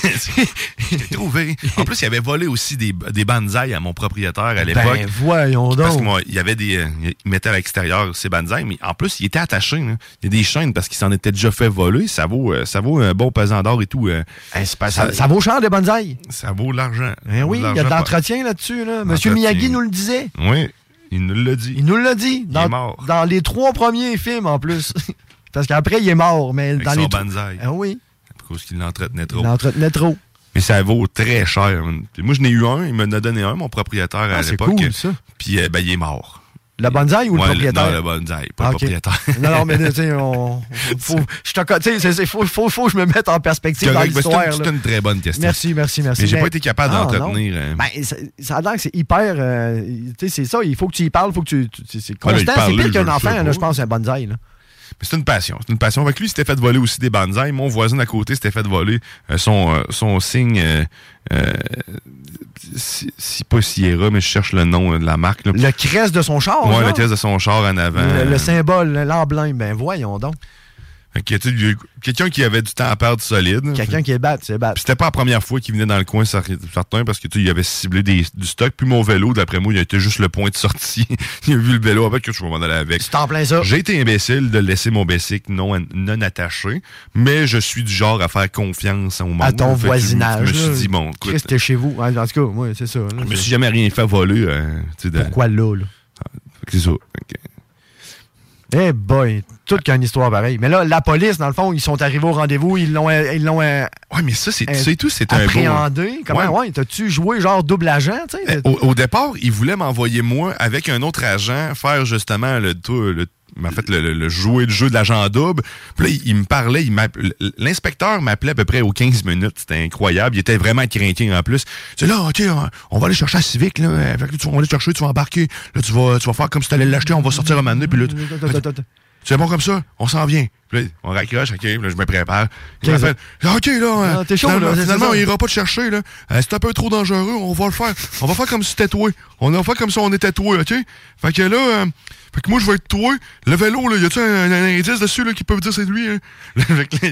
[SPEAKER 8] J'ai trouvé. En plus, il avait volé aussi des, des bonsaïs à mon propriétaire à l'époque.
[SPEAKER 9] ben, voyons donc.
[SPEAKER 8] Parce que moi, il y avait des. euh, il mettait à l'extérieur ses banzai, mais en plus, il était attaché. là. Il y a des chaînes parce qu'il s'en était déjà fait voler. Ça vaut, euh, ça vaut un bon pesant d'or et tout. euh,
[SPEAKER 9] ça, ça vaut cher, des bonsaïs.
[SPEAKER 8] ça vaut l'argent.
[SPEAKER 9] Ben oui, il y a de l'entretien là-dessus, là. Monsieur
[SPEAKER 8] L'entretien.
[SPEAKER 9] Miyagi nous le disait.
[SPEAKER 8] Oui, il nous l'a dit.
[SPEAKER 9] Il nous l'a dit. Dans, dans les trois premiers films, en plus. Parce qu'après, il est mort, mais
[SPEAKER 8] Avec
[SPEAKER 9] dans
[SPEAKER 8] son
[SPEAKER 9] les. trois-
[SPEAKER 8] banzai.
[SPEAKER 9] Ah oui,
[SPEAKER 8] À cause qu'il l'entretenait trop.
[SPEAKER 9] il l'entretenait trop.
[SPEAKER 8] Mais ça vaut très cher. man. Puis moi, je n'ai eu un. Il m'en a donné un, mon propriétaire, à
[SPEAKER 9] Ah, c'est
[SPEAKER 8] l'époque.
[SPEAKER 9] cool, ça.
[SPEAKER 8] Puis, euh, ben, il est mort.
[SPEAKER 9] Le bonsaï ou le
[SPEAKER 8] Ouais,
[SPEAKER 9] propriétaire?
[SPEAKER 8] Non, le bonsaï, pas
[SPEAKER 9] Ah, ok.
[SPEAKER 8] le propriétaire.
[SPEAKER 9] non, non, mais tu sais, on. Faut, je te co- tu sais, c'est- c'est- faut, faut, faut que je me mette en perspective dans
[SPEAKER 8] Correct, ben, c'est
[SPEAKER 9] l'histoire.
[SPEAKER 8] une- c'est
[SPEAKER 9] là.
[SPEAKER 8] une très bonne question.
[SPEAKER 9] Merci, merci, merci.
[SPEAKER 8] Mais j'ai pas été capable
[SPEAKER 9] Ah,
[SPEAKER 8] d'entretenir,
[SPEAKER 9] non.
[SPEAKER 8] euh,
[SPEAKER 9] Ben, ça, ça a l'air que c'est hyper. euh, tu sais, c'est ça, il faut que tu y parles, faut que tu. tu- c'est- c'est constant, c'est
[SPEAKER 8] parler,
[SPEAKER 9] pire
[SPEAKER 8] je
[SPEAKER 9] qu'un
[SPEAKER 8] le sais
[SPEAKER 9] enfant,
[SPEAKER 8] pas.
[SPEAKER 9] là, je pense, un bonsaï. là.
[SPEAKER 8] Mais c'est une passion. C'est une passion. Avec lui, il s'était fait voler aussi des bonsaïs. Mon voisin à côté s'était fait voler euh, son, euh, son signe. euh, euh, si, si pas Sierra, mais je cherche le nom euh, de la marque. là.
[SPEAKER 9] Le crest de son char.
[SPEAKER 8] Ouais,
[SPEAKER 9] genre?
[SPEAKER 8] la caisse de son char en avant.
[SPEAKER 9] Le, le symbole, l'emblème. Ben voyons donc.
[SPEAKER 8] Fait que, tu sais, lui, Quelqu'un qui avait du temps à perdre solide.
[SPEAKER 9] Quelqu'un qui est battu, c'est battu.
[SPEAKER 8] Puis c'était pas la première fois qu'il venait dans le coin, cer- certain, parce que tu sais, il avait ciblé des- du stock. Puis mon vélo, d'après moi, il était juste le point de sortie. il a vu le vélo avec que je vais m'en aller avec. C'est
[SPEAKER 9] en plein ça.
[SPEAKER 8] J'ai été imbécile de laisser mon bicycle non, non attaché, mais je suis du genre à faire confiance au monde.
[SPEAKER 9] À ton
[SPEAKER 8] Fait que
[SPEAKER 9] voisinage.
[SPEAKER 8] Je me- je me suis dit,
[SPEAKER 9] là.
[SPEAKER 8] bon, écoute,
[SPEAKER 9] Christ, t'es chez vous. En tout cas, moi, c'est ça. là.
[SPEAKER 8] je me suis jamais rien fait voler. euh, tu sais, de-
[SPEAKER 9] Pourquoi là, là?
[SPEAKER 8] Fait que c'est ça. Fait que-
[SPEAKER 9] Eh boy, tout qu'une histoire pareille. Mais là, la police, dans le fond, ils sont arrivés au rendez-vous, ils l'ont. Ils l'ont ouais,
[SPEAKER 8] mais ça, c'est- c'est tout, c'est un beau- hein.
[SPEAKER 9] Appréhendé. Comment, ouais,
[SPEAKER 8] Ouais.
[SPEAKER 9] t'as-tu joué genre double agent, tu sais?
[SPEAKER 8] Eh, Au, au départ, il voulait m'envoyer moi avec un autre agent faire justement le tout- le- en fait, le, le- le jouer le jeu de l'agent double. Puis là, il, il me parlait, il m'app- l'inspecteur m'appelait à peu près aux 15 minutes. C'était incroyable. Il était vraiment craqué en plus. C'est là, OK, on- on va aller chercher à Civic. Là. euh, Fait que là, tu vas- on va aller chercher, tu vas embarquer. Là, tu vas, tu vas faire comme si tu allais l'acheter. On va sortir un moment donné. Puis
[SPEAKER 9] Euh,
[SPEAKER 8] là, tu- c'est bon comme ça, on s'en vient. Puis là, on raccroche, OK, puis là, je me prépare. Il
[SPEAKER 9] Quinze
[SPEAKER 8] m'appelle, Ah, OK, là,
[SPEAKER 9] Ah,
[SPEAKER 8] euh,
[SPEAKER 9] t'es chaud,
[SPEAKER 8] finalement,
[SPEAKER 9] là, c'est
[SPEAKER 8] finalement,
[SPEAKER 9] ça.
[SPEAKER 8] on ira pas te chercher, là. Euh, c'est un peu trop dangereux, on va le faire. On va faire comme si tatoué. On va faire comme si on est tatoué, OK? Fait que là, euh, fait que moi, je vais être tatoué. Le vélo, là, y a-tu un, un- un indice dessus, là, qui peut me dire c'est lui, hein? Là, fait que là,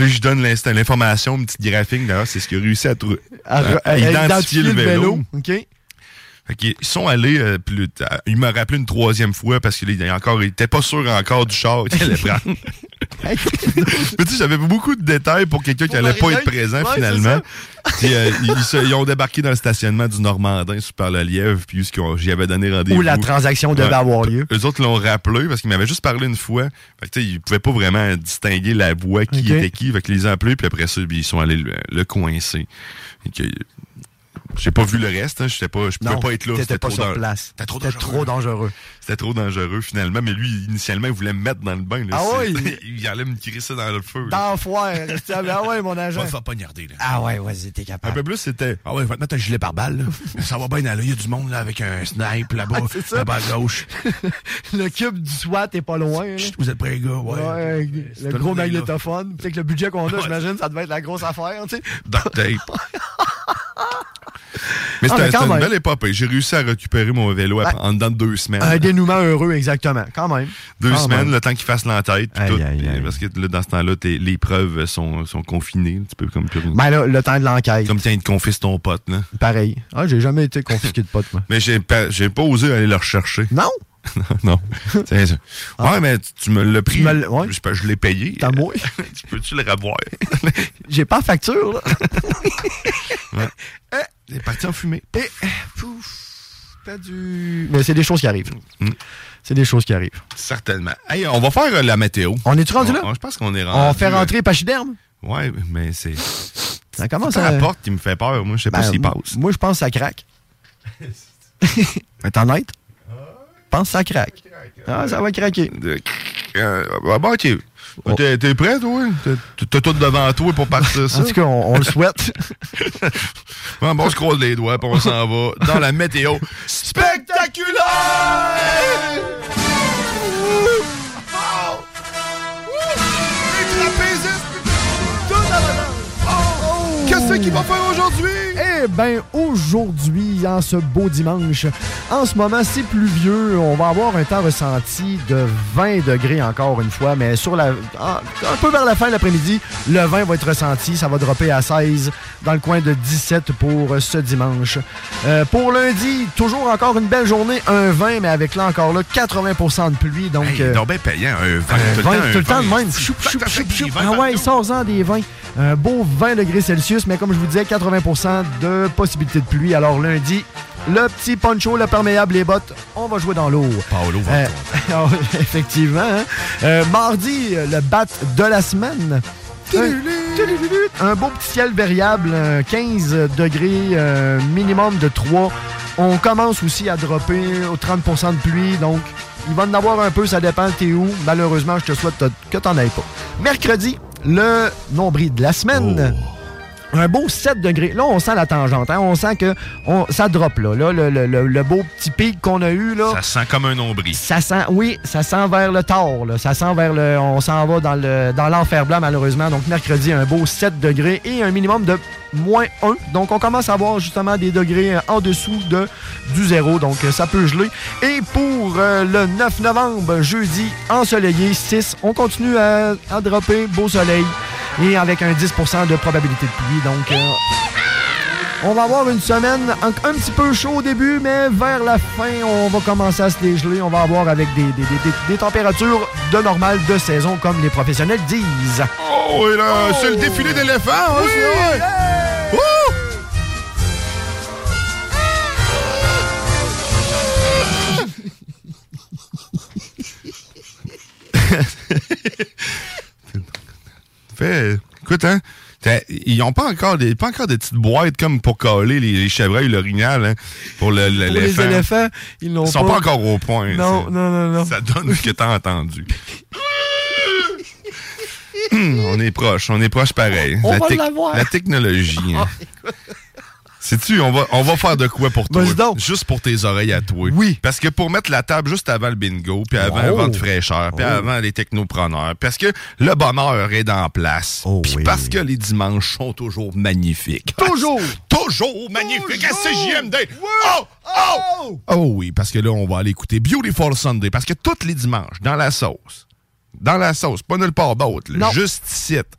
[SPEAKER 8] là, je donne l'instant- l'information, une petite graphique, d'ailleurs, c'est ce qu'il a réussi à, trou-
[SPEAKER 9] À re- euh,
[SPEAKER 8] à
[SPEAKER 9] à
[SPEAKER 8] Euh, identifier, le vélo.
[SPEAKER 9] OK.
[SPEAKER 8] Fait qu'ils- ils sont allés, euh, puis le- euh, il m'a rappelé une troisième fois parce qu'il est encore, il était pas sûr encore du char qu'il allait prendre. Mais tu sais, j'avais beaucoup de détails pour quelqu'un qui allait pas
[SPEAKER 9] rien.
[SPEAKER 8] être présent
[SPEAKER 9] Ouais,
[SPEAKER 8] finalement. Puis euh, ils, ils se- ils ont débarqué dans le stationnement du Normandin super le Lièvre, puis ce qu'ils ont- j'y avais donné rendez-vous.
[SPEAKER 9] Où la transaction devait
[SPEAKER 8] Ouais.
[SPEAKER 9] avoir lieu.
[SPEAKER 8] Eux autres l'ont rappelé parce qu'ils m'avaient juste parlé une fois. Fait que, tu sais, ils pouvaient pas vraiment distinguer la voix qui
[SPEAKER 9] Ok.
[SPEAKER 8] était qui. Fait qu'ils les ont appelés, puis après ça, ben, ils sont allés le, le coincer. Fait que, j'ai pas vu le reste, hein. J'étais pas, je pouvais
[SPEAKER 9] Non,
[SPEAKER 8] pas être là.
[SPEAKER 9] t'étais
[SPEAKER 8] c'était
[SPEAKER 9] pas
[SPEAKER 8] trop
[SPEAKER 9] sur
[SPEAKER 8] dan-
[SPEAKER 9] place.
[SPEAKER 8] C'était trop
[SPEAKER 9] C'était
[SPEAKER 8] dangereux.
[SPEAKER 9] trop dangereux.
[SPEAKER 8] C'était trop dangereux finalement, mais lui, initialement, il voulait me mettre dans le bain. là.
[SPEAKER 9] Ah
[SPEAKER 8] C'est-
[SPEAKER 9] ouais?
[SPEAKER 8] il allait me crisser dans le feu. là.
[SPEAKER 9] Dans foire. Ah ouais, mon agent.
[SPEAKER 8] Va te faire poignarder, là.
[SPEAKER 9] Ah ouais, vas-y, t'es capable.
[SPEAKER 8] Un peu plus, c'était. Ah ouais, maintenant t'as un gilet pare-balles, là. Ça va bien aller. Il y a du monde, là, avec un snipe, là-bas.
[SPEAKER 9] c'est ça.
[SPEAKER 8] là-bas à gauche.
[SPEAKER 9] Le cube du SWAT est pas loin. hein.
[SPEAKER 8] Vous êtes prêts, les gars? Ouais.
[SPEAKER 9] Ouais,
[SPEAKER 8] tout
[SPEAKER 9] le
[SPEAKER 8] le
[SPEAKER 9] gros
[SPEAKER 8] monde est là.
[SPEAKER 9] magnétophone. Tu sais que le budget qu'on a, j'imagine, ça devait être la grosse affaire, tu sais.
[SPEAKER 8] Duct tape. Mais
[SPEAKER 9] Ah,
[SPEAKER 8] c'était
[SPEAKER 9] mais quand
[SPEAKER 8] c'était une
[SPEAKER 9] même.
[SPEAKER 8] belle épopée. J'ai réussi à récupérer mon vélo après-
[SPEAKER 9] Ouais.
[SPEAKER 8] en dedans de deux semaines.
[SPEAKER 9] Un dénouement heureux, exactement. Quand même.
[SPEAKER 8] Deux
[SPEAKER 9] Quand
[SPEAKER 8] semaines,
[SPEAKER 9] même.
[SPEAKER 8] le temps qu'ils fassent l'entête. puis
[SPEAKER 9] Aïe,
[SPEAKER 8] tout.
[SPEAKER 9] aïe,
[SPEAKER 8] Puis,
[SPEAKER 9] aïe.
[SPEAKER 8] Parce que là, dans ce temps-là, t'es- les preuves sont, sont confinées. Un petit peu comme plus rien.
[SPEAKER 9] Ben là, le temps de l'enquête.
[SPEAKER 8] Comme tiens, ils te confisent ton pote. Là.
[SPEAKER 9] Pareil. Ah, j'ai jamais été confisqué de pote, moi.
[SPEAKER 8] Mais j'ai pas, j'ai pas osé aller le rechercher.
[SPEAKER 9] Non? Ah.
[SPEAKER 8] non. C'est ça. Ouais, mais tu, tu me l'as pris.
[SPEAKER 9] me l'as- ouais.
[SPEAKER 8] Je, sais pas, je l'ai payé.
[SPEAKER 9] T'as moi?
[SPEAKER 8] tu peux-tu le revoir?
[SPEAKER 9] J'ai pas la facture, là.
[SPEAKER 8] Ouais. Il est parti en fumée.
[SPEAKER 9] Et Eh, pouf, t'as du. Mais c'est des choses qui arrivent.
[SPEAKER 8] Mm.
[SPEAKER 9] C'est des choses qui arrivent.
[SPEAKER 8] Certainement. Hey, on va faire euh, la météo.
[SPEAKER 9] On est-tu rendu là?
[SPEAKER 8] On- Je pense qu'on est rendu.
[SPEAKER 9] On fait rentrer Pachyderme?
[SPEAKER 8] euh, Ouais, mais c'est.
[SPEAKER 9] Ça commence
[SPEAKER 8] C'est
[SPEAKER 9] à.
[SPEAKER 8] la porte qui me fait peur. Moi, je sais pas
[SPEAKER 9] Ben,
[SPEAKER 8] s'il
[SPEAKER 9] moi-
[SPEAKER 8] passe.
[SPEAKER 9] Moi, je pense que ça craque. Mais t'en honnête?
[SPEAKER 8] Ah.
[SPEAKER 9] Je pense que ça craque. Ah, ça va craquer. Oh.
[SPEAKER 8] Euh, ah, bon, ok. T'es t'es prêt, toi? T'as- T'as tout devant toi pour partir ça?
[SPEAKER 9] En tout cas, on, on le souhaite.
[SPEAKER 8] Bon, bon, on se croise les doigts, puis on s'en va dans la météo. Spectaculaire! Oh!
[SPEAKER 9] Qu'est-ce qu'il va faire aujourd'hui? Eh bien, aujourd'hui, en ce beau dimanche, en ce moment, c'est pluvieux. On va avoir un temps ressenti de 20 degrés encore une fois, mais sur la, en- un peu vers la fin de l'après-midi, le 20 va être ressenti. Ça va dropper à 16 dans le coin de 17 pour euh, ce dimanche. Euh, pour lundi, toujours encore une belle journée, un 20, mais avec là encore là 80 de pluie. Donc,
[SPEAKER 8] Hey,
[SPEAKER 9] euh,
[SPEAKER 8] donc ben payant, un vin,
[SPEAKER 9] un
[SPEAKER 8] tout le
[SPEAKER 9] Euh, vin,
[SPEAKER 8] temps. un
[SPEAKER 9] tout le temps
[SPEAKER 8] vin.
[SPEAKER 9] de même. Choup, choup, choup, choup. Ah ouais, sors-en des vins. Un beau 20 degrés Celsius, mais comme je vous disais, 80 de possibilité de pluie. Alors lundi, le petit poncho, le perméable, les bottes, on va jouer dans l'eau.
[SPEAKER 8] Paolo va
[SPEAKER 9] Euh, effectivement. hein. Euh, mardi, le bat de la semaine. Un, un beau petit ciel variable, euh, 15 degrés euh, minimum de 3. On commence aussi à dropper aux 30 de pluie, donc il va en avoir un peu, ça dépend t'es où. Malheureusement, je te souhaite que t'en ailles pas. Mercredi, le nombril de la semaine. Un beau 7 degrés. Là, on sent la tangente. hein. On sent que on- ça drop, là. Là, le, le- le- le beau petit pic qu'on a eu, là.
[SPEAKER 8] Ça sent comme un nombril.
[SPEAKER 9] Ça sent, oui, ça sent vers le tort. là. Ça sent vers le. On s'en va dans le dans l'enfer blanc, malheureusement. Donc, mercredi, un beau 7 degrés et un minimum de moins 1. Donc, on commence à avoir justement des degrés euh, en dessous de, du zéro. Donc, euh, ça peut geler. Et pour euh, le 9 novembre, jeudi, ensoleillé, 6, on continue à, à dropper beau soleil et avec un 10 de probabilité de pluie. Donc, euh, on va avoir une semaine en- un petit peu chaud au début, mais vers la fin, on va commencer à se dégeler. On va avoir avec des, des- des- des- des températures de normale de saison, comme les professionnels disent.
[SPEAKER 8] Oh, et là, c'est le défilé d'éléphants, hein,
[SPEAKER 2] Oui,
[SPEAKER 8] c'est vrai. Wouh! Fait, écoute, hein, t'as- ils n'ont pas encore des pas encore des petites boîtes comme pour coller les, les chevreuils, l'orignal, hein, pour le- le-
[SPEAKER 9] Pour les
[SPEAKER 8] l'éléphant.
[SPEAKER 9] éléphants, ils n'ont
[SPEAKER 8] Ils sont pas encore au point.
[SPEAKER 9] Non,
[SPEAKER 8] ça.
[SPEAKER 9] non, non, non.
[SPEAKER 8] Ça donne ce que t'as entendu. Hum, on est proche, on est proche pareil.
[SPEAKER 9] On va
[SPEAKER 8] tec-
[SPEAKER 9] l'avoir. Ah,
[SPEAKER 8] la technologie. hein. Sais-tu, on va, on va faire de quoi pour toi? Juste pour tes oreilles à toi. Oui. Parce que pour mettre la table juste avant le bingo, puis avant le
[SPEAKER 16] Oh.
[SPEAKER 8] vent de fraîcheur, puis
[SPEAKER 16] Oh.
[SPEAKER 8] avant les technopreneurs, parce que le bonheur est en place. puis parce que les dimanches sont toujours magnifiques.
[SPEAKER 9] Toujours!
[SPEAKER 8] Toujours magnifique à CJMD! Oh! Oh! Oh oui, parce que là, on va aller écouter Beautiful Sunday, parce que tous les dimanches, dans la sauce, dans la sauce, pas nulle part d'autre, là,
[SPEAKER 9] Non.
[SPEAKER 8] juste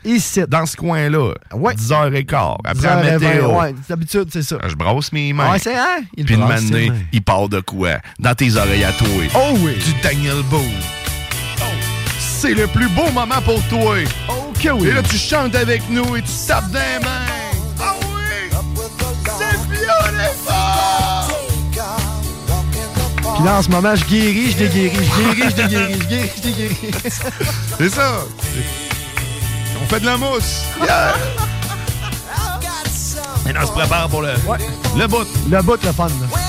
[SPEAKER 8] ici, dans ce coin-là, 10h15, après la
[SPEAKER 9] 10h20,
[SPEAKER 8] météo. Ah,
[SPEAKER 9] ouais, d'habitude, c'est ça.
[SPEAKER 8] Je brosse mes mains.
[SPEAKER 9] Ouais, c'est- hein? Il
[SPEAKER 8] Puis de
[SPEAKER 9] brosse ses
[SPEAKER 8] maner,
[SPEAKER 9] mains.
[SPEAKER 8] il part de quoi? Dans tes oreilles à toi.
[SPEAKER 9] Oh oui!
[SPEAKER 8] Du Daniel Boone. C'est le plus beau moment pour toi.
[SPEAKER 9] OK, oui.
[SPEAKER 8] Et là, tu chantes avec nous et tu tapes des mains. Ah oui! C'est
[SPEAKER 2] beautiful!
[SPEAKER 9] Puis là, en ce moment, je guéris, je déguéris, je guéris, je déguéris, je guéris, je déguéris.
[SPEAKER 8] C'est ça. On fait de la mousse. Yeah! Maintenant, on se prépare pour le, le bout.
[SPEAKER 9] Le bout, le fun. là.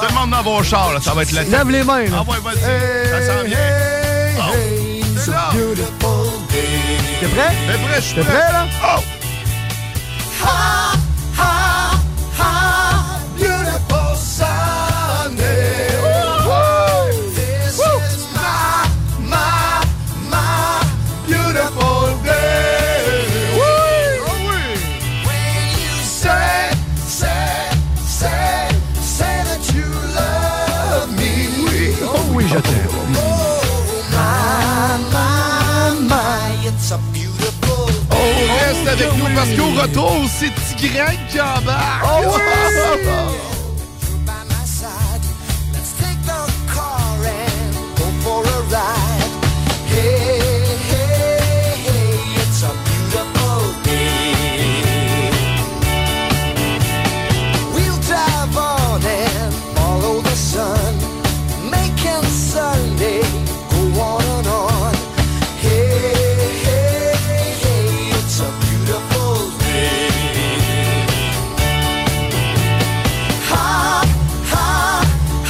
[SPEAKER 8] Tout le monde dans vos chars, là, ça va être la
[SPEAKER 9] Lève les mains. là.
[SPEAKER 8] Ah ouais, vas-y. ça s'en vient. Oh. C'est là.
[SPEAKER 9] T'es prêt?
[SPEAKER 8] T'es prêt, je suis
[SPEAKER 9] T'es prêt, là?
[SPEAKER 8] Oh!
[SPEAKER 2] Ha, ha, ha, beautiful Sunday. This is my, my, my beautiful day.
[SPEAKER 8] Oh,
[SPEAKER 2] When you say, say, say, say that you love me.
[SPEAKER 9] Oh oui, je t'aime.
[SPEAKER 2] My, my, my, it's a beautiful
[SPEAKER 8] Oh, reste avec nous parce qu'au retour, c'est Tigrane qui embarque.
[SPEAKER 9] Ah
[SPEAKER 2] Oh oui! Let's take the car and go for a ride. Hey, hey, hey, it's a beautiful day. We'll drive on and follow the sun, making Sunday go on and on. Hey, hey, hey, it's a beautiful day. Ha, ha,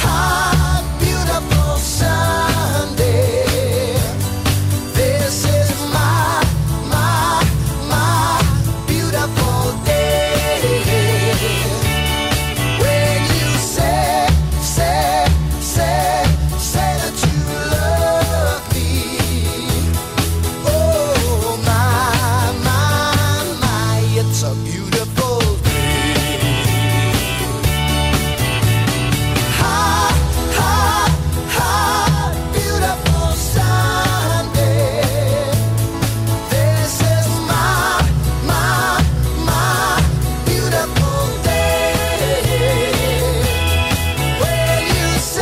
[SPEAKER 2] ha, beautiful Sunday. This is my, my, my beautiful day. When you say, say, say, say that you love me. Oh, my, my, my, it's a beautiful day. Ha, ha, ha, beautiful Sunday. This is my, my, my beautiful day. When you say,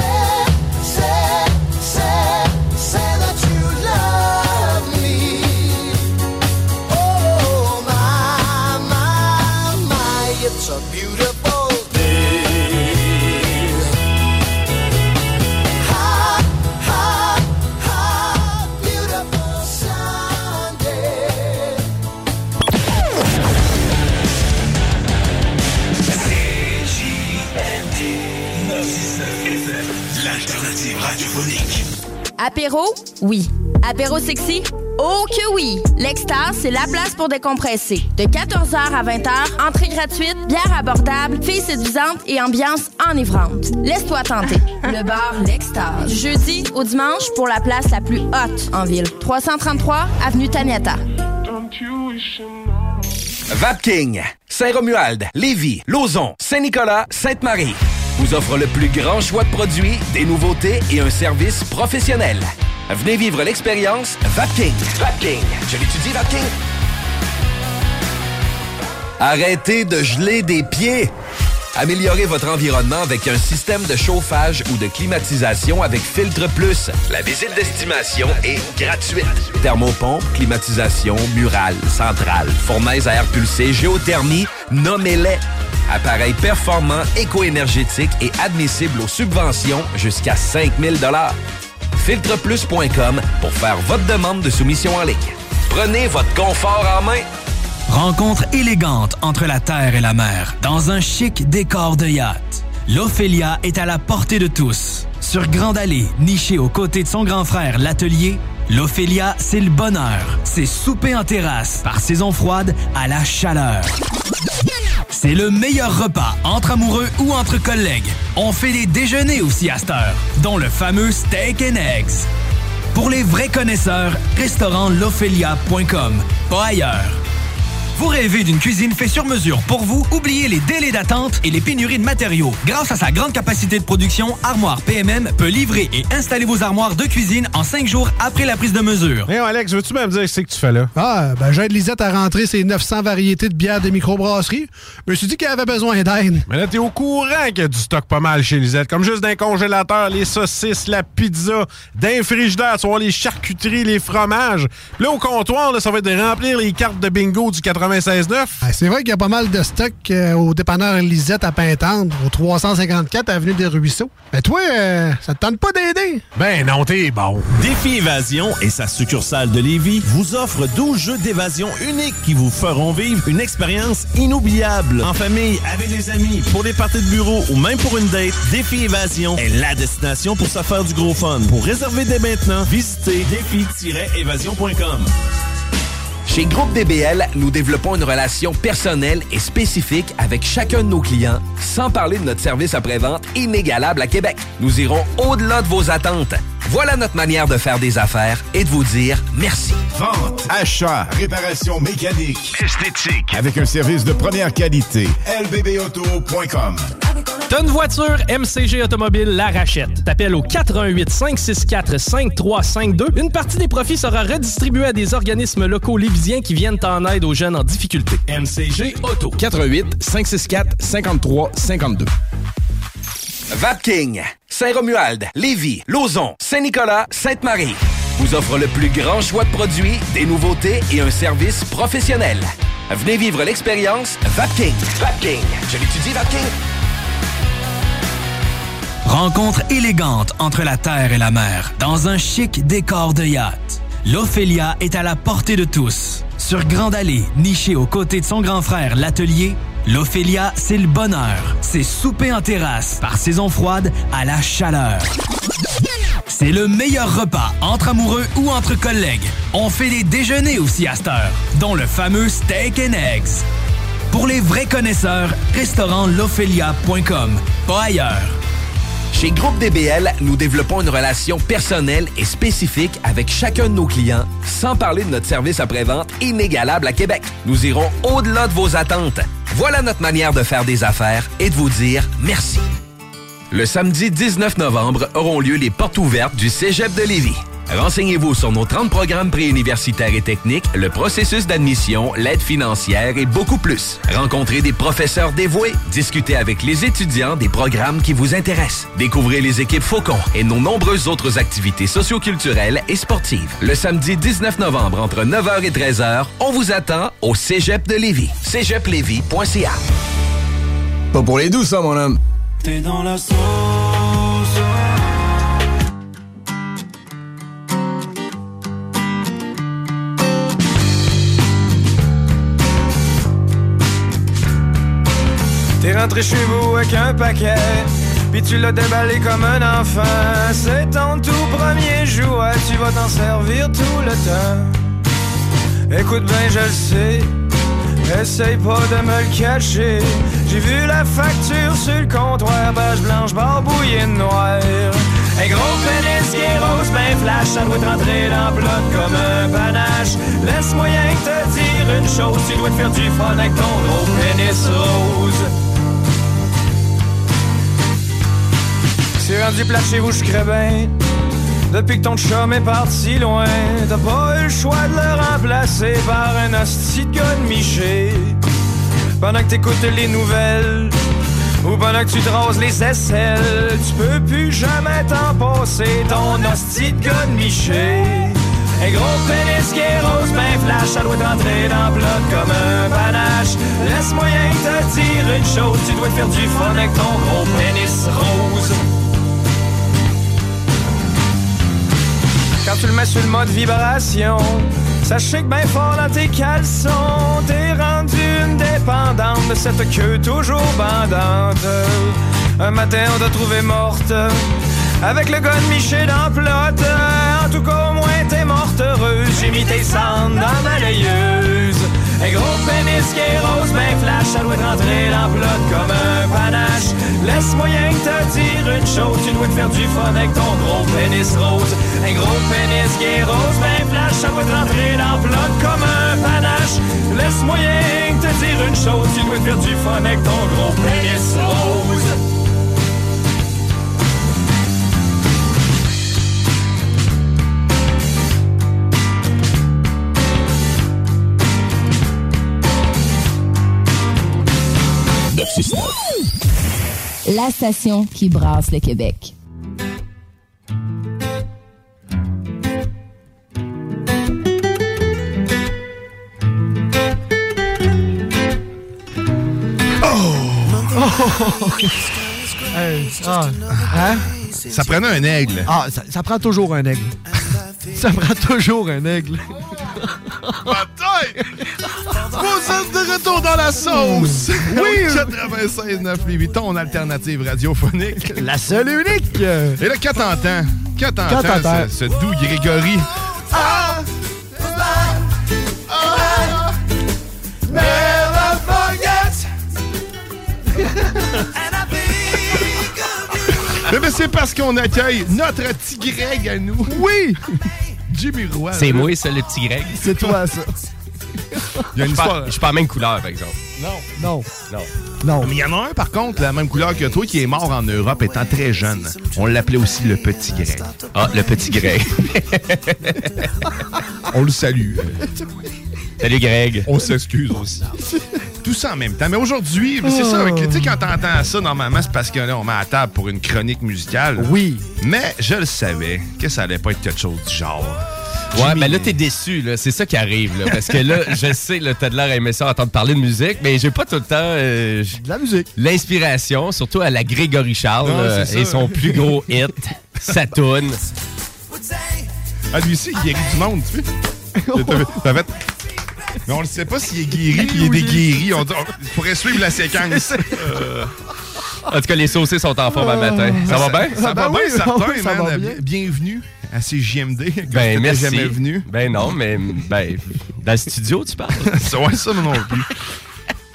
[SPEAKER 2] say, say, say that you love me. Oh, my, my, my, it's a beautiful day. Ha, ha, ha, beautiful Sunday.
[SPEAKER 30] Apéro? Oui. Apéro sexy? Oh que oui! L'Extase, c'est la place pour décompresser. De 14h à 20h, entrée gratuite, bière abordable, filles séduisantes et ambiance enivrante. Laisse-toi tenter. Le bar L'Extase. Du jeudi au dimanche pour la place la plus haute en ville. 333 Avenue Taniata.
[SPEAKER 1] Vapking, Saint-Romuald, Lévis, Lauson, Saint-Nicolas, Sainte-Marie vous offre le plus grand choix de produits, des nouveautés et un service professionnel. Venez vivre l'expérience Vapking. Vapking. Je l'étudie, Vapking. Arrêtez de geler des pieds. Améliorez votre environnement avec un système de chauffage ou de climatisation avec Filtre Plus. La visite d'estimation est gratuite. Thermopompe, climatisation, murale, centrale, fournaise à air pulsé, géothermie, nommez-les. Appareil performant, éco-énergétique et admissible aux subventions jusqu'à 5000 Filtreplus.com pour faire votre demande de soumission en ligne. Prenez votre confort en main.
[SPEAKER 19] Rencontre élégante entre la terre et la mer dans un chic décor de yacht. L'Ophélia est à la portée de tous. Sur Grande Allée, nichée aux côtés de son grand frère, l'atelier, l'Ophélia, c'est le bonheur. C'est souper en terrasse, par saison froide à la chaleur. C'est le meilleur repas entre amoureux ou entre collègues. On fait des déjeuners aussi à cette heure, dont le fameux steak and eggs. Pour les vrais connaisseurs, restaurantlophelia.com. Pas ailleurs.
[SPEAKER 7] Vous rêvez d'une cuisine faite sur mesure pour vous? Oubliez les délais d'attente et les pénuries de matériaux. Grâce à sa grande capacité de production, Armoire PMM peut livrer et installer vos armoires de cuisine en cinq jours après la prise de mesure.
[SPEAKER 16] Mais Alex, veux-tu même dire ce que tu fais là?
[SPEAKER 13] Ah, ben j'aide Lisette à rentrer ses 900 variétés de bières des microbrasseries. Je me suis dit qu'elle avait besoin d'aide.
[SPEAKER 16] Mais là, t'es au courant qu'il y a du stock pas mal chez Lisette. Comme juste d'un congélateur, les saucisses, la pizza, d'un frigidaire, tu vas voir les charcuteries, les fromages. Puis là, au comptoir, là, ça va être de remplir les cartes de bingo du 96.9.
[SPEAKER 13] Ah, C'est vrai qu'il y a pas mal de stock euh, au dépanneur Lisette à Pintendre, au 354 Avenue des Ruisseaux. Mais toi, euh, ça te tente pas d'aider?
[SPEAKER 16] Ben non, t'es bon.
[SPEAKER 24] Défi Évasion et sa succursale de Lévis vous offrent 12 jeux d'évasion uniques qui vous feront vivre une expérience inoubliable. En famille, avec des amis, pour des parties de bureau ou même pour une date, Défi Évasion est la destination pour se faire du gros fun. Pour réserver dès maintenant, visitez défi-évasion.com.
[SPEAKER 1] Chez Groupe DBL, nous développons une relation personnelle et spécifique avec chacun de nos clients, sans parler de notre service après-vente inégalable à Québec. Nous irons au-delà de vos attentes. Voilà notre manière de faire des affaires et de vous dire merci.
[SPEAKER 4] Vente, achat, réparation mécanique, esthétique, avec un service de première qualité. lbbauto.com.
[SPEAKER 26] T'as une voiture, MCG Automobile la rachète. T'appelles au 418 564 5352. Une partie des profits sera redistribuée à des organismes locaux lévisiens qui viennent en aide aux jeunes en difficulté. MCG Auto.
[SPEAKER 31] 88 564 53 52.
[SPEAKER 1] Vapking, Saint-Romuald, Lévis, Lauson, Saint-Nicolas, Sainte-Marie vous offre le plus grand choix de produits, des nouveautés et un service professionnel. Venez vivre l'expérience Vapking. Vapking. Je l'étudie, Vapking.
[SPEAKER 19] Rencontre élégante entre la terre et la mer dans un chic décor de yacht. L'Ophélia est à la portée de tous. Sur Grande Allée, nichée aux côtés de son grand frère, l'atelier, l'Ophélia, c'est le bonheur. C'est souper en terrasse, par saison froide à la chaleur. C'est le meilleur repas entre amoureux ou entre collègues. On fait des déjeuners aussi à cette heure, dont le fameux steak and eggs. Pour les vrais connaisseurs, restaurantlophelia.com. Pas ailleurs.
[SPEAKER 1] Chez Groupe DBL, nous développons une relation personnelle et spécifique avec chacun de nos clients, sans parler de notre service après-vente inégalable à Québec. Nous irons au-delà de vos attentes. Voilà notre manière de faire des affaires et de vous dire merci. Le samedi 19 novembre auront lieu les portes ouvertes du Cégep de Lévis. Renseignez-vous sur nos 30 programmes préuniversitaires et techniques, le processus d'admission, l'aide financière et beaucoup plus. Rencontrez des professeurs dévoués, discutez avec les étudiants des programmes qui vous intéressent. Découvrez les équipes Faucon et nos nombreuses autres activités socioculturelles et sportives. Le samedi 19 novembre entre 9h et 13h, on vous attend au Cégep de Lévis. cégeplevis.ca.
[SPEAKER 31] Pas pour les doux, ça, mon homme.
[SPEAKER 32] T'es dans la sauce.
[SPEAKER 21] T'es rentré chez vous avec un paquet,
[SPEAKER 10] puis tu l'as déballé comme un enfant. C'est ton tout premier jouet, tu vas t'en servir tout le temps. Écoute bien, je le sais, essaye pas de me le cacher. J'ai vu la facture sur le comptoir, bâche blanche, barbouillée de noir. Un gros pénis qui est rose, ben flash, ça doit te rentrer dans le bloc comme un panache. Laisse-moi rien que te dire une chose, tu dois te faire du fun avec ton gros pénis rose. C'est rendu plat chez vous, je crée bien. Depuis que ton chum est parti loin, t'as pas eu le choix de le remplacer par un hostie de gars de miché. Pendant que t'écoutes les nouvelles, ou pendant que tu te rases les aisselles, tu peux plus jamais t'en passer, ton hostie de gars de miché. Un gros pénis qui est rose, ben flash, ça doit t'entrer dans le bloc comme un panache. Laisse moyen te dire une chose, tu dois te faire du fun avec ton gros pénis rose. Quand tu le mets sur le mode vibration, ça chic bien fort dans tes caleçons. T'es rendu une dépendante de cette queue toujours bandante. Un matin, on t'a trouvé morte. Avec le gun miché dans le plot. En tout cas, au moins, t'es morte heureuse. J'ai mis tes cendres dans ma layeuse. Un gros pénis qui est rose, ben flash, ça doit te rentrer dans le plot comme un panache. Laisse moyen que te dire une chose, tu dois te faire du fun avec ton gros pénis rose. Un gros pénis qui est rose, ben flash, ça doit te rentrer dans le plot comme un panache. Laisse moyen que te dire une chose, tu dois te faire du fun avec ton gros pénis rose.
[SPEAKER 22] La station qui brasse le Québec.
[SPEAKER 8] Oh.
[SPEAKER 9] Hey, ah, hein?
[SPEAKER 8] Ça prenait un aigle.
[SPEAKER 9] Ah, ça, ça prend toujours un aigle. ça prend toujours un aigle.
[SPEAKER 8] Moses de retour dans la sauce! Oui! 96 9 Lévis, ton alternative radiophonique.
[SPEAKER 9] La seule unique!
[SPEAKER 8] Et là, quand t'entends, quand
[SPEAKER 9] Quand
[SPEAKER 8] t'entends
[SPEAKER 9] t'entends.
[SPEAKER 8] ce, ce doux Grégory,
[SPEAKER 23] Ah.
[SPEAKER 2] Never forget.
[SPEAKER 8] eh ben, c'est parce qu'on accueille notre petit Greg à nous.
[SPEAKER 9] Oui!
[SPEAKER 8] Jimmy Roy.
[SPEAKER 23] C'est
[SPEAKER 8] là.
[SPEAKER 23] moi, ça, le petit Greg.
[SPEAKER 9] C'est toi, ça.
[SPEAKER 8] Il y a une
[SPEAKER 23] je suis pas-
[SPEAKER 8] histoire.
[SPEAKER 23] Je suis pas la même couleur, par exemple.
[SPEAKER 8] Non.
[SPEAKER 9] Non.
[SPEAKER 23] Non.
[SPEAKER 9] Non.
[SPEAKER 8] Mais il y en a un, par contre, la même couleur que toi, qui est mort en Europe étant très jeune. On l'appelait aussi le petit Greg.
[SPEAKER 23] Ah, le petit Greg.
[SPEAKER 8] On le salue.
[SPEAKER 23] Salut, Greg.
[SPEAKER 8] On s'excuse aussi. Tout ça en même temps. Mais aujourd'hui, c'est ça, avec- tu sais, quand t'entends ça, normalement, c'est parce que là, on met à la table pour une chronique musicale.
[SPEAKER 9] Oui.
[SPEAKER 8] Mais je le savais que ça allait pas être quelque chose du genre.
[SPEAKER 23] Ouais, mais là, t'es déçu, là. C'est ça qui arrive, là. Parce que là, je sais, là, t'as de l'air à aimer ça, entendre parler de musique, mais j'ai pas tout le temps. de
[SPEAKER 9] la musique.
[SPEAKER 23] L'inspiration, surtout à la Grégory Charles
[SPEAKER 8] Non,
[SPEAKER 23] euh,
[SPEAKER 8] c'est
[SPEAKER 23] et
[SPEAKER 8] ça.
[SPEAKER 23] son plus gros hit, sa toune.
[SPEAKER 8] Ah, lui aussi, il guérit du monde, tu sais. T'as- t'as fait- Mais on ne sait pas s'il est guéri puis il est déguéri. On, on pourrait suivre la séquence. Euh,
[SPEAKER 23] En tout cas, les saucés sont en forme à matin. Ça va bien?
[SPEAKER 8] Ça va bien, certain,
[SPEAKER 23] ça va
[SPEAKER 8] man.
[SPEAKER 23] bien.
[SPEAKER 8] Bienvenue à CJMD. comme
[SPEAKER 23] Ben,
[SPEAKER 8] t'étais
[SPEAKER 23] merci.
[SPEAKER 8] jamais venu.
[SPEAKER 23] Ben, non, mais. Ben, dans le studio, tu parles?
[SPEAKER 8] C'est ouais, ça, non plus.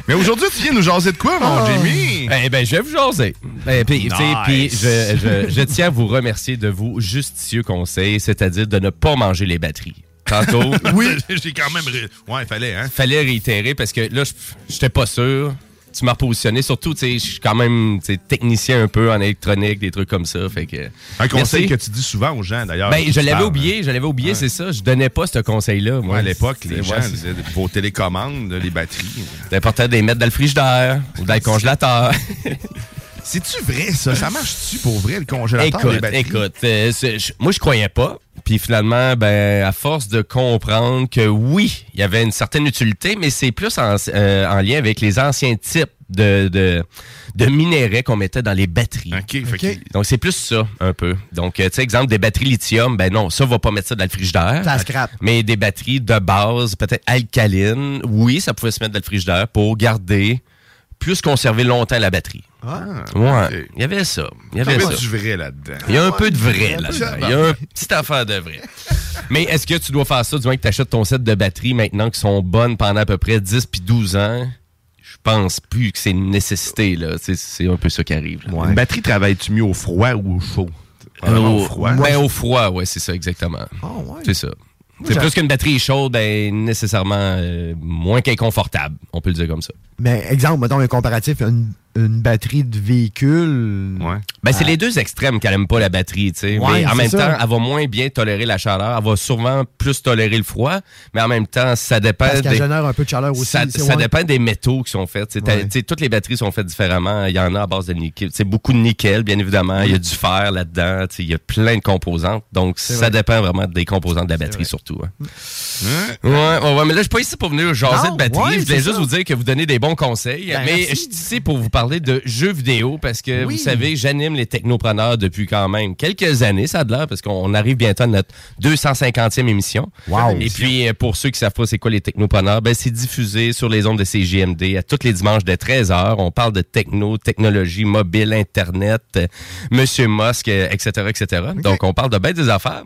[SPEAKER 8] Mais aujourd'hui, tu viens nous jaser de quoi, mon Jimmy?
[SPEAKER 23] Eh ben, je vais vous jaser. Eh, puis, tu sais, puis
[SPEAKER 8] Nice.
[SPEAKER 23] je, je- je tiens à vous remercier de vos justicieux conseils, c'est-à-dire de ne pas manger les batteries. Tantôt,
[SPEAKER 8] oui. J'ai quand même. ré- Ouais, il fallait, hein?
[SPEAKER 23] fallait réitérer parce que là, je- j'étais pas sûr. Tu m'as repositionné. Surtout, tu sais, je suis quand même tu sais, technicien un peu en électronique, des trucs comme ça. Fait que.
[SPEAKER 8] Un
[SPEAKER 23] Merci.
[SPEAKER 8] conseil que tu dis souvent aux gens, d'ailleurs.
[SPEAKER 23] Ben,
[SPEAKER 8] quand
[SPEAKER 23] je
[SPEAKER 8] tu
[SPEAKER 23] l'avais
[SPEAKER 8] parles,
[SPEAKER 23] oublié, je l'avais oublié,
[SPEAKER 8] Ouais.
[SPEAKER 23] c'est ça. Je donnais pas ce conseil-là.
[SPEAKER 8] hein.
[SPEAKER 23] Moi,
[SPEAKER 8] Ouais, à l'époque, les
[SPEAKER 23] C'est-
[SPEAKER 8] gens
[SPEAKER 23] ouais, c'est-
[SPEAKER 8] disaient vos télécommandes, les batteries.
[SPEAKER 23] C'est important de les mettre dans le frigidaire ou dans le congélateur.
[SPEAKER 8] C'est-tu vrai, ça? Ça marche-tu pour vrai, le congélateur? les
[SPEAKER 23] Écoute,
[SPEAKER 8] batteries?
[SPEAKER 23] écoute, euh, c'est- je- moi je croyais pas. Puis finalement, ben, à force de comprendre que oui, il y avait une certaine utilité, mais c'est plus en, euh, en lien avec les anciens types de, de, de minéraux qu'on mettait dans les batteries. Donc c'est plus ça, un peu. Donc, euh, tu sais, exemple, des batteries lithium, ben non, ça, on va pas mettre ça dans le frigidaire.
[SPEAKER 9] Ça scrape.
[SPEAKER 23] Mais des batteries de base, peut-être alcalines, oui, ça pouvait se mettre dans le frigidaire pour garder puisse conserver longtemps la batterie. ouais, il y avait ça. Il y
[SPEAKER 8] Ça
[SPEAKER 23] avait
[SPEAKER 8] met
[SPEAKER 23] ça.
[SPEAKER 8] du vrai là-dedans.
[SPEAKER 23] Il y a un
[SPEAKER 8] Ouais.
[SPEAKER 23] peu de vrai
[SPEAKER 8] Un peu
[SPEAKER 23] là-dedans.
[SPEAKER 8] de
[SPEAKER 23] Il y a une petite affaire de vrai. Mais est-ce que tu dois faire ça, du moins que tu achètes ton set de batteries maintenant qui sont bonnes pendant à peu près 10 puis 12 ans? Je pense plus que c'est une nécessité. là. C'est- C'est un peu ça qui arrive. là.
[SPEAKER 8] Une batterie travaille-tu mieux au froid ou au chaud? Probablement
[SPEAKER 23] Au- Ben, au froid, ouais, c'est ça, exactement.
[SPEAKER 8] Ah,
[SPEAKER 23] C'est ça. C'est
[SPEAKER 9] j'a-
[SPEAKER 23] plus qu'une batterie est chaude, ben, nécessairement euh, moins qu'inconfortable. On peut le dire comme ça.
[SPEAKER 9] Mais exemple, mettons un comparatif, une, une batterie de véhicule.
[SPEAKER 23] Ben, c'est les deux extrêmes qu'elle aime pas la batterie, tu sais.
[SPEAKER 9] Ah. Ouais,
[SPEAKER 23] mais en
[SPEAKER 9] c'est
[SPEAKER 23] même
[SPEAKER 9] ça.
[SPEAKER 23] temps, elle va moins bien tolérer la chaleur. Elle va sûrement plus tolérer le froid. Mais en même temps, ça dépend
[SPEAKER 9] Parce qu'elle
[SPEAKER 23] des-
[SPEAKER 9] génère un peu de chaleur aussi.
[SPEAKER 23] Ça,
[SPEAKER 9] c'est
[SPEAKER 23] ça
[SPEAKER 9] ouais.
[SPEAKER 23] dépend des métaux qui sont faits. t'sais. T'as-
[SPEAKER 9] Ouais.
[SPEAKER 23] t'sais, toutes les batteries sont faites différemment. Il y en a à base de nickel. C'est beaucoup de nickel, bien évidemment. Il y a du fer là-dedans. t'sais, Il y a plein de composantes. Donc,
[SPEAKER 9] C'est
[SPEAKER 23] ça
[SPEAKER 9] vrai.
[SPEAKER 23] dépend vraiment des composantes de la batterie, surtout. hein. Ouais, ouais, ouais, mais là, je suis pas ici pour venir jaser
[SPEAKER 9] Non,
[SPEAKER 23] de batterie.
[SPEAKER 9] ouais,
[SPEAKER 23] je voulais
[SPEAKER 9] c'est
[SPEAKER 23] juste
[SPEAKER 9] ça.
[SPEAKER 23] vous dire que vous donnez des bons conseils.
[SPEAKER 9] Ben,
[SPEAKER 23] mais
[SPEAKER 9] merci.
[SPEAKER 23] je suis ici pour vous parler de jeux vidéo parce que
[SPEAKER 9] Oui.
[SPEAKER 23] vous savez, j'anime les technopreneurs depuis quand même quelques années, ça a de l'air, parce qu'on arrive bientôt à notre 250e émission.
[SPEAKER 9] Wow.
[SPEAKER 23] Et puis, euh, pour ceux qui savent pas c'est quoi les technopreneurs, ben, c'est diffusé sur les ondes de CGMD à tous les dimanches de 13h. On parle de techno, technologie, mobile, Internet, euh, Monsieur Musk, euh, etc., etc. Donc, on parle de bêtes des affaires.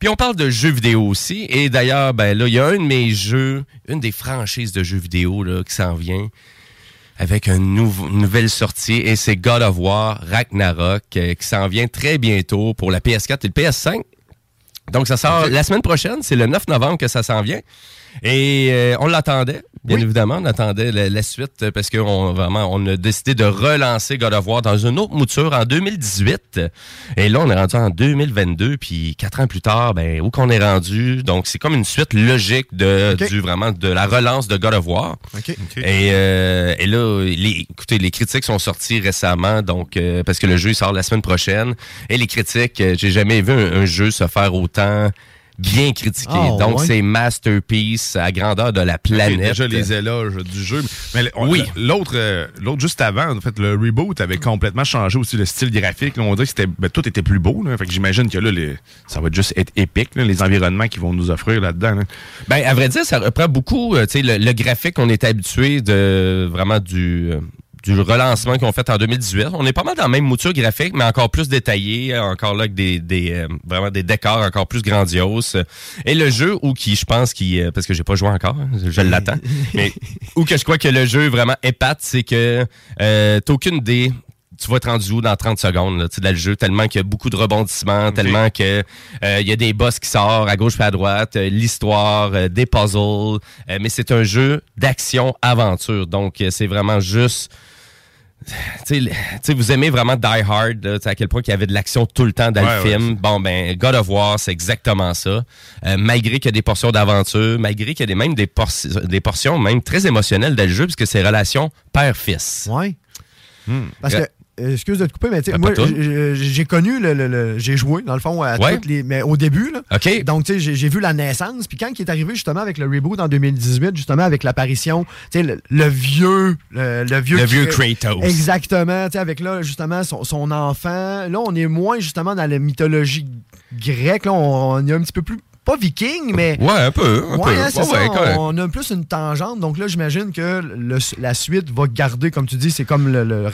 [SPEAKER 23] Puis, on parle de jeux vidéo aussi. Et d'ailleurs, ben là, il y a un de mes jeux, une des franchises de jeux vidéo là, qui s'en vient avec un nouveau- une nouvelle sortie et c'est God of War Ragnarok euh, qui s'en vient très bientôt pour la PS4 et le PS5. Donc ça sort la semaine prochaine, c'est le 9 novembre que ça s'en vient. Et euh, on l'attendait, bien évidemment, on attendait la, la suite euh, parce qu'on vraiment on a décidé de relancer God of War dans une autre mouture en 2018. Et là on est rendu en 2022 puis quatre ans plus tard, ben où qu'on est rendu. Donc c'est comme une suite logique de
[SPEAKER 9] Ok.
[SPEAKER 23] du vraiment de la relance de God of War. Et, euh, et là, les, écoutez, les critiques sont sorties récemment, donc euh, parce que le jeu sort la semaine prochaine. Et les critiques, euh, j'ai jamais vu un, un jeu se faire autant bien critiqué.
[SPEAKER 8] Ah,
[SPEAKER 23] donc
[SPEAKER 8] ouais.
[SPEAKER 23] c'est masterpiece à grandeur de la planète.
[SPEAKER 8] Ok, Ah déjà les éloges du jeu. Mais on-
[SPEAKER 23] Oui.
[SPEAKER 8] l'autre, euh, l'autre juste avant, en fait, le reboot avait complètement changé aussi le style graphique. là. on dirait que c'était, ben, tout était plus beau. là. Fait que j'imagine que là, les- ça va juste être épique, là, les environnements qu'ils vont nous offrir là-dedans. hein. là.
[SPEAKER 23] Ben, à vrai dire, ça reprend beaucoup. euh, tu sais, le, le graphique, on est habitué de vraiment du. euh, du relancement qu'on fait en 2018. On est pas mal dans la même mouture graphique, mais encore plus détaillé, euh, encore là avec des, des euh, vraiment des décors encore plus grandioses. Et le jeu où qui je pense qui euh, parce que j'ai pas joué encore, hein, je l'attends, mais où que je crois que le jeu vraiment épate, c'est que euh, t'as aucune idée tu vas être rendu où dans 30 secondes là, tu sais, dans le jeu, tellement qu'il y a beaucoup de rebondissements, tellement que euh, il y a des boss qui sortent à gauche et à droite, euh, l'histoire, euh, des puzzles, euh, mais c'est un jeu d'action-aventure. Donc, euh, c'est vraiment juste... Tu sais, le- tu sais, vous aimez vraiment Die Hard, là, tu sais, à quel point il y avait de l'action tout le temps dans
[SPEAKER 8] Ouais,
[SPEAKER 23] le
[SPEAKER 8] ouais,
[SPEAKER 23] film. Bon, ben, God of War, c'est exactement ça. Euh, malgré qu'il y a des portions d'aventure, malgré qu'il y a des, même des, por- des portions même très émotionnelles dans le jeu, puisque c'est relation père-fils.
[SPEAKER 9] Ouais. Parce que, euh, excuse de te couper, mais tu sais,
[SPEAKER 23] Hmm. Ben,
[SPEAKER 9] moi,
[SPEAKER 23] pas toi.
[SPEAKER 9] j'ai- j'ai j'ai connu, le, le- le- j'ai joué, dans le fond, à
[SPEAKER 23] Ouais.
[SPEAKER 9] toutes les. Mais au début, là.
[SPEAKER 23] OK.
[SPEAKER 9] Donc, tu sais, j'ai- j'ai vu la naissance. Puis quand il est arrivé, justement, avec le reboot en 2018, justement, avec l'apparition, tu sais, le, le vieux. Le, vieux,
[SPEAKER 23] Le vieux
[SPEAKER 9] Kra-
[SPEAKER 23] Kratos.
[SPEAKER 9] Exactement. Tu sais, avec là, justement, son, son enfant. Là, on est moins, justement, dans la mythologie grecque. Là, on, on est un petit peu plus. Pas viking, mais.
[SPEAKER 23] Ouais, un peu, un
[SPEAKER 9] Ouais,
[SPEAKER 23] peu.
[SPEAKER 9] hein, c'est
[SPEAKER 23] Ouais,
[SPEAKER 9] ça,
[SPEAKER 23] ouais, correct.
[SPEAKER 9] on, on a plus une tangente. Donc là, j'imagine que le- la suite va garder, comme tu dis, c'est comme le, le-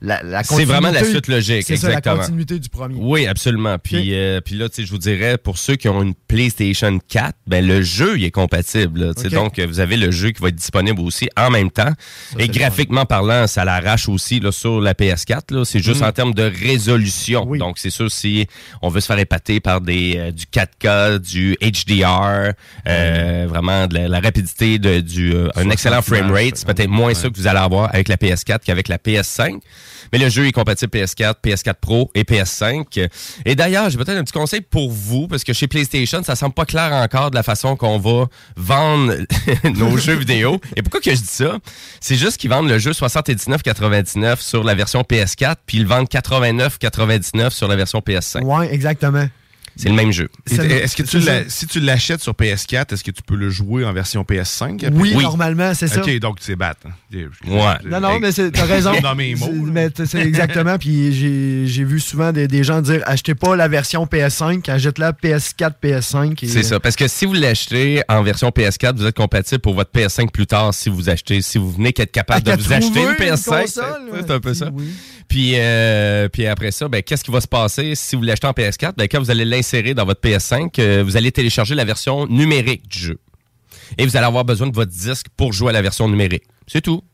[SPEAKER 9] la, la
[SPEAKER 23] C'est vraiment la
[SPEAKER 9] continuité.
[SPEAKER 23] suite logique,
[SPEAKER 9] C'est ça,
[SPEAKER 23] exactement.
[SPEAKER 9] la continuité du premier.
[SPEAKER 23] Oui, absolument. Puis, euh, puis là, tu sais, je vous dirais, pour ceux qui ont une PlayStation 4, ben, le jeu il est compatible. là, tu sais.
[SPEAKER 9] Ok.
[SPEAKER 23] Donc, euh, vous avez le jeu qui va être disponible aussi en même temps. Et graphiquement parlant, ça l'arrache aussi là, sur la PS4. là. C'est juste
[SPEAKER 9] Mm.
[SPEAKER 23] en termes de résolution. Donc, c'est sûr, si on veut se faire épater par des, euh, du 4K, du HDR, euh, vraiment de la, la rapidité, de, du, euh, un excellent frame rate, c'est peut-être moins ça que vous allez avoir avec la PS4 qu'avec la PS5. Mais le jeu est compatible PS4, PS4 Pro et PS5. Et d'ailleurs, j'ai peut-être un petit conseil pour vous, parce que chez PlayStation, ça semble pas clair encore de la façon qu'on va vendre nos jeux vidéo. Et pourquoi que je dis ça? C'est juste qu'ils vendent le jeu 79,99 sur la version PS4, puis ils le vendent 89,99 sur la version PS5.
[SPEAKER 9] Ouais, exactement.
[SPEAKER 23] C'est le même jeu.
[SPEAKER 8] Et- Est-ce que tu l'as- si tu l'achètes sur PS4, est-ce que tu peux le jouer en version PS5 après?
[SPEAKER 9] Oui, Oui. normalement, c'est ça.
[SPEAKER 8] OK, donc c'est bat. hein. Ok, je-
[SPEAKER 9] Non, non, mais c'est- t'as raison.
[SPEAKER 8] Dans mes mots.
[SPEAKER 9] C'est- mais t- c'est exactement. Puis j'ai- j'ai vu souvent des, des gens dire achetez pas la version PS5, achète-la PS4, PS5. et-
[SPEAKER 23] C'est ça. Parce que si vous l'achetez en version PS4, vous êtes compatible pour votre PS5 plus tard si vous achetez. Si vous venez qu'être capable
[SPEAKER 9] À
[SPEAKER 23] de vous acheter une
[SPEAKER 9] trouver
[SPEAKER 23] PS5.
[SPEAKER 9] une
[SPEAKER 23] c'est-
[SPEAKER 9] console,
[SPEAKER 23] C'est un peu ça. Puis, euh, puis après ça, ben, qu'est-ce qui va se passer si vous l'achetez en PS4? Ben, quand vous allez l'insérer dans votre PS5, euh, vous allez télécharger la version numérique du jeu. Et vous allez avoir besoin de votre disque pour jouer à la version numérique. C'est tout.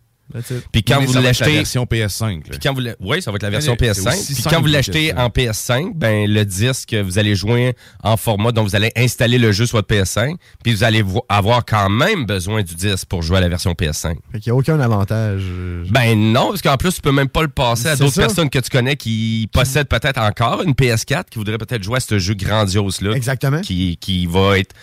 [SPEAKER 23] Puis quand
[SPEAKER 8] Mais
[SPEAKER 23] vous
[SPEAKER 8] ça va être la
[SPEAKER 23] l'achetez-
[SPEAKER 8] version PS5. là.
[SPEAKER 23] Puis quand vous l'a- oui, ça va être la
[SPEAKER 8] Mais
[SPEAKER 23] version
[SPEAKER 8] c'est
[SPEAKER 23] PS5.
[SPEAKER 8] aussi
[SPEAKER 23] Puis
[SPEAKER 8] simple
[SPEAKER 23] quand vous
[SPEAKER 8] que
[SPEAKER 23] l'achetez
[SPEAKER 8] ça.
[SPEAKER 23] en PS5, ben le disque, vous allez jouer en format dont vous allez installer le jeu sur votre PS5. Puis vous allez vo- avoir quand même besoin du disque pour jouer à la version PS5.
[SPEAKER 9] Fait qu'il n'y a aucun avantage. euh,
[SPEAKER 23] Ben non, parce qu'en plus, tu peux même pas le passer à
[SPEAKER 9] C'est
[SPEAKER 23] d'autres
[SPEAKER 9] ça.
[SPEAKER 23] personnes que tu connais qui possèdent peut-être encore une PS4, qui voudraient peut-être jouer à ce jeu grandiose-là.
[SPEAKER 9] Exactement.
[SPEAKER 23] Qui, qui va être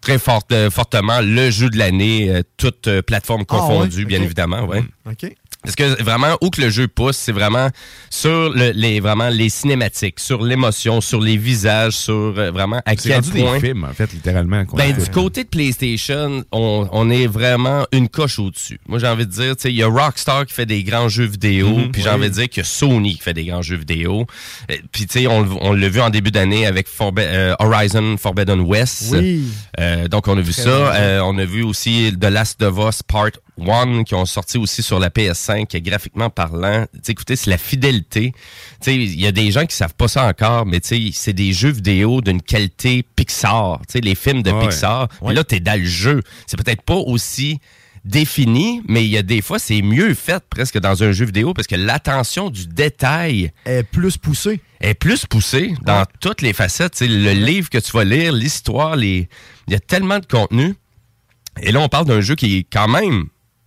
[SPEAKER 23] très fort, euh, fortement le jeu de l'année, euh, toute euh, plateforme
[SPEAKER 9] Ah, ouais?
[SPEAKER 23] confondue, bien
[SPEAKER 9] Ok.
[SPEAKER 23] évidemment. Ouais.
[SPEAKER 9] OK.
[SPEAKER 23] Parce que vraiment, où que le jeu pousse, c'est vraiment sur le- les, vraiment les cinématiques, sur l'émotion, sur les visages, sur euh, vraiment à
[SPEAKER 8] C'est
[SPEAKER 23] quel
[SPEAKER 8] rendu
[SPEAKER 23] point.
[SPEAKER 8] des films, en fait, littéralement. Hein, qu'on
[SPEAKER 23] Ben,
[SPEAKER 8] écoute.
[SPEAKER 23] du côté de PlayStation, on, on est vraiment une coche au-dessus. Moi, j'ai envie de dire, tu sais, il y a Rockstar qui fait des grands jeux vidéo,
[SPEAKER 8] Mhm,
[SPEAKER 23] puis j'ai
[SPEAKER 8] oui.
[SPEAKER 23] envie de dire qu'il y a Sony qui fait des grands jeux vidéo. Euh, Puis, tu sais, on, le- on l'a vu en début d'année avec Forbe- euh, Horizon Forbidden West.
[SPEAKER 9] Oui.
[SPEAKER 23] Euh, donc, on a vu
[SPEAKER 9] Très
[SPEAKER 23] ça.
[SPEAKER 9] bon jeu.
[SPEAKER 23] Euh, on a vu aussi The Last of Us Part 1 qui ont sorti aussi sur la PS5, qui est graphiquement parlant. Tu sais, écoutez, c'est la fidélité. Tu sais, Il y a des gens qui savent pas ça encore, mais tu sais, c'est des jeux vidéo d'une qualité Pixar. Tu sais, les films de
[SPEAKER 9] Ah
[SPEAKER 8] Ouais.
[SPEAKER 23] Pixar. Puis Là, tu es dans le jeu. C'est peut-être pas aussi défini, mais il y a des fois, c'est mieux fait presque dans un jeu vidéo parce que l'attention du détail
[SPEAKER 9] est plus poussée.
[SPEAKER 23] Est plus poussée dans toutes les facettes. Tu sais, le livre que tu vas lire, l'histoire, les... il y a tellement de contenu. Et là, on parle d'un jeu qui est quand même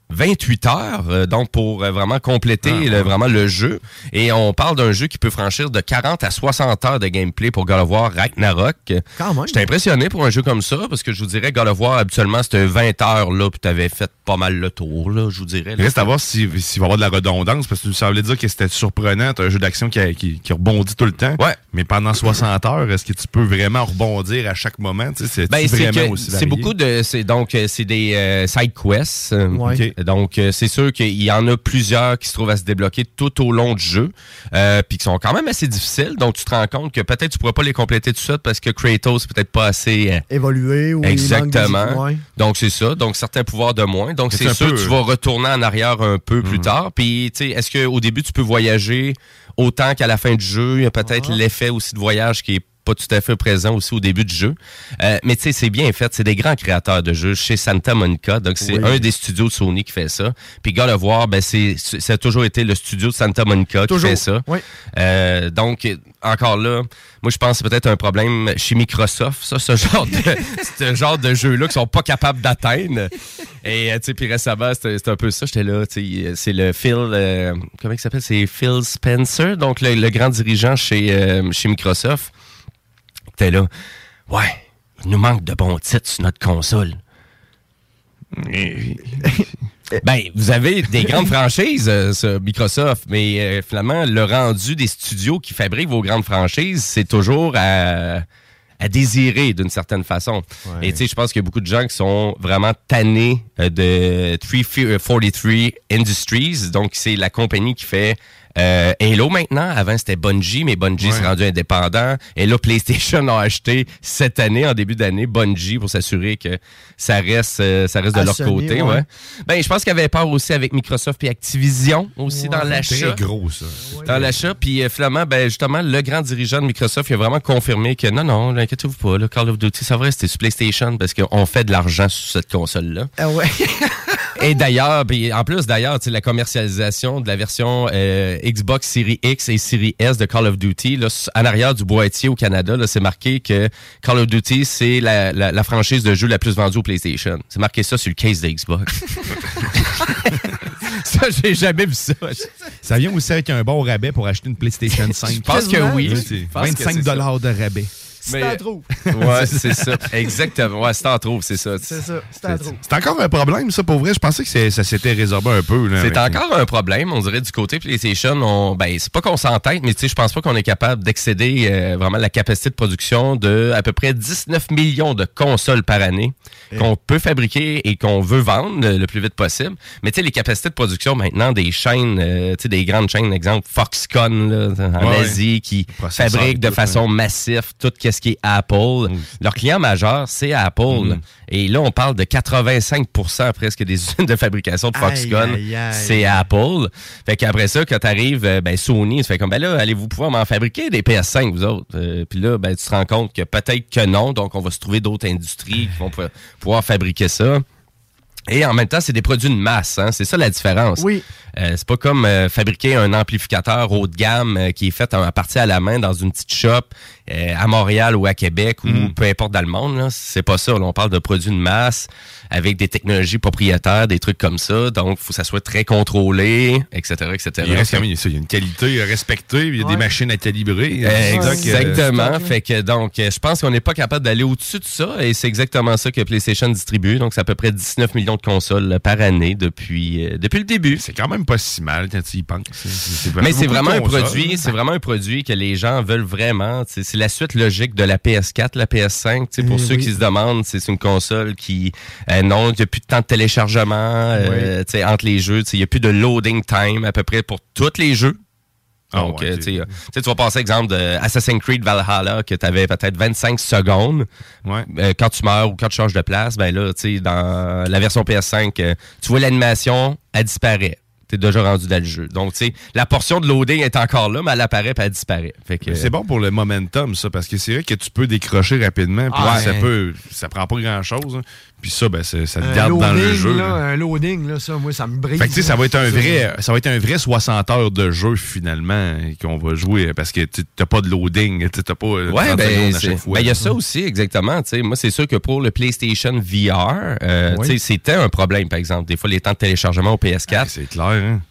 [SPEAKER 23] 28 heures, euh, donc pour euh, vraiment compléter
[SPEAKER 9] Ah
[SPEAKER 23] le- vraiment le jeu. Et on parle d'un jeu qui peut franchir de 40 à 60 heures de gameplay pour God of War Ragnarok.
[SPEAKER 9] Quand même.
[SPEAKER 23] J'étais impressionné pour un jeu comme ça, parce que je vous dirais, God of War, habituellement, c'était 20 heures, là, puis t'avais fait pas mal le tour, là, je vous dirais. là.
[SPEAKER 8] Reste à voir si- s'il va y avoir de la redondance, parce que ça voulait dire que c'était surprenant. T'as un jeu d'action qui, a- qui- qui rebondit tout le temps.
[SPEAKER 23] Ouais.
[SPEAKER 8] Mais pendant 60 heures, est-ce que tu peux vraiment rebondir à chaque moment? Tu sais, C'est
[SPEAKER 23] Ben, c'est
[SPEAKER 8] vraiment
[SPEAKER 23] que
[SPEAKER 8] aussi
[SPEAKER 23] c'est
[SPEAKER 8] varié?
[SPEAKER 23] beaucoup de c'est donc euh, c'est des euh, side quests euh,
[SPEAKER 8] Ouais.
[SPEAKER 23] ok. donc euh, c'est sûr qu'il y en a plusieurs qui se trouvent à se débloquer tout au long du jeu euh, puis qui sont quand même assez difficiles donc tu te rends compte que peut-être tu pourras pas les compléter tout de suite parce que Kratos c'est peut-être pas assez euh,
[SPEAKER 9] Évoluer ou il manque des-
[SPEAKER 23] Exactement.
[SPEAKER 9] ouais.
[SPEAKER 23] Donc c'est ça. Donc certains pouvoirs de moins. Donc
[SPEAKER 9] C'est
[SPEAKER 23] c'est
[SPEAKER 9] un
[SPEAKER 23] sûr
[SPEAKER 9] peu-
[SPEAKER 23] tu vas retourner en arrière un peu
[SPEAKER 9] Mhm.
[SPEAKER 23] plus tard. Puis tu sais, est-ce que au début tu peux voyager autant qu'à la fin du jeu Il y a peut-être l'effet aussi de voyage qui est pas tout à fait présent aussi au début du jeu. Euh, mais tu sais, c'est bien fait. C'est des grands créateurs de jeux chez Santa Monica. Donc, c'est
[SPEAKER 9] Oui.
[SPEAKER 23] un des studios de Sony qui fait ça. Puis, God of War, ben, c'est, c'est- ça a toujours été le studio de Santa Monica qui
[SPEAKER 9] Toujours.
[SPEAKER 23] fait ça.
[SPEAKER 9] Oui.
[SPEAKER 23] Euh, donc, encore là, moi, je pense que c'est peut-être un problème chez Microsoft, ça, ce genre de, ce genre de jeux-là qu'ils sont pas capables d'atteindre. Et, euh, tu sais, puis récemment, c'était c'était un peu ça. J'étais là, tu sais, c'est le Phil, euh, comment il s'appelle? C'est Phil Spencer, donc le, le grand dirigeant chez, euh, chez Microsoft. T'es là, ouais, il nous manque de bons titres sur notre console. ben, vous avez des grandes franchises, euh, sur Microsoft, mais euh, finalement, le rendu des studios qui fabriquent vos grandes franchises, c'est toujours à, à désirer d'une certaine façon. Et tu sais, je pense qu'il y a beaucoup de gens qui sont vraiment tannés euh, de 343 Industries, donc c'est la compagnie qui fait euh, Halo maintenant. Avant, c'était Bungie, mais Bungie s'est rendu indépendant. Et là, PlayStation a acheté cette année, en début d'année, Bungie pour s'assurer que ça reste, euh, ça reste de leur
[SPEAKER 8] Assommé,
[SPEAKER 23] côté.
[SPEAKER 8] ouais.
[SPEAKER 23] ouais. Ben, je pense qu'il y avait peur aussi avec Microsoft et Activision aussi
[SPEAKER 8] Ouais.
[SPEAKER 23] dans l'achat.
[SPEAKER 8] Très gros, ça.
[SPEAKER 23] Dans l'achat, puis euh, finalement, ben, justement, le grand dirigeant de Microsoft il a vraiment confirmé que non, non, là, inquiétez-vous pas, le Call of Duty, ça va rester sur PlayStation parce qu'on fait de l'argent sur cette console-là.
[SPEAKER 9] Ah ouais.
[SPEAKER 23] Et d'ailleurs, puis en plus d'ailleurs, tu sais, la commercialisation de la version euh, Xbox Series X et Series S de Call of Duty, là, s- en arrière du boîtier au Canada, là, c'est marqué que Call of Duty, c'est la, la- la franchise de jeu la plus vendue au PlayStation. C'est marqué ça sur le case de Xbox. ça, j'ai jamais vu ça.
[SPEAKER 8] Ça vient aussi avec un bon rabais pour acheter une PlayStation 5.
[SPEAKER 23] Je pense que oui.
[SPEAKER 8] Tu sais,
[SPEAKER 23] Je pense que
[SPEAKER 8] 25
[SPEAKER 23] c'est ça.
[SPEAKER 8] dollars de rabais.
[SPEAKER 9] Si
[SPEAKER 23] Mais- euh,
[SPEAKER 9] t'en trouves.
[SPEAKER 23] Ouais, c'est ça. Exactement. Ouais, si t'en trouves, c'est ça.
[SPEAKER 9] C'est ça, si t'en trouves.
[SPEAKER 8] C'est encore un problème, ça, pour vrai. Je pensais que c'est- ça s'était résorbé un peu. là,
[SPEAKER 23] C'est
[SPEAKER 8] avec-
[SPEAKER 23] encore un problème, on dirait, du côté PlayStation. On, ben, c'est pas qu'on s'entête, mais tu sais, je pense pas qu'on est capable d'excéder euh, vraiment la capacité de production de à peu près 19 millions de consoles par année qu'on peut fabriquer et qu'on veut vendre euh, le plus vite possible. Mais tu sais, les capacités de production maintenant des chaînes, euh, tu sais, des grandes chaînes, exemple Foxconn là, en
[SPEAKER 8] Ouais, ouais.
[SPEAKER 23] Asie, qui
[SPEAKER 8] processeurs
[SPEAKER 23] fabriquent
[SPEAKER 8] et
[SPEAKER 23] de
[SPEAKER 9] hein.
[SPEAKER 8] tout,
[SPEAKER 23] façon massive tout ce qui est Apple. Leur client majeur, c'est Apple.
[SPEAKER 9] Mmh.
[SPEAKER 23] Et là, on parle de 85 presque des usines de fabrication de Foxconn.
[SPEAKER 9] Aïe, aïe, aïe.
[SPEAKER 23] C'est Apple. Fait qu'après ça, quand t'arrives, euh, ben Sony, tu fais comme, ben là, allez-vous pouvoir m'en fabriquer des PS5, vous autres? Euh, Puis là, ben, tu te rends compte que peut-être que non. Donc, on va se trouver d'autres industries qui vont pou- pouvoir fabriquer ça. Et en même temps, c'est des produits de masse, hein? c'est ça la différence.
[SPEAKER 9] Oui.
[SPEAKER 23] Euh, c'est pas comme euh, fabriquer un amplificateur haut de gamme euh, qui est fait à à partir à la main dans une petite shop euh, à Montréal ou à Québec ou peu importe dans le monde. là. C'est pas ça. là. on parle de produits de masse avec des technologies propriétaires, des trucs comme ça. Donc, faut que ça soit très contrôlé, etc., etc.
[SPEAKER 8] Il reste quand même ça, il y a une qualité euh, respectée, il y a des machines à calibrer.
[SPEAKER 23] Euh,
[SPEAKER 8] Donc, euh,
[SPEAKER 23] Exactement. Fait que donc, euh, je pense qu'on n'est pas capable d'aller au-dessus de ça et c'est exactement ça que PlayStation distribue. Donc, c'est à peu près 19 millions de consoles euh, par année depuis, euh, depuis le début. C'est quand même pas si mal quand tu y penses. Mais
[SPEAKER 8] beaucoup
[SPEAKER 23] c'est vraiment
[SPEAKER 8] de
[SPEAKER 23] un
[SPEAKER 8] consoles.
[SPEAKER 23] produit, c'est vraiment un produit que les gens veulent vraiment. Tu sais, C'est la suite logique de la PS4, la PS5. Tu sais, Pour
[SPEAKER 8] Eh
[SPEAKER 23] ceux
[SPEAKER 8] oui.
[SPEAKER 23] qui se demandent, c'est c'est une console qui, euh, non, il n'y a plus de temps de téléchargement euh, tu sais, entre les jeux. tu sais, Il n'y a plus de loading time à peu près pour tous les jeux.
[SPEAKER 8] Ah
[SPEAKER 23] Donc, euh, tu sais, euh, tu sais, tu vas passer exemple de Assassin's Creed Valhalla que tu avais peut-être 25 secondes. Euh, quand tu meurs ou quand tu changes de place, ben là, tu sais, dans la version PS5, euh, tu vois l'animation, elle disparaît. T'es déjà rendu dans le jeu. Donc, tu sais, la portion de loading est encore là, mais elle apparaît puis elle disparaît. Fait que,
[SPEAKER 8] Mais C'est bon pour le momentum, ça, parce que c'est vrai que tu peux décrocher rapidement, puis
[SPEAKER 23] Ah,
[SPEAKER 8] ça
[SPEAKER 23] ouais. Euh,
[SPEAKER 8] peut, ça prend pas grand-chose. hein. Puis ça, ben, c'est- ça te
[SPEAKER 9] Un
[SPEAKER 8] garde dans le
[SPEAKER 9] loading,
[SPEAKER 8] jeu.
[SPEAKER 9] là,
[SPEAKER 8] là.
[SPEAKER 9] Un loading, là, ça, moi, ça me brise.
[SPEAKER 8] Fait que, tu sais, ça va être un
[SPEAKER 9] Ça,
[SPEAKER 8] vrai, ça va être un vrai 60 heures de jeu finalement qu'on va jouer parce que tu t'as pas de loading, tu t'as pas euh,
[SPEAKER 23] Ouais,
[SPEAKER 8] 30
[SPEAKER 23] ben,
[SPEAKER 8] secondes à
[SPEAKER 23] c'est-
[SPEAKER 8] chaque fois.
[SPEAKER 23] ben, il y a ça aussi, exactement. tu sais. moi, c'est sûr que pour le PlayStation VR, euh,
[SPEAKER 8] Oui.
[SPEAKER 23] tu sais, c'était un problème, par exemple. Des fois, les temps de téléchargement au PS4.
[SPEAKER 8] c'est clair, hein?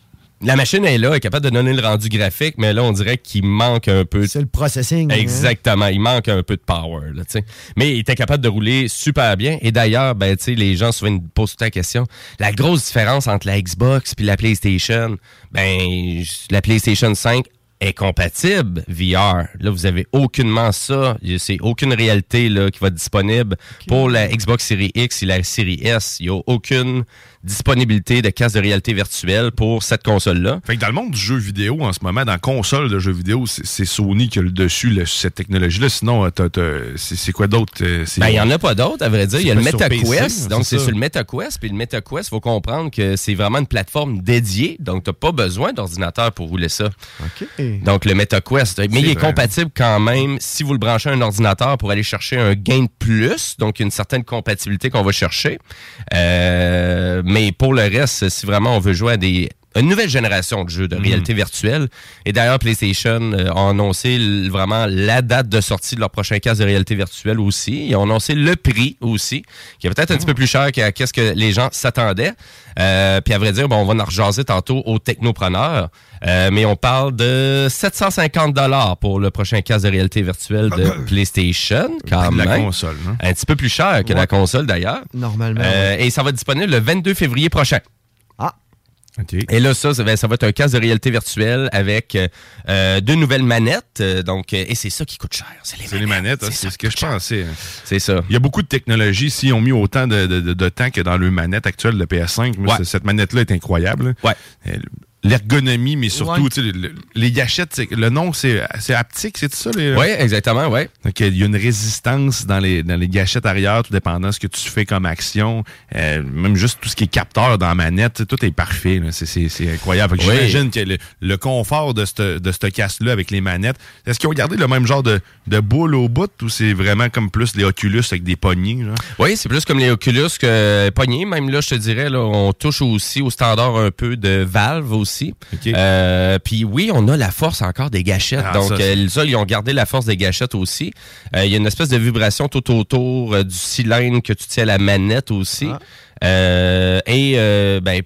[SPEAKER 23] La machine est là, elle est capable de donner le rendu graphique, mais là, on dirait qu'il manque un peu. C'est le
[SPEAKER 9] processing. hein.
[SPEAKER 23] Exactement. Il manque un peu de power. Là, tu sais. mais il était capable de rouler super bien. Et d'ailleurs, ben, tu sais, les gens souvent nous posent toute la question. La grosse différence entre la Xbox et la PlayStation, ben, la PlayStation 5 est compatible VR. Là, vous avez aucunement ça. C'est aucune réalité là, qui va être disponible pour la Xbox Series X et la Series S. Il n'y a aucune disponibilité de casque de réalité virtuelle pour cette console-là.
[SPEAKER 8] Fait que dans le monde du jeu vidéo en ce moment, dans console de jeux vidéo, c'est c'est Sony qui a le dessus le- cette technologie-là. Sinon, euh, t'as- t'as- c'est c'est quoi d'autre? euh, c'est-
[SPEAKER 23] Ben, il n'y en a pas d'autres, à vrai dire. Il y a
[SPEAKER 8] C'est
[SPEAKER 23] le
[SPEAKER 8] pas sur PC,
[SPEAKER 23] MetaQuest. Donc, c'est
[SPEAKER 8] ça.
[SPEAKER 23] sur le MetaQuest. Puis le MetaQuest, il faut comprendre que c'est vraiment une plateforme dédiée. Donc, tu n'as pas besoin d'ordinateur pour rouler ça. Donc, le MetaQuest. Mais il est
[SPEAKER 8] vrai.
[SPEAKER 23] compatible quand même si vous le branchez à un ordinateur pour aller chercher un gain de plus. Donc, une certaine compatibilité qu'on va chercher. Euh, mais pour le reste, si vraiment on veut jouer à des une nouvelle génération de jeux
[SPEAKER 8] Mhm.
[SPEAKER 23] de réalité virtuelle. Et d'ailleurs, PlayStation euh, a annoncé l- vraiment la date de sortie de leur prochain casque de réalité virtuelle aussi. Ils ont annoncé le prix aussi, qui est peut-être un petit
[SPEAKER 8] Ah.
[SPEAKER 23] peu plus cher qu'à qu'est-ce que les gens s'attendaient. Euh, puis à vrai dire, bon, on va en rejaser tantôt aux technopreneurs. Euh, mais on parle de 750 dollars pour le prochain casque de réalité virtuelle de PlayStation, quand
[SPEAKER 8] de Ah, ben. la
[SPEAKER 23] même.
[SPEAKER 8] console, hein?
[SPEAKER 23] Un petit peu plus cher que la console d'ailleurs.
[SPEAKER 9] Normalement.
[SPEAKER 23] Euh, Et ça va être disponible le 22 février prochain.
[SPEAKER 9] Ah.
[SPEAKER 23] Et là, ça, ben, ça va, ça va être un casque de réalité virtuelle avec euh, euh, deux nouvelles manettes. euh, donc, euh, et c'est ça qui coûte cher. C'est les
[SPEAKER 8] C'est les manettes, hein, c'est ce que je pensais. hein.
[SPEAKER 23] C'est ça.
[SPEAKER 8] Il y a beaucoup de technologies. S'ils ont mis autant de, de- de- de temps que dans le manette actuelle de PS5, moi,
[SPEAKER 23] Ouais.
[SPEAKER 8] c- cette manette-là est incroyable. Euh,
[SPEAKER 23] Ouais.
[SPEAKER 8] L'ergonomie, mais surtout,
[SPEAKER 23] Ouais.
[SPEAKER 8] tu sais, le- le- les gâchettes, c'est- le nom, c'est c'est haptique, c'est ça? Les...
[SPEAKER 23] Oui, exactement, oui.
[SPEAKER 8] Donc, il y a une résistance dans les, dans les gâchettes arrière, tout dépendant de ce que tu fais comme action. Euh, même juste tout ce qui est capteur dans la manette, tu sais, tout est parfait. là. C'est- C'est c'est incroyable. Fait que
[SPEAKER 23] Oui.
[SPEAKER 8] J'imagine que le, le confort de ce de ce casque-là avec les manettes, est-ce qu'ils ont gardé le même genre de, de boule au bout ou c'est vraiment comme plus les Oculus avec des poignées? genre?
[SPEAKER 23] Oui, c'est plus comme les Oculus que Pogné. Même là, je te dirais, là, on touche aussi au standard un peu de Valve aussi. Euh, Puis oui, on a la force encore des gâchettes.
[SPEAKER 8] Ah,
[SPEAKER 23] donc,
[SPEAKER 8] ça,
[SPEAKER 23] euh,
[SPEAKER 8] c'est-
[SPEAKER 23] ça, ils ont gardé la force des gâchettes aussi. Euh, Il y a une espèce de vibration tout autour
[SPEAKER 8] Ah.
[SPEAKER 23] euh, du cylindre que tu tiens à la manette aussi. Euh, et euh, ben,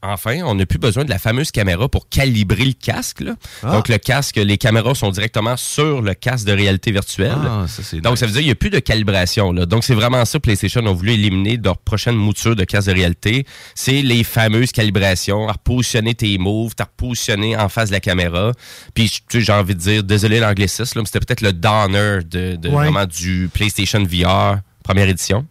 [SPEAKER 23] Enfin, on n'a plus besoin de la fameuse caméra pour calibrer le casque. là.
[SPEAKER 15] Ah.
[SPEAKER 23] Donc, le casque, les caméras sont directement sur le casque de réalité virtuelle.
[SPEAKER 15] Ah, ça, c'est
[SPEAKER 23] Donc, ça veut dire qu'il n'y a plus de calibration. là. Donc, c'est vraiment ça, PlayStation ont voulu éliminer de leur prochaine mouture de casque de réalité. C'est les fameuses calibrations, à repositionner tes moves, t'as repositionné en face de la caméra. Puis, tu sais, j'ai envie de dire, désolé l'anglicisme, là, mais c'était peut-être le downer de, de
[SPEAKER 8] Ouais.
[SPEAKER 23] vraiment du PlayStation VR, première édition.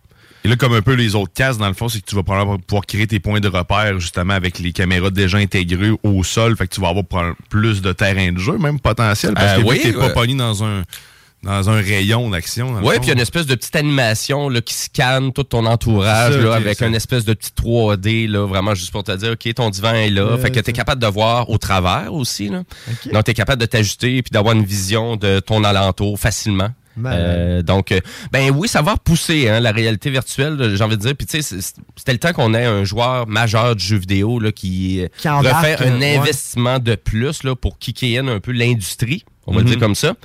[SPEAKER 8] Et là, comme un peu les autres cases, dans le fond, c'est que tu vas probablement pouvoir créer tes points de repère, justement, avec les caméras déjà intégrées au sol. Fait que tu vas avoir probablement plus de terrain de jeu, même potentiel, parce
[SPEAKER 23] Euh,
[SPEAKER 8] que vu
[SPEAKER 23] oui,
[SPEAKER 8] que t'es pas
[SPEAKER 23] ouais.
[SPEAKER 8] pogné dans un, dans un rayon d'action. dans le
[SPEAKER 23] Oui,
[SPEAKER 8] fond.
[SPEAKER 23] puis il y a une espèce de petite animation là, qui scanne tout ton entourage
[SPEAKER 8] C'est ça,
[SPEAKER 23] là,
[SPEAKER 8] ok,
[SPEAKER 23] avec
[SPEAKER 8] ça.
[SPEAKER 23] une espèce de petit 3D, là, vraiment juste pour te dire, OK, ton divan est là.
[SPEAKER 15] Euh,
[SPEAKER 23] fait que tu es capable de voir au travers aussi. Là. Donc, tu es capable de t'ajuster puis d'avoir une vision de ton alentour facilement.
[SPEAKER 15] Malade.
[SPEAKER 23] Euh, donc, euh, ben oui, savoir pousser hein, la réalité virtuelle, là, j'ai envie de dire. Puis, tu sais, c'est- c'était le temps qu'on ait un joueur majeur de jeux vidéo là, qui, euh,
[SPEAKER 15] Qui embarque,
[SPEAKER 23] refait un
[SPEAKER 15] euh, ouais.
[SPEAKER 23] investissement de plus là, pour kicker in un peu l'industrie, on va le
[SPEAKER 15] Mhm.
[SPEAKER 23] dire comme ça.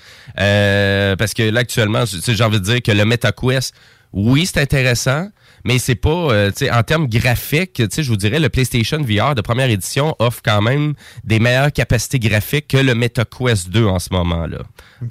[SPEAKER 23] Euh, parce que là, actuellement, tu sais, j'ai envie de dire que le MetaQuest, oui, c'est intéressant, mais c'est pas, euh, tu sais, en termes graphiques, tu sais, je vous dirais, le PlayStation VR de première édition offre quand même des meilleures capacités graphiques que le MetaQuest 2 en ce moment-là.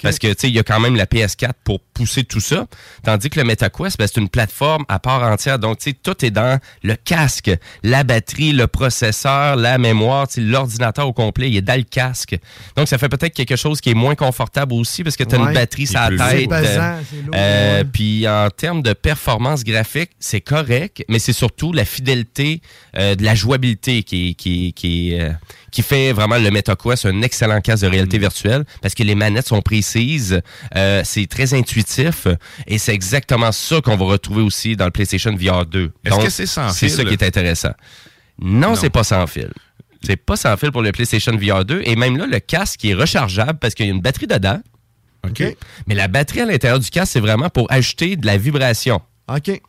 [SPEAKER 23] Parce que, tu sais, il y a quand même la PS4 pour pousser tout ça, tandis que le MetaQuest, ben, c'est une plateforme à part entière. Donc, tu sais, tout est dans le casque, la batterie, le processeur, la mémoire, tu sais, l'ordinateur au complet, il est dans le casque. Donc, ça fait peut-être quelque chose qui est moins confortable aussi parce que tu as
[SPEAKER 15] Ouais.
[SPEAKER 23] une batterie
[SPEAKER 15] Il est
[SPEAKER 23] sur
[SPEAKER 15] plus
[SPEAKER 23] la
[SPEAKER 15] lourd.
[SPEAKER 23] tête.
[SPEAKER 15] C'est pesant,
[SPEAKER 23] Euh,
[SPEAKER 15] c'est lourd,
[SPEAKER 23] euh, Puis en termes de performance graphique, c'est correct, mais c'est surtout la fidélité euh, de la jouabilité qui, qui, qui, euh, qui fait vraiment le MetaQuest un excellent casque de réalité
[SPEAKER 8] Mm.
[SPEAKER 23] virtuelle parce que les manettes sont précises, euh, c'est très intuitif et c'est exactement ça qu'on va retrouver aussi dans le PlayStation VR 2.
[SPEAKER 8] Est-ce
[SPEAKER 23] Donc,
[SPEAKER 8] que c'est sans
[SPEAKER 23] C'est
[SPEAKER 8] fil?
[SPEAKER 23] ça qui est intéressant. Non, c'est pas sans fil. C'est pas sans fil pour le PlayStation VR 2 et même là, le casque il est rechargeable parce qu'il y a une batterie dedans.
[SPEAKER 16] OK.
[SPEAKER 23] Mais la batterie à l'intérieur du casque, c'est vraiment pour ajouter de la vibration.
[SPEAKER 9] OK.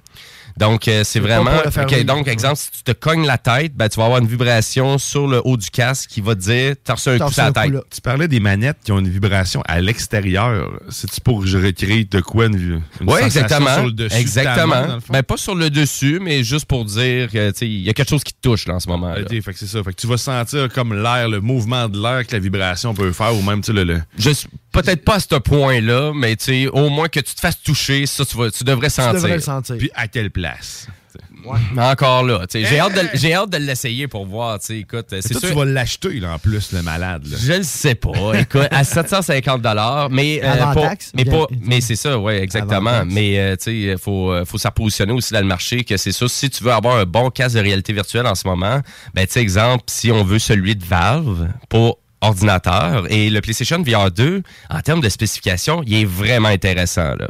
[SPEAKER 23] Donc, euh, c'est
[SPEAKER 9] pas
[SPEAKER 23] vraiment.
[SPEAKER 9] pour le faire
[SPEAKER 23] ok,
[SPEAKER 9] vivre.
[SPEAKER 23] donc, exemple, si tu te cognes la tête, ben, tu vas avoir une vibration sur le haut du casque qui va te dire T'as reçu un coup sur la tête.
[SPEAKER 8] Tu parlais des manettes qui ont une vibration à l'extérieur. C'est-tu pour que je recrée de quoi une, une
[SPEAKER 23] Oui,
[SPEAKER 8] sensation
[SPEAKER 23] exactement.
[SPEAKER 8] sur le dessus de ta main, dans
[SPEAKER 23] exactement.
[SPEAKER 8] le fond?
[SPEAKER 23] Ben, pas sur le dessus, mais juste pour dire que, tu sais, il y a quelque chose qui te touche là, en ce moment.
[SPEAKER 8] Ok, Ben, fait que c'est ça. Fait que tu vas sentir comme l'air, le mouvement de l'air que la vibration peut faire, ou même, tu sais, le- le...
[SPEAKER 23] Je suis peut-être pas à ce point-là, mais tu sais, au moins que tu te fasses toucher, ça, tu, vas- tu devrais sentir.
[SPEAKER 8] devrais le sentir.
[SPEAKER 23] Puis
[SPEAKER 8] à quelle place?
[SPEAKER 23] Mais encore là, tu sais, j'ai
[SPEAKER 8] Eh,
[SPEAKER 23] hâte de-
[SPEAKER 8] eh.
[SPEAKER 23] j'ai hâte de l'essayer pour voir. tu sais, Écoute, Ben, c'est
[SPEAKER 8] Toi,
[SPEAKER 23] sûr.
[SPEAKER 8] tu vas l'acheter, là, en plus, le malade. là.
[SPEAKER 23] Je le sais pas. Écoute, à 750 dollars, mais euh,
[SPEAKER 8] Avant
[SPEAKER 23] pour-
[SPEAKER 8] taxe,
[SPEAKER 23] mais
[SPEAKER 8] bien-
[SPEAKER 23] pas- mais c'est ça, oui, exactement. Mais euh, tu sais, il faut euh, faut s'appositionner aussi dans le marché que c'est ça. Si tu veux avoir un bon casque de réalité virtuelle en ce moment, ben tu sais, exemple, si on veut celui de Valve pour ordinateur et le PlayStation VR 2, en termes de spécifications, il est vraiment intéressant là.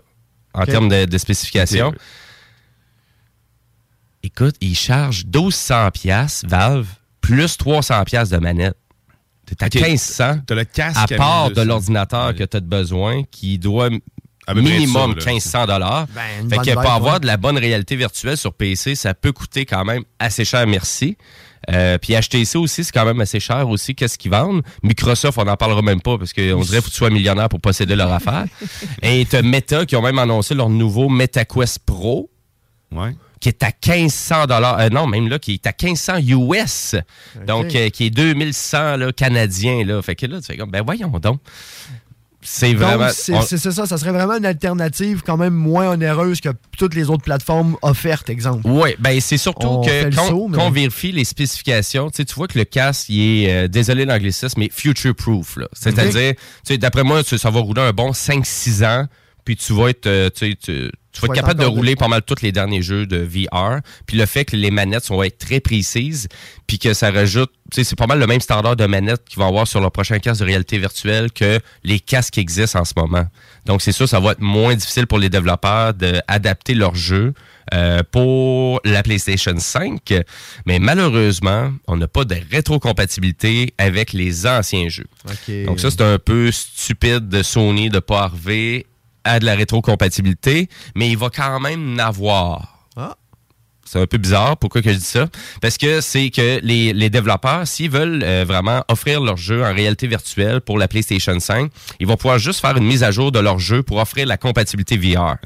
[SPEAKER 23] En
[SPEAKER 15] Ok.
[SPEAKER 23] termes de, de spécifications.
[SPEAKER 15] Ok.
[SPEAKER 23] Écoute, il charge 1200 pièces Valve plus 300 pièces de manette. T'es à
[SPEAKER 8] Ok.
[SPEAKER 23] 1500.
[SPEAKER 8] T'as le casque
[SPEAKER 23] À
[SPEAKER 8] à
[SPEAKER 23] part
[SPEAKER 8] 1200.
[SPEAKER 23] de l'ordinateur que tu as de besoin, qui doit m-
[SPEAKER 8] À peu près
[SPEAKER 23] minimum
[SPEAKER 8] ça, là.
[SPEAKER 23] 1500 dollars.
[SPEAKER 2] Ben,
[SPEAKER 8] une
[SPEAKER 23] fait
[SPEAKER 8] bonne
[SPEAKER 23] que pour
[SPEAKER 8] vibe,
[SPEAKER 23] avoir
[SPEAKER 8] ouais.
[SPEAKER 23] de la bonne réalité virtuelle sur PC, ça peut coûter quand même assez cher, merci. Euh, puis acheter ça aussi, c'est quand même assez cher aussi. Qu'est-ce qu'ils vendent? Microsoft, on n'en parlera même pas parce qu'on dirait faut que tu sois millionnaire pour posséder leur affaire. Et t'as Meta qui ont même annoncé leur nouveau MetaQuest Pro qui est à 1500 dollars, euh, non, même là, qui est à 1500 US, donc euh, qui est 2100 là, canadien, là. Fait que là, tu fais comme, ben voyons donc. C'est
[SPEAKER 9] Donc,
[SPEAKER 23] vraiment...
[SPEAKER 9] c'est
[SPEAKER 23] on-
[SPEAKER 9] c'est- c'est ça, ça serait vraiment une alternative quand même moins onéreuse que toutes les autres plateformes offertes, exemple.
[SPEAKER 23] Oui, ben c'est surtout
[SPEAKER 9] On fait
[SPEAKER 23] que
[SPEAKER 9] le
[SPEAKER 23] quand,
[SPEAKER 9] saut, mais-
[SPEAKER 23] quand on vérifie les spécifications, tu sais, tu vois que le casque, il est, euh, désolé l'anglicisme, mais future-proof. là. C'est-à-dire, tu sais, d'après moi, tu- ça va rouler un bon 5-6 ans, puis tu vas être, euh, tu sais, tu, tu vas
[SPEAKER 15] vas
[SPEAKER 23] être
[SPEAKER 15] être
[SPEAKER 23] capable de
[SPEAKER 15] encore
[SPEAKER 23] rouler pas mal tous les derniers jeux de VR. Puis le fait que les manettes vont être très précises, puis que ça rajoute, tu sais, c'est pas mal le même standard de manette qu'ils vont avoir sur leur prochain casque de réalité virtuelle que les casques qui existent en ce moment. Donc c'est sûr, ça va être moins difficile pour les développeurs d'adapter leur jeu euh, pour la PlayStation 5. Mais malheureusement, on n'a pas de rétrocompatibilité avec les anciens jeux.
[SPEAKER 9] OK.
[SPEAKER 23] Donc ça, c'est un peu stupide de Sony de pas arriver à de la rétrocompatibilité, mais il va quand même n'avoir.
[SPEAKER 9] Ah.
[SPEAKER 23] C'est un peu bizarre. Pourquoi que je dis ça? Parce que c'est que les, les développeurs, s'ils veulent euh, vraiment offrir leur jeu en réalité virtuelle pour la PlayStation 5, ils vont pouvoir juste faire une mise à jour de leur jeu pour offrir la compatibilité VR.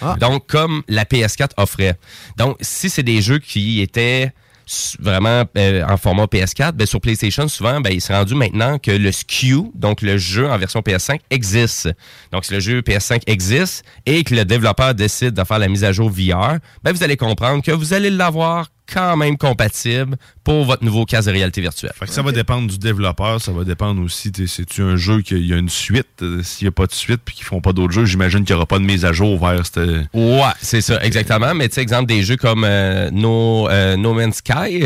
[SPEAKER 9] Ah.
[SPEAKER 23] Donc, comme la PS4 offrait. Donc, si c'est des jeux qui étaient s- vraiment euh, en format PS4, ben, sur PlayStation, souvent, ben, il s'est rendu maintenant que le SKU, donc le jeu en version PS5, existe. Donc, si le jeu PS5 existe et que le développeur décide de faire la mise à jour VR, ben, vous allez comprendre que vous allez l'avoir quand même compatible pour votre nouveau casque de réalité virtuelle.
[SPEAKER 8] Fait que ça va dépendre du développeur, ça va dépendre aussi, t'sais, c'est-tu un jeu qui y a une suite, euh, s'il n'y a pas de suite puis qu'ils font pas d'autres jeux, j'imagine qu'il n'y aura pas de mise à jour vers cette...
[SPEAKER 23] Ouais, c'est ça, exactement. Mais tu sais, exemple, des jeux comme euh, no, euh, No Man's Sky.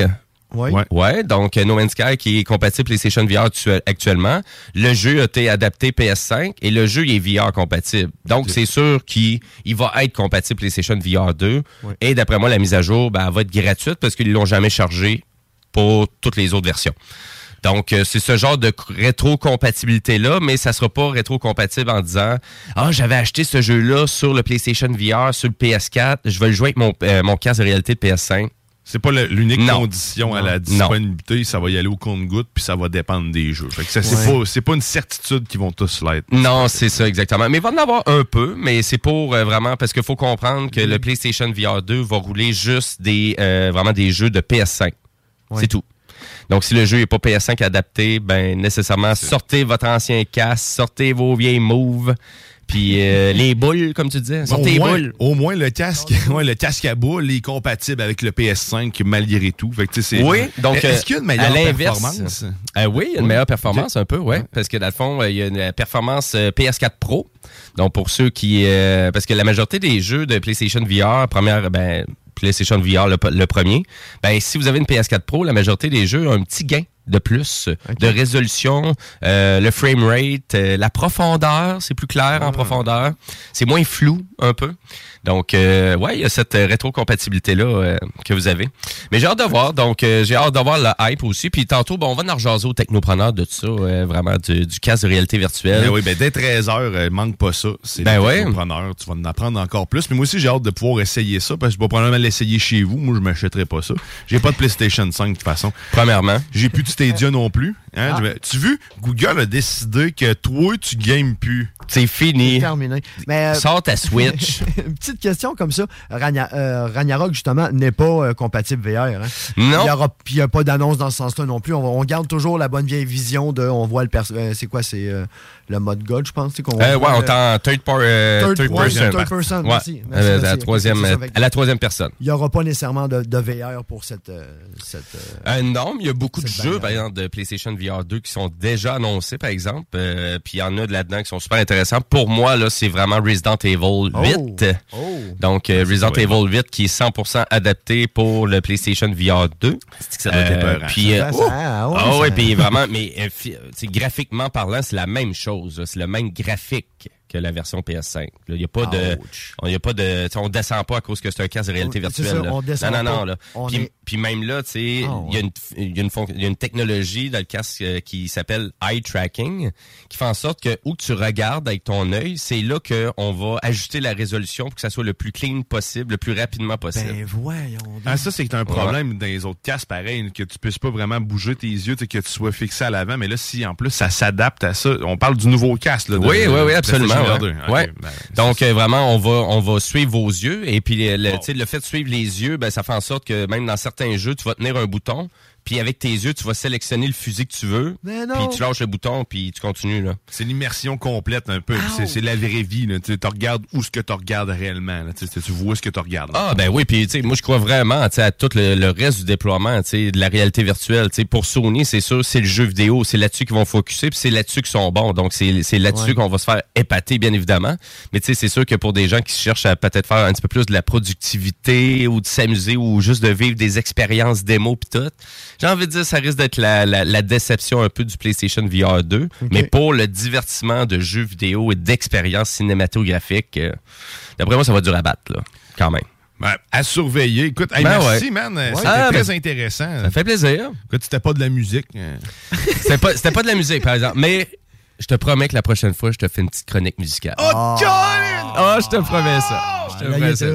[SPEAKER 9] Ouais.
[SPEAKER 23] ouais. donc euh, No Man's Sky qui est compatible PlayStation VR tu- actuellement. Le jeu a été adapté PS5 et le jeu il est VR compatible. Donc, c'est sûr qu'il il va être compatible PlayStation VR 2. Et d'après moi, la mise à jour ben, elle va être gratuite parce qu'ils l'ont jamais chargé pour toutes les autres versions. Donc, euh, c'est ce genre de c- rétro-compatibilité-là, mais ça sera pas rétro-compatible en disant « Ah, j'avais acheté ce jeu-là sur le PlayStation VR, sur le PS4, je vais le jouer avec mon, euh, mon casque de réalité PS5. »
[SPEAKER 8] C'est pas l'unique condition à la
[SPEAKER 23] Non.
[SPEAKER 8] disponibilité, ça va y aller au compte-goutte puis ça va dépendre des jeux. Fait que ça, c'est
[SPEAKER 23] Ouais.
[SPEAKER 8] pas, c'est pas une certitude qu'ils vont tous l'être.
[SPEAKER 23] Non, c'est ça, exactement. Mais il va en avoir un peu, mais c'est pour euh, vraiment, parce qu'il faut comprendre que
[SPEAKER 8] Mm.
[SPEAKER 23] le PlayStation VR 2 va rouler juste des, euh, vraiment des jeux de PS5. C'est tout. Donc, si le jeu n'est pas PS5 adapté, ben, nécessairement, sortez votre ancien casque, sortez vos vieilles moves, puis euh, les boules, comme tu disais.
[SPEAKER 8] Au
[SPEAKER 23] Sortez les
[SPEAKER 8] moins-
[SPEAKER 23] boules.
[SPEAKER 8] Au moins, le casque, ouais, le casque à boule est compatible avec le PS5 malgré tout. Fait que, tu sais, c'est-
[SPEAKER 23] Oui, donc
[SPEAKER 8] Est-ce qu'il y a une
[SPEAKER 23] euh,
[SPEAKER 8] meilleure
[SPEAKER 23] à l'inverse,
[SPEAKER 8] performance?
[SPEAKER 23] euh, oui, il y a une
[SPEAKER 8] Oui.
[SPEAKER 23] meilleure performance un peu, ouais, parce que dans le fond, euh, il y a une performance euh, PS4 Pro. Donc pour ceux qui euh, parce que la majorité des jeux de PlayStation VR, première ben PlayStation VR le, le premier, ben si vous avez une PS4 Pro, la majorité des jeux ont un petit gain de plus de résolution, euh, le frame rate, euh, la profondeur, c'est plus clair
[SPEAKER 8] Ah.
[SPEAKER 23] en profondeur, c'est moins flou un peu. Donc euh, ouais, il y a cette euh, rétrocompatibilité là que vous avez. Mais j'ai hâte de voir, donc euh, j'ai hâte de voir le hype aussi. Puis tantôt, bon, on va en rejaser aux technopreneurs de tout ça, euh, vraiment du, du casque de réalité virtuelle.
[SPEAKER 8] Ben oui, ben dès 13h, euh, manque pas ça. C'est
[SPEAKER 23] Ben
[SPEAKER 8] le
[SPEAKER 23] ouais.
[SPEAKER 8] technopreneur. Tu vas en apprendre encore plus. Mais moi aussi, j'ai hâte de pouvoir essayer ça parce que je vais probablement l'essayer chez vous. Moi, je m'achèterai pas ça. J'ai pas de PlayStation 5 de toute façon.
[SPEAKER 23] Premièrement.
[SPEAKER 8] J'ai plus de Stadia non plus. Hein, je vais- Tu vu, Google a décidé que toi, tu games plus.
[SPEAKER 23] C'est fini.
[SPEAKER 9] terminé. Mais, euh,
[SPEAKER 23] Sors ta Switch.
[SPEAKER 9] une petite question comme ça. Ragna- euh, Ragnarok, justement, n'est pas euh, compatible VR. hein.
[SPEAKER 23] Non.
[SPEAKER 9] Il n'y aura puis il y a pas d'annonce dans ce sens-là non plus. On, va- on garde toujours la bonne vieille vision de. On voit le. perso- euh, c'est quoi C'est euh, le mode God, je pense. c'est qu'on
[SPEAKER 23] Euh, ouais,
[SPEAKER 9] voit
[SPEAKER 23] on
[SPEAKER 9] le-
[SPEAKER 23] t'en third, par- euh,
[SPEAKER 9] Third-
[SPEAKER 23] third
[SPEAKER 9] ouais,
[SPEAKER 23] person.
[SPEAKER 9] third person,
[SPEAKER 23] Ouais.
[SPEAKER 9] merci,
[SPEAKER 23] Euh,
[SPEAKER 9] merci, merci.
[SPEAKER 23] à, la
[SPEAKER 9] Ok,
[SPEAKER 23] troisième,
[SPEAKER 9] c'est ça, avec-
[SPEAKER 23] à la troisième personne.
[SPEAKER 9] Il n'y aura pas nécessairement de, de VR pour cette. euh, cette, euh,
[SPEAKER 23] Euh, non, mais il y a beaucoup de
[SPEAKER 9] Cette
[SPEAKER 23] jeux, par exemple, de PlayStation VR 2 qui sont déjà annoncés, par exemple. Euh, Puis il y en a de là-dedans qui sont super intéressants. Pour moi, là, c'est vraiment Resident
[SPEAKER 8] Oh.
[SPEAKER 23] Evil 8. Donc,
[SPEAKER 8] Ah,
[SPEAKER 23] euh, Resident
[SPEAKER 8] ouais.
[SPEAKER 23] Evil 8 qui est 100% adapté pour le PlayStation VR 2.
[SPEAKER 8] ça doit être épeurant,
[SPEAKER 23] Puis,
[SPEAKER 8] ça.
[SPEAKER 23] euh,
[SPEAKER 8] Ça, ça,
[SPEAKER 23] ouh!
[SPEAKER 8] ah ouais,
[SPEAKER 23] Ah ouais,
[SPEAKER 8] ça-
[SPEAKER 23] puis vraiment, mais euh, fi- euh, tu sais, graphiquement parlant, c'est la même chose. là. C'est le même graphique que la version PS5. là. Il n'y a pas de... On y a pas de tu sais, on descend pas à cause que c'est un casque de réalité
[SPEAKER 9] Oui, c'est
[SPEAKER 23] virtuelle.
[SPEAKER 9] ça,
[SPEAKER 23] là.
[SPEAKER 9] on descend
[SPEAKER 23] non, non,
[SPEAKER 9] pas.
[SPEAKER 23] non. là.
[SPEAKER 9] On
[SPEAKER 23] Puis-
[SPEAKER 9] est- Ah,
[SPEAKER 23] puis même là, tu sais, il y a une- il y, a une fonc- il y a une technologie dans le casque euh, qui s'appelle eye tracking, qui fait en sorte que où que tu regardes avec ton œil, c'est là qu'on va ajuster la résolution pour que ça soit le plus clean possible, le plus rapidement possible.
[SPEAKER 9] Ben, voyons.
[SPEAKER 8] Ah, ça, c'est que t'as un problème dans les autres casques, pareil, que tu puisses pas vraiment bouger tes yeux, tu sais, que tu sois fixé à l'avant. Mais là, si en plus, ça s'adapte à ça, on parle du nouveau casque. Là, de-
[SPEAKER 23] oui,
[SPEAKER 8] de-
[SPEAKER 23] oui, oui,
[SPEAKER 8] de
[SPEAKER 23] absolument.
[SPEAKER 8] PlayStation
[SPEAKER 23] ouais.
[SPEAKER 8] VR2. Ok,
[SPEAKER 23] Ouais.
[SPEAKER 8] ben,
[SPEAKER 23] Donc, euh, vraiment, on va, on va suivre vos yeux. Et puis, euh, le, tu sais, le fait de suivre les yeux, ben, ça fait en sorte que même dans certains jeux, tu vas tenir un bouton. Puis avec tes yeux, tu vas sélectionner le fusil que tu veux.
[SPEAKER 9] Mais non!
[SPEAKER 23] Puis tu lâches le bouton, puis tu continues. là.
[SPEAKER 8] C'est l'immersion complète un peu. puis C'est, c'est la vraie vie. Là. Tu sais, tu regardes où ce que tu regardes réellement. là. Tu, sais, tu vois ce que tu regardes.
[SPEAKER 23] Ah ben oui, puis tu sais, moi je crois vraiment tu sais, à tout le, le reste du déploiement, tu sais, de la réalité virtuelle. Tu sais, pour Sony, c'est sûr, c'est le jeu vidéo, c'est là-dessus qu'ils vont focuser, puis c'est là-dessus qu'ils sont bons. Donc c'est c'est là-dessus
[SPEAKER 15] Ouais.
[SPEAKER 23] qu'on va se faire épater, bien évidemment. Mais tu sais, c'est sûr que pour des gens qui cherchent à peut-être faire un petit peu plus de la productivité ou de s'amuser ou juste de vivre des expériences démo puis tout, j'ai envie de dire ça risque d'être la, la, la déception un peu du PlayStation VR 2. Mais pour le divertissement de jeux vidéo et d'expériences cinématographiques, euh, d'après moi, ça va durer à battre là, quand même.
[SPEAKER 8] à surveiller. Écoute, hey,
[SPEAKER 23] Ben
[SPEAKER 8] merci,
[SPEAKER 23] ouais.
[SPEAKER 8] man.
[SPEAKER 23] Ouais.
[SPEAKER 8] C'était
[SPEAKER 23] Ah,
[SPEAKER 8] très
[SPEAKER 23] ben,
[SPEAKER 8] intéressant.
[SPEAKER 23] Ça fait plaisir.
[SPEAKER 8] Écoute, c'était pas de la musique. hein.
[SPEAKER 23] C'était pas, c'était pas de la musique, par exemple. Mais je te promets que la prochaine fois, je te fais une petite chronique musicale.
[SPEAKER 8] Oh,
[SPEAKER 23] Ah, je te promets ça. Je te promets ça.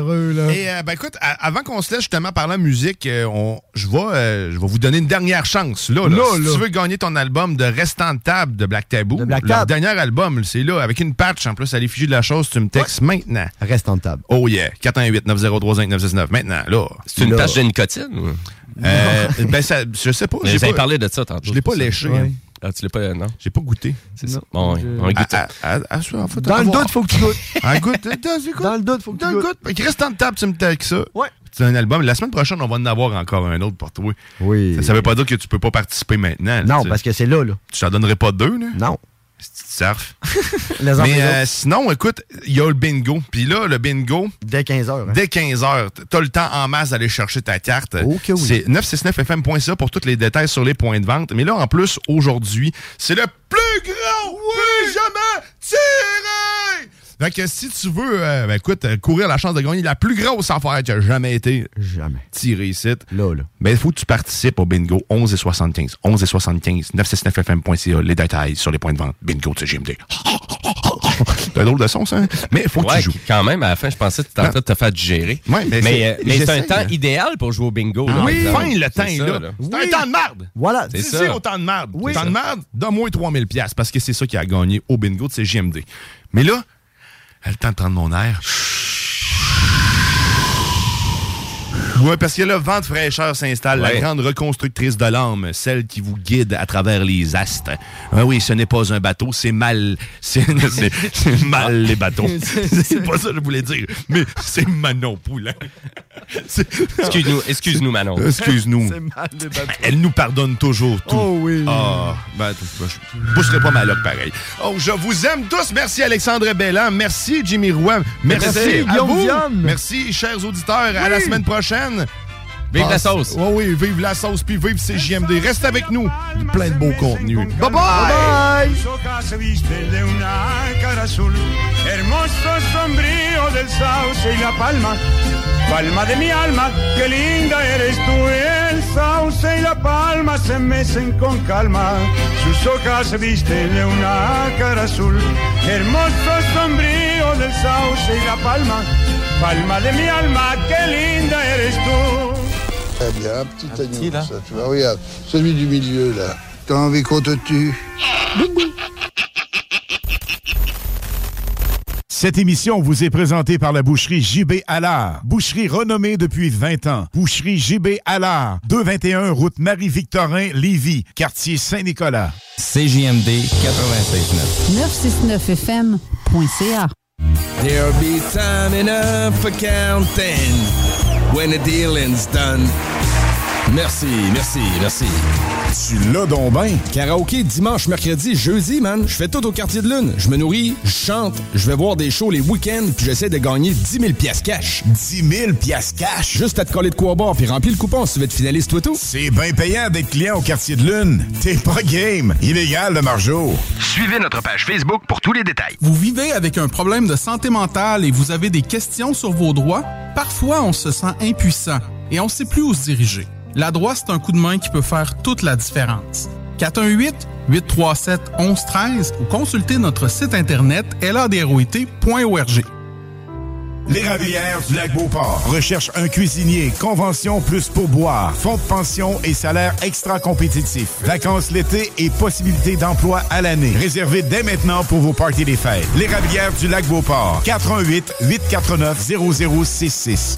[SPEAKER 8] Et euh, ben écoute, à- avant qu'on se laisse justement parler en musique, euh, on, je vais, euh, je vais vous donner une dernière chance. Là, là.
[SPEAKER 9] Là,
[SPEAKER 8] si
[SPEAKER 9] là.
[SPEAKER 8] tu veux gagner ton album de restant de table de Black Tabou,
[SPEAKER 9] Black
[SPEAKER 8] leur
[SPEAKER 9] Tab.
[SPEAKER 8] dernier album, c'est là, avec une patch en plus à l'effigie de la chose, tu me textes maintenant.
[SPEAKER 9] Reste en table.
[SPEAKER 8] Oh yeah, 418 903 5969 Maintenant, là.
[SPEAKER 23] C'est une Là. patch de nicotine?
[SPEAKER 8] Euh, ben, ça, je sais pas.
[SPEAKER 23] Mais
[SPEAKER 8] j'ai
[SPEAKER 23] vous avez
[SPEAKER 8] pas-
[SPEAKER 23] parlé de ça tantôt.
[SPEAKER 8] Je l'ai pas
[SPEAKER 23] c'est ça.
[SPEAKER 8] léché.
[SPEAKER 23] Ouais.
[SPEAKER 8] hein.
[SPEAKER 23] Ah, tu l'as pas, non?
[SPEAKER 8] J'ai pas goûté.
[SPEAKER 23] C'est ça. Bon, on goûte
[SPEAKER 8] À-
[SPEAKER 23] ça.
[SPEAKER 8] à- à- à- en fait,
[SPEAKER 23] Dans
[SPEAKER 8] à
[SPEAKER 23] le
[SPEAKER 8] voir.
[SPEAKER 23] doute, faut que tu goûtes.
[SPEAKER 8] Ah, goûte, euh, dans le goûte. Dans le doute, faut que tu goûtes. Il reste en table, tu me tailles que ça. Ouais. C'est un album. La semaine prochaine, on va en avoir encore un autre pour toi.
[SPEAKER 9] Oui.
[SPEAKER 8] Ça, ça veut pas dire que tu peux pas participer maintenant.
[SPEAKER 9] Non, parce que c'est là, là.
[SPEAKER 8] Tu t'en donnerais pas deux, là?
[SPEAKER 9] Non.
[SPEAKER 8] Surf.
[SPEAKER 9] Les enfants,
[SPEAKER 8] Mais
[SPEAKER 9] les
[SPEAKER 8] euh,
[SPEAKER 9] autres.
[SPEAKER 8] sinon, écoute, il y a le bingo. Puis là, le bingo.
[SPEAKER 9] Dès hein. 15 h
[SPEAKER 8] Dès 15 h T'as le temps en masse d'aller chercher ta carte.
[SPEAKER 9] Oh, que oui.
[SPEAKER 8] C'est 969fm.ca pour tous les détails sur les points de vente. Mais là, en plus, aujourd'hui, c'est le plus grand, plus jamais tiré! Fait que si tu veux, euh, ben écoute, euh, courir la chance de gagner la plus grosse affaire qui a jamais été
[SPEAKER 9] jamais.
[SPEAKER 8] tirée ici. Là, là. Ben, il faut que tu participes au bingo 11 et 75. 11 et 75, 969fm.ca, les détails sur les points de vente. Bingo de CGMD. C'est un drôle de son, ça. hein? Mais il faut que tu joues.
[SPEAKER 23] Quand même, à la fin, je pensais que tu étais en train de te faire gérer.
[SPEAKER 8] Ouais, mais c'est-
[SPEAKER 23] mais euh, mais c'est un
[SPEAKER 8] j'essaie,
[SPEAKER 23] temps
[SPEAKER 8] hein.
[SPEAKER 23] idéal pour jouer au bingo.
[SPEAKER 8] Ah
[SPEAKER 23] là,
[SPEAKER 8] oui,
[SPEAKER 23] par
[SPEAKER 8] fin
[SPEAKER 23] exemple.
[SPEAKER 8] le temps
[SPEAKER 23] C'est
[SPEAKER 8] est
[SPEAKER 23] ça,
[SPEAKER 8] là. C'est un temps de merde.
[SPEAKER 9] Voilà.
[SPEAKER 23] C'est
[SPEAKER 8] Dis-y
[SPEAKER 23] ça.
[SPEAKER 8] au temps de merde.
[SPEAKER 23] Oui.
[SPEAKER 8] Temps de merde, donne-moi 3000 pièces parce que c'est ça qui a gagné au bingo de ces JMD. Mais là, elle temps de prendre mon air. Ouais, parce que le vent de fraîcheur s'installe, la
[SPEAKER 23] Ouais.
[SPEAKER 8] grande reconstructrice de l'âme, celle qui vous guide à travers les astres. Ah oui, ce n'est pas un bateau, c'est mal. C'est c'est- c'est mal les bateaux. C'est pas ça que je voulais dire, mais c'est Manon Poulain. C'est-
[SPEAKER 23] Excuse-nous, excuse-nous, Manon.
[SPEAKER 8] Excuse-nous.
[SPEAKER 23] C'est mal de battre.
[SPEAKER 8] Elle nous pardonne toujours tout.
[SPEAKER 23] Oh oui.
[SPEAKER 8] Ah, ben, t- je pousserai pas ma loque pareil. Oh, je vous aime tous. Merci Alexandre Bellan. Merci Jimmy Roy. Merci,
[SPEAKER 23] Merci,
[SPEAKER 8] à
[SPEAKER 23] Guillaume
[SPEAKER 8] vous.
[SPEAKER 23] Dionne.
[SPEAKER 8] Merci, chers auditeurs. À la semaine prochaine.
[SPEAKER 23] Vive la
[SPEAKER 8] Ah,
[SPEAKER 23] sauce.
[SPEAKER 8] Oui, oui, vive la sauce, puis vive CJMD. Reste avec nous. Plein de beaux contenus. Bye bye.
[SPEAKER 11] Soca se viste de una cara azul, hermoso sombrío del sauce y la palma. Palma de mi alma, qué linda eres tú. El sauce y la palma se mecen con calma. Sus hojas se visten de una cara azul, hermoso sombrío del sauce y la palma. Palma de mi alma, qué linda eres tú.
[SPEAKER 7] Très bien, un petit agneau, ça, tu vois, regarde, celui du milieu, là. T'as envie qu'on te tue
[SPEAKER 4] Cette émission vous est présentée par la boucherie JB Allard. Boucherie renommée depuis 20 ans. Boucherie JB Allard. 221 route Marie-Victorin, Lévis, quartier Saint-Nicolas.
[SPEAKER 33] CJMD 96.9.
[SPEAKER 28] 969fm.ca.
[SPEAKER 33] There'll be time enough for counting when the dealing's done.
[SPEAKER 5] Merci, merci, merci. Tu l'as donc ben. Karaoké dimanche, mercredi, jeudi, man. Je fais tout au quartier de lune. Je me nourris, je chante, je vais voir des shows les week-ends, puis j'essaie de gagner 10 000 piastres cash. 10 000 piastres cash? Juste à te coller de quoi boire, puis remplis le coupon si tu veux être finaliste, toi tout.
[SPEAKER 4] C'est bien payant d'être client au quartier de lune. T'es pas game. Illégal, le margeau.
[SPEAKER 34] Suivez notre page Facebook pour tous les détails.
[SPEAKER 35] Vous vivez avec un problème de santé mentale et vous avez des questions sur vos droits? Parfois, on se sent impuissant et on ne sait plus où se diriger. La droite, c'est un coup de main qui peut faire toute la différence. 418-837-1113 ou consultez notre site internet ladroit.org.
[SPEAKER 4] Les Ravières du lac Beauport. Recherche un cuisinier, convention plus pourboire, fonds de pension et salaire extra compétitif. Vacances l'été et possibilités d'emploi à l'année. Réservez dès maintenant pour vos parties des fêtes. Les Ravières du lac Beauport. 418 849 0066.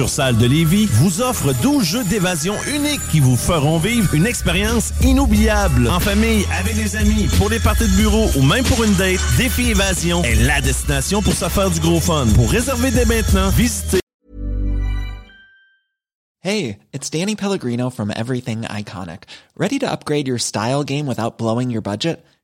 [SPEAKER 24] de Lévis vous offrent 12 jeux d'évasion uniques qui vous feront vivre une expérience inoubliable. En famille, avec des amis, pour des parties de bureau ou même pour une date, Défi Évasion est la destination pour se faire du gros fun. Pour réserver dès maintenant, visitez
[SPEAKER 7] Hey, it's Danny Pellegrino from Everything Iconic. Ready to upgrade your style game without blowing your budget?